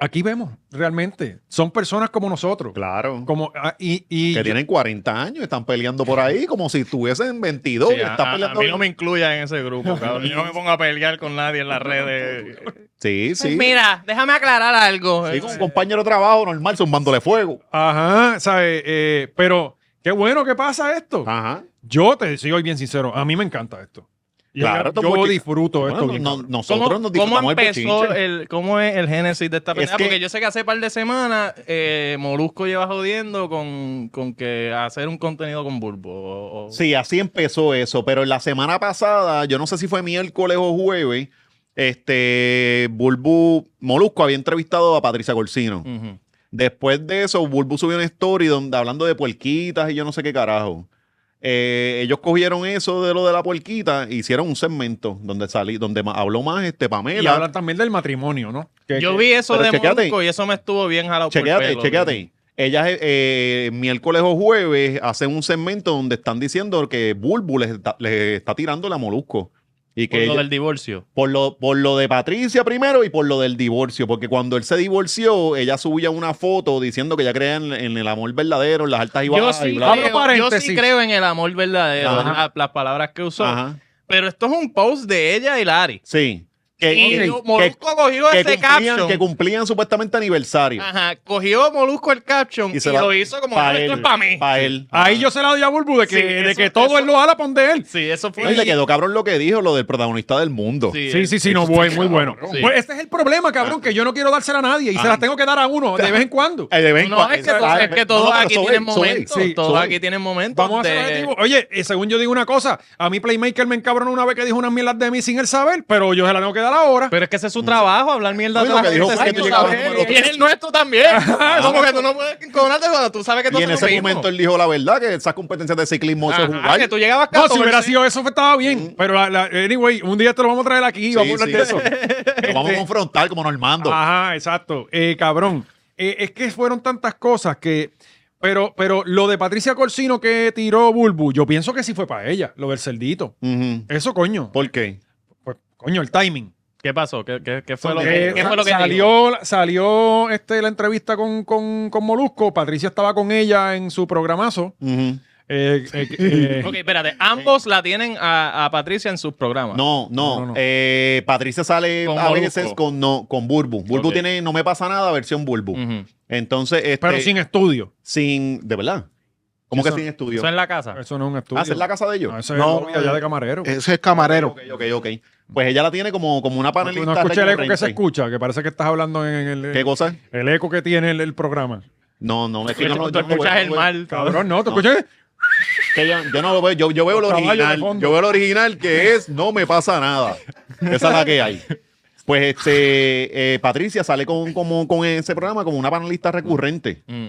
[SPEAKER 2] Aquí vemos, realmente, son personas como nosotros.
[SPEAKER 3] Claro.
[SPEAKER 2] Como, ah, y, y-
[SPEAKER 3] que tienen 40 años, están peleando por ahí como si tuviesen 22
[SPEAKER 4] Sí,
[SPEAKER 3] y
[SPEAKER 4] a,
[SPEAKER 3] están
[SPEAKER 4] a-
[SPEAKER 3] peleando.
[SPEAKER 4] a mí no me incluya en ese grupo, cabrón. Yo no me pongo a pelear con nadie en las redes. Pues
[SPEAKER 3] Sí, sí.
[SPEAKER 4] Mira, déjame aclarar algo. Eh,
[SPEAKER 3] Sí, con un compañero de trabajo normal zumbándole fuego.
[SPEAKER 2] Ajá, ¿sabes? Eh, pero qué bueno que pasa esto.
[SPEAKER 3] Ajá.
[SPEAKER 2] Yo te soy hoy bien sincero, a mí me encanta esto. Y
[SPEAKER 3] Claro,
[SPEAKER 2] yo,
[SPEAKER 3] esto es porque-
[SPEAKER 2] disfruto esto.
[SPEAKER 3] Bueno,
[SPEAKER 2] bien
[SPEAKER 3] no-
[SPEAKER 2] cabrón.
[SPEAKER 3] nosotros
[SPEAKER 4] ¿Cómo,
[SPEAKER 3] nos
[SPEAKER 4] cómo
[SPEAKER 3] disfrutamos el
[SPEAKER 4] empezó
[SPEAKER 3] bochinche.
[SPEAKER 4] el, cómo es el génesis de esta
[SPEAKER 3] Es
[SPEAKER 4] pendeja?
[SPEAKER 3] que-
[SPEAKER 4] Porque yo sé que hace par de semanas eh, Molusco lleva jodiendo con, con que hacer un contenido con Burbo. o- o-
[SPEAKER 3] Sí, así empezó eso, pero la semana pasada, yo no sé si fue miércoles o jueves,
[SPEAKER 4] Mm.
[SPEAKER 3] este Bulbu Molusco había entrevistado a Patricia Corsino
[SPEAKER 4] Ujú.
[SPEAKER 3] Después de eso, Bulbu subió una story donde, hablando de puerquitas y yo no sé qué carajo. Eh, ellos cogieron eso de lo de la puerquita e hicieron un segmento donde salí, donde ma- habló más este
[SPEAKER 2] Y
[SPEAKER 3] Pamela.
[SPEAKER 2] hablan también del matrimonio, ¿no? Que-
[SPEAKER 4] Yo
[SPEAKER 2] que-
[SPEAKER 4] vi eso
[SPEAKER 3] pero
[SPEAKER 4] de
[SPEAKER 3] chequéate.
[SPEAKER 4] Molusco y eso me estuvo bien jalado
[SPEAKER 3] Chequéate,
[SPEAKER 4] por el pelo.
[SPEAKER 3] chequéate. Ellas eh, eh, miércoles o jueves hacen un segmento donde están diciendo que Bulbu les está, les está tirando la molusco. Y
[SPEAKER 4] Por
[SPEAKER 3] que
[SPEAKER 4] lo
[SPEAKER 3] ella-
[SPEAKER 4] del divorcio.
[SPEAKER 3] por lo, por lo de Patricia primero y por lo del divorcio, porque cuando él se divorció, ella subía una foto diciendo que ella creía en, en el amor verdadero, en las altas y
[SPEAKER 4] Yo
[SPEAKER 3] bajas. y
[SPEAKER 4] sí,
[SPEAKER 3] bla, bla,
[SPEAKER 2] Abro
[SPEAKER 4] creo, yo sí
[SPEAKER 2] paréntesis.
[SPEAKER 4] creo en el amor verdadero,
[SPEAKER 3] Ajá.
[SPEAKER 4] la- las palabras que usó.
[SPEAKER 3] bla. Ajá.
[SPEAKER 4] Pero esto es un post de ella y Lari.
[SPEAKER 3] Sí. Que,
[SPEAKER 4] Y
[SPEAKER 3] que-
[SPEAKER 4] Molusco cogió
[SPEAKER 3] que
[SPEAKER 4] ese
[SPEAKER 3] cumplían,
[SPEAKER 4] caption.
[SPEAKER 3] que cumplían supuestamente aniversario.
[SPEAKER 4] Ajá, cogió Molusco el caption
[SPEAKER 3] Y
[SPEAKER 4] y,
[SPEAKER 3] se la-
[SPEAKER 4] lo hizo como
[SPEAKER 3] pa'
[SPEAKER 4] "No, esto
[SPEAKER 3] él,
[SPEAKER 4] es para mí.
[SPEAKER 3] Para él.
[SPEAKER 2] Ahí yo se la doy a Bulbu de que,
[SPEAKER 4] Sí,
[SPEAKER 2] de
[SPEAKER 4] eso-
[SPEAKER 2] que todo
[SPEAKER 4] eso-
[SPEAKER 2] él lo jala pon de él.
[SPEAKER 4] Sí, eso
[SPEAKER 3] No,
[SPEAKER 4] fue.
[SPEAKER 3] y le quedó cabrón lo que dijo, lo del protagonista del mundo.
[SPEAKER 2] Sí, sí, sí, no, voy, muy bueno.
[SPEAKER 4] Sí.
[SPEAKER 2] Pues ese es el problema, cabrón, que yo no quiero dársela a nadie y se
[SPEAKER 3] Ah.
[SPEAKER 2] las tengo que dar a uno de vez en cuando.
[SPEAKER 3] Eh, de vez en
[SPEAKER 4] No,
[SPEAKER 3] cuando-
[SPEAKER 4] es que,
[SPEAKER 3] Ah,
[SPEAKER 4] to- es que todos
[SPEAKER 3] no, pero
[SPEAKER 4] aquí
[SPEAKER 3] soy-
[SPEAKER 4] tienen
[SPEAKER 3] soy-
[SPEAKER 4] momentos.
[SPEAKER 3] sí,
[SPEAKER 4] todos
[SPEAKER 3] soy.
[SPEAKER 4] aquí tienen momentos.
[SPEAKER 2] Vamos a hacer
[SPEAKER 4] de-
[SPEAKER 2] los objetivos. Oye, eh, según yo digo una cosa, a mí Playmaker me encabronó una vez que dijo unas mierdas de mí sin el saber, pero yo se la tengo que dar ahora.
[SPEAKER 4] Pero es que ese es su trabajo, hablar mierda
[SPEAKER 3] Oye,
[SPEAKER 4] de
[SPEAKER 3] lo
[SPEAKER 4] la
[SPEAKER 3] que dijo
[SPEAKER 4] gente.
[SPEAKER 3] fue
[SPEAKER 4] sin
[SPEAKER 3] que
[SPEAKER 4] tú
[SPEAKER 3] llegaba
[SPEAKER 4] saber.
[SPEAKER 3] número
[SPEAKER 4] Y en el nuestro también. No, porque tú no puedes encojonarte cuando tú sabes que tú
[SPEAKER 3] Y en
[SPEAKER 4] haces
[SPEAKER 3] ese
[SPEAKER 4] lo mismo.
[SPEAKER 3] momento él dijo la verdad, que esas competencias de ciclismo, eso es
[SPEAKER 4] Ajá, Ah,
[SPEAKER 3] jugar.
[SPEAKER 4] que tú llegabas
[SPEAKER 2] No, si
[SPEAKER 4] 14.
[SPEAKER 2] hubiera sido eso, estaba bien. Pero, la- la- anyway, un día te lo vamos a traer aquí y
[SPEAKER 3] Mm. Sí,
[SPEAKER 2] vamos a hablar
[SPEAKER 3] sí.
[SPEAKER 2] de eso.
[SPEAKER 3] Lo vamos a confrontar como Normando.
[SPEAKER 2] Ajá, exacto. Eh, cabrón, eh, es que fueron tantas cosas que... Pero, pero lo de Patricia Corsino que tiró Bulbu, yo pienso que sí fue para ella, lo del cerdito.
[SPEAKER 3] Ujú.
[SPEAKER 2] Eso, coño.
[SPEAKER 3] ¿Por qué?
[SPEAKER 2] Pues, coño, el timing.
[SPEAKER 4] ¿Qué pasó? ¿Qué, qué, qué fue lo
[SPEAKER 2] Eh,
[SPEAKER 4] que, qué fue lo que dijo?
[SPEAKER 2] salió salió este, la entrevista con, con- con Molusco. Patricia estaba con ella en su programazo.
[SPEAKER 3] Ujú.
[SPEAKER 2] Eh, eh, eh,
[SPEAKER 4] Ok, espérate. Ambos la tienen a, a Patricia en sus programas.
[SPEAKER 3] No, no.
[SPEAKER 2] No, no, no.
[SPEAKER 3] Eh, Patricia sale
[SPEAKER 4] Con
[SPEAKER 3] a
[SPEAKER 4] Molusco.
[SPEAKER 3] veces con, no, con Burbu. Burbu
[SPEAKER 4] Ok.
[SPEAKER 3] tiene No Me Pasa Nada, versión Burbu.
[SPEAKER 4] Ujú.
[SPEAKER 3] Entonces, este,
[SPEAKER 4] Eh,
[SPEAKER 2] pero sin estudio.
[SPEAKER 3] sin- De verdad. ¿Cómo
[SPEAKER 2] Sí,
[SPEAKER 3] que
[SPEAKER 2] son-
[SPEAKER 3] sin estudio?
[SPEAKER 4] Eso en la casa.
[SPEAKER 2] Eso no es un estudio.
[SPEAKER 3] Ah, ¿es en la casa de ellos?
[SPEAKER 2] No,
[SPEAKER 3] Ok,
[SPEAKER 2] eso es
[SPEAKER 5] No,
[SPEAKER 2] novia ya de camarero.
[SPEAKER 5] Ese es camarero.
[SPEAKER 3] ok, ok, ok. Pues ella la tiene como, como una panelista.
[SPEAKER 2] no escuché el eco que
[SPEAKER 3] recurrente.
[SPEAKER 2] se escucha, que parece que estás hablando en el,
[SPEAKER 3] ¿Qué cosa?
[SPEAKER 2] el eco que tiene el, el programa.
[SPEAKER 3] No, no, es que yo no,
[SPEAKER 4] Tú
[SPEAKER 3] yo no
[SPEAKER 4] escuchas
[SPEAKER 3] veo-
[SPEAKER 4] el mal, cabrón.
[SPEAKER 2] Cabrón, no, ¿te
[SPEAKER 3] No.
[SPEAKER 2] escuché?
[SPEAKER 3] que yo, yo no lo veo, yo, yo veo el
[SPEAKER 2] Los caballos de
[SPEAKER 3] original.
[SPEAKER 2] fondo.
[SPEAKER 3] Yo veo el original que es No me pasa nada. Esa es la que hay. Pues este, eh, Patricia sale con, como, con ese programa como una panelista recurrente.
[SPEAKER 4] Mm.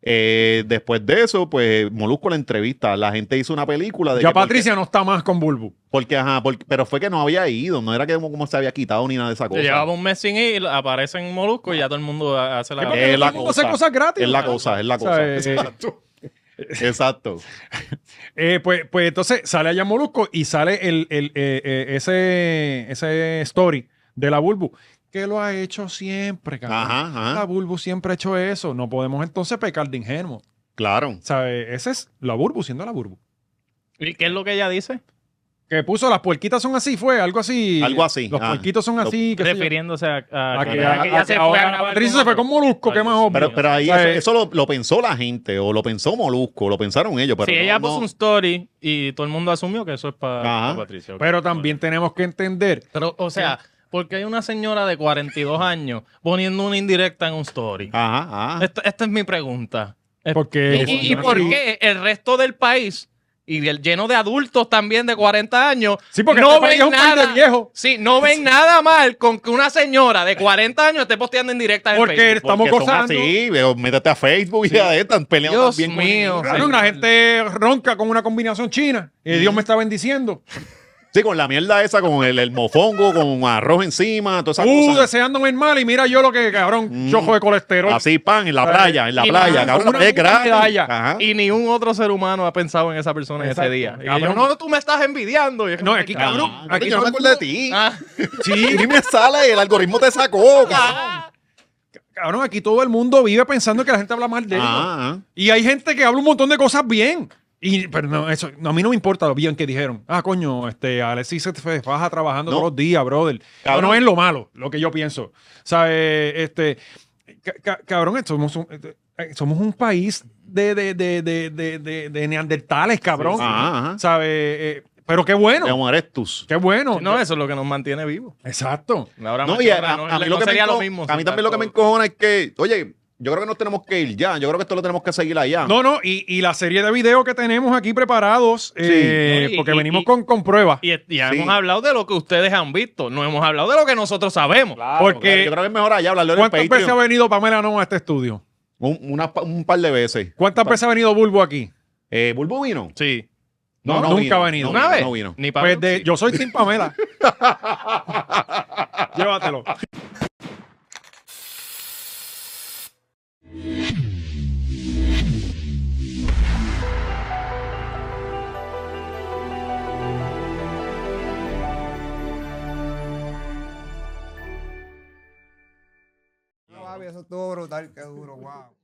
[SPEAKER 3] Eh, después de eso, pues Molusco la entrevista. La gente hizo una película de.
[SPEAKER 2] Ya
[SPEAKER 3] que porque-
[SPEAKER 2] Patricia no está más con Bulbu.
[SPEAKER 3] Porque, ajá, porque- pero fue que no había ido, no era que como, como se había quitado ni nada de esa
[SPEAKER 4] Te
[SPEAKER 3] cosa.
[SPEAKER 4] Llevaba un mes sin ir, aparece en Molusco y ya todo el mundo hace la.
[SPEAKER 3] Es la
[SPEAKER 2] Vamos a hacer
[SPEAKER 3] cosa.
[SPEAKER 2] cosas gratis.
[SPEAKER 3] Es la cosa, es la
[SPEAKER 2] O sea,
[SPEAKER 3] cosa.
[SPEAKER 2] eh,
[SPEAKER 3] Exacto. Exacto.
[SPEAKER 2] Eh, pues, pues entonces sale allá Molusco y sale el, el, eh, eh, ese, ese story de la Bulbu. Que lo ha hecho siempre, cabrón.
[SPEAKER 3] Ajá,
[SPEAKER 2] La
[SPEAKER 3] ajá.
[SPEAKER 2] Bulbu siempre ha hecho eso. No podemos entonces pecar de ingenuo.
[SPEAKER 3] Claro.
[SPEAKER 2] ¿Sabe? Esa es la Bulbu siendo la Bulbu.
[SPEAKER 4] ¿Y qué es lo que ella dice?
[SPEAKER 2] Que puso las puerquitas son así, fue algo así.
[SPEAKER 3] Algo así,
[SPEAKER 2] Los
[SPEAKER 3] ah.
[SPEAKER 2] puerquitos son
[SPEAKER 3] Lo-
[SPEAKER 2] así. qué sé yo.
[SPEAKER 4] Refiriéndose a, a-
[SPEAKER 2] A
[SPEAKER 4] que-
[SPEAKER 2] que-
[SPEAKER 4] a
[SPEAKER 2] a-
[SPEAKER 4] que ella
[SPEAKER 2] a-
[SPEAKER 4] se
[SPEAKER 2] a-
[SPEAKER 4] fue
[SPEAKER 2] ahora
[SPEAKER 4] a grabar
[SPEAKER 2] Patricia
[SPEAKER 4] con
[SPEAKER 2] se fue
[SPEAKER 4] otro.
[SPEAKER 2] con Molusco,
[SPEAKER 4] Ay,
[SPEAKER 2] qué más
[SPEAKER 4] Dios
[SPEAKER 2] obvio.
[SPEAKER 3] Pero, pero ahí
[SPEAKER 2] O sea, eh,
[SPEAKER 3] eso, eso lo, lo pensó la gente o lo pensó Molusco, lo pensaron ellos. Pero
[SPEAKER 4] sí,
[SPEAKER 3] no-
[SPEAKER 4] ella
[SPEAKER 3] no-
[SPEAKER 4] puso un story y todo el mundo asumió que eso es para
[SPEAKER 3] Ajá.
[SPEAKER 4] Patricia. ok.
[SPEAKER 2] Pero también tenemos que entender
[SPEAKER 4] Pero, o sea, porque hay una señora de 42 años poniendo una indirecta en un story.
[SPEAKER 3] Ajá, ajá.
[SPEAKER 4] Esto- esta es mi pregunta. ¿Y,
[SPEAKER 2] porque
[SPEAKER 4] Eh, y- y por qué el resto del país y del- lleno de adultos también de 40 años
[SPEAKER 2] Sí, porque
[SPEAKER 4] no
[SPEAKER 2] este país
[SPEAKER 4] ven
[SPEAKER 2] es un país
[SPEAKER 4] nada
[SPEAKER 2] de viejos.
[SPEAKER 4] Sí, no ven nada mal con que una señora de 40 años esté posteando en directa en
[SPEAKER 2] porque
[SPEAKER 4] Facebook.
[SPEAKER 2] estamos
[SPEAKER 3] Porque son
[SPEAKER 2] gozando.
[SPEAKER 3] así, pero métete a Facebook y a están peleando
[SPEAKER 4] Dios
[SPEAKER 3] también
[SPEAKER 4] mío.
[SPEAKER 3] con...
[SPEAKER 2] Claro,
[SPEAKER 4] Sí.
[SPEAKER 2] la gente ronca con una combinación china. Y Dios me está bendiciendo.
[SPEAKER 3] Sí, con la mierda esa, con el, el mofongo, con arroz encima, toda esa
[SPEAKER 2] Uh,
[SPEAKER 3] cosa.
[SPEAKER 2] deseándome el mal. Y mira yo lo que, cabrón, chojo de colesterol.
[SPEAKER 3] Así, pan, en la
[SPEAKER 2] Eh,
[SPEAKER 3] playa, en la
[SPEAKER 4] y
[SPEAKER 3] playa.
[SPEAKER 4] pan,
[SPEAKER 3] cabrón,
[SPEAKER 2] una
[SPEAKER 3] es
[SPEAKER 2] puta
[SPEAKER 3] gratis.
[SPEAKER 2] medalla.
[SPEAKER 3] Ajá.
[SPEAKER 4] Y ni un otro ser humano ha pensado en esa persona en ese
[SPEAKER 2] Exacto.
[SPEAKER 4] día. Y
[SPEAKER 2] Cabrón.
[SPEAKER 4] ellos, no, tú me estás envidiando. Y es
[SPEAKER 2] No,
[SPEAKER 4] como,
[SPEAKER 2] aquí,
[SPEAKER 3] Ah,
[SPEAKER 2] cabrón.
[SPEAKER 3] coño,
[SPEAKER 2] Aquí
[SPEAKER 3] yo no
[SPEAKER 2] todo
[SPEAKER 3] me
[SPEAKER 2] el
[SPEAKER 3] acuerdo de
[SPEAKER 2] mundo-
[SPEAKER 3] ti.
[SPEAKER 4] Ah,
[SPEAKER 3] Sí, ni me sale, el algoritmo te sacó. cabrón.
[SPEAKER 2] Cabrón, aquí todo el mundo vive pensando que la gente habla mal
[SPEAKER 3] Ah,
[SPEAKER 2] de él.
[SPEAKER 3] Ajá,
[SPEAKER 2] Y hay gente que habla un montón de cosas bien. Y, pero no, eso, no, a mí no me importa lo bien que dijeron. Ah, coño, este, Alexis se te baja trabajando
[SPEAKER 3] No.
[SPEAKER 2] todos los días, brother. Pero
[SPEAKER 3] Cabrón.
[SPEAKER 2] no es lo malo, lo que yo pienso. O sea, eh, este, ca- ca- cabrón, somos un, eh, somos un país de, de, de, de, de, de- de neandertales, cabrón.
[SPEAKER 3] sí. Ajá, ajá.
[SPEAKER 2] ¿Sabe? Eh, pero qué bueno,
[SPEAKER 3] De Homo erectus.
[SPEAKER 2] qué bueno.
[SPEAKER 4] no, eso es lo que nos mantiene vivos.
[SPEAKER 2] Exacto.
[SPEAKER 4] La
[SPEAKER 3] No, y a, a- a mí lo que me enco- a mí también lo que me encojona es que, oye, yo creo que nos tenemos que ir ya. Yo creo que esto lo tenemos que seguir allá.
[SPEAKER 2] No, no, y, y la serie de videos que tenemos aquí preparados, eh,
[SPEAKER 4] No, y-
[SPEAKER 2] porque
[SPEAKER 4] y-
[SPEAKER 2] venimos
[SPEAKER 4] y-
[SPEAKER 2] con, con pruebas.
[SPEAKER 4] Y, y ya
[SPEAKER 3] Sí.
[SPEAKER 4] hemos hablado de lo que ustedes han visto. No hemos hablado de lo que nosotros sabemos.
[SPEAKER 2] porque
[SPEAKER 3] Yo creo que es mejor allá hablarlo en el
[SPEAKER 2] ¿Cuántas veces ha
[SPEAKER 3] Patreon.
[SPEAKER 2] venido Pamela No a este estudio?
[SPEAKER 3] Un, una pa- un par de veces.
[SPEAKER 2] ¿Cuántas
[SPEAKER 3] Pa-
[SPEAKER 2] veces ha venido Bulbo aquí?
[SPEAKER 3] Eh, ¿Bulbo vino?
[SPEAKER 4] Sí.
[SPEAKER 2] No, nunca ha venido.
[SPEAKER 3] No,
[SPEAKER 4] ¿Una vez?
[SPEAKER 3] no vino.
[SPEAKER 4] Ni para
[SPEAKER 2] Pues de- yo soy Tim Pamela. Llévatelo.
[SPEAKER 10] Eso estuvo brutal, qué duro, wow.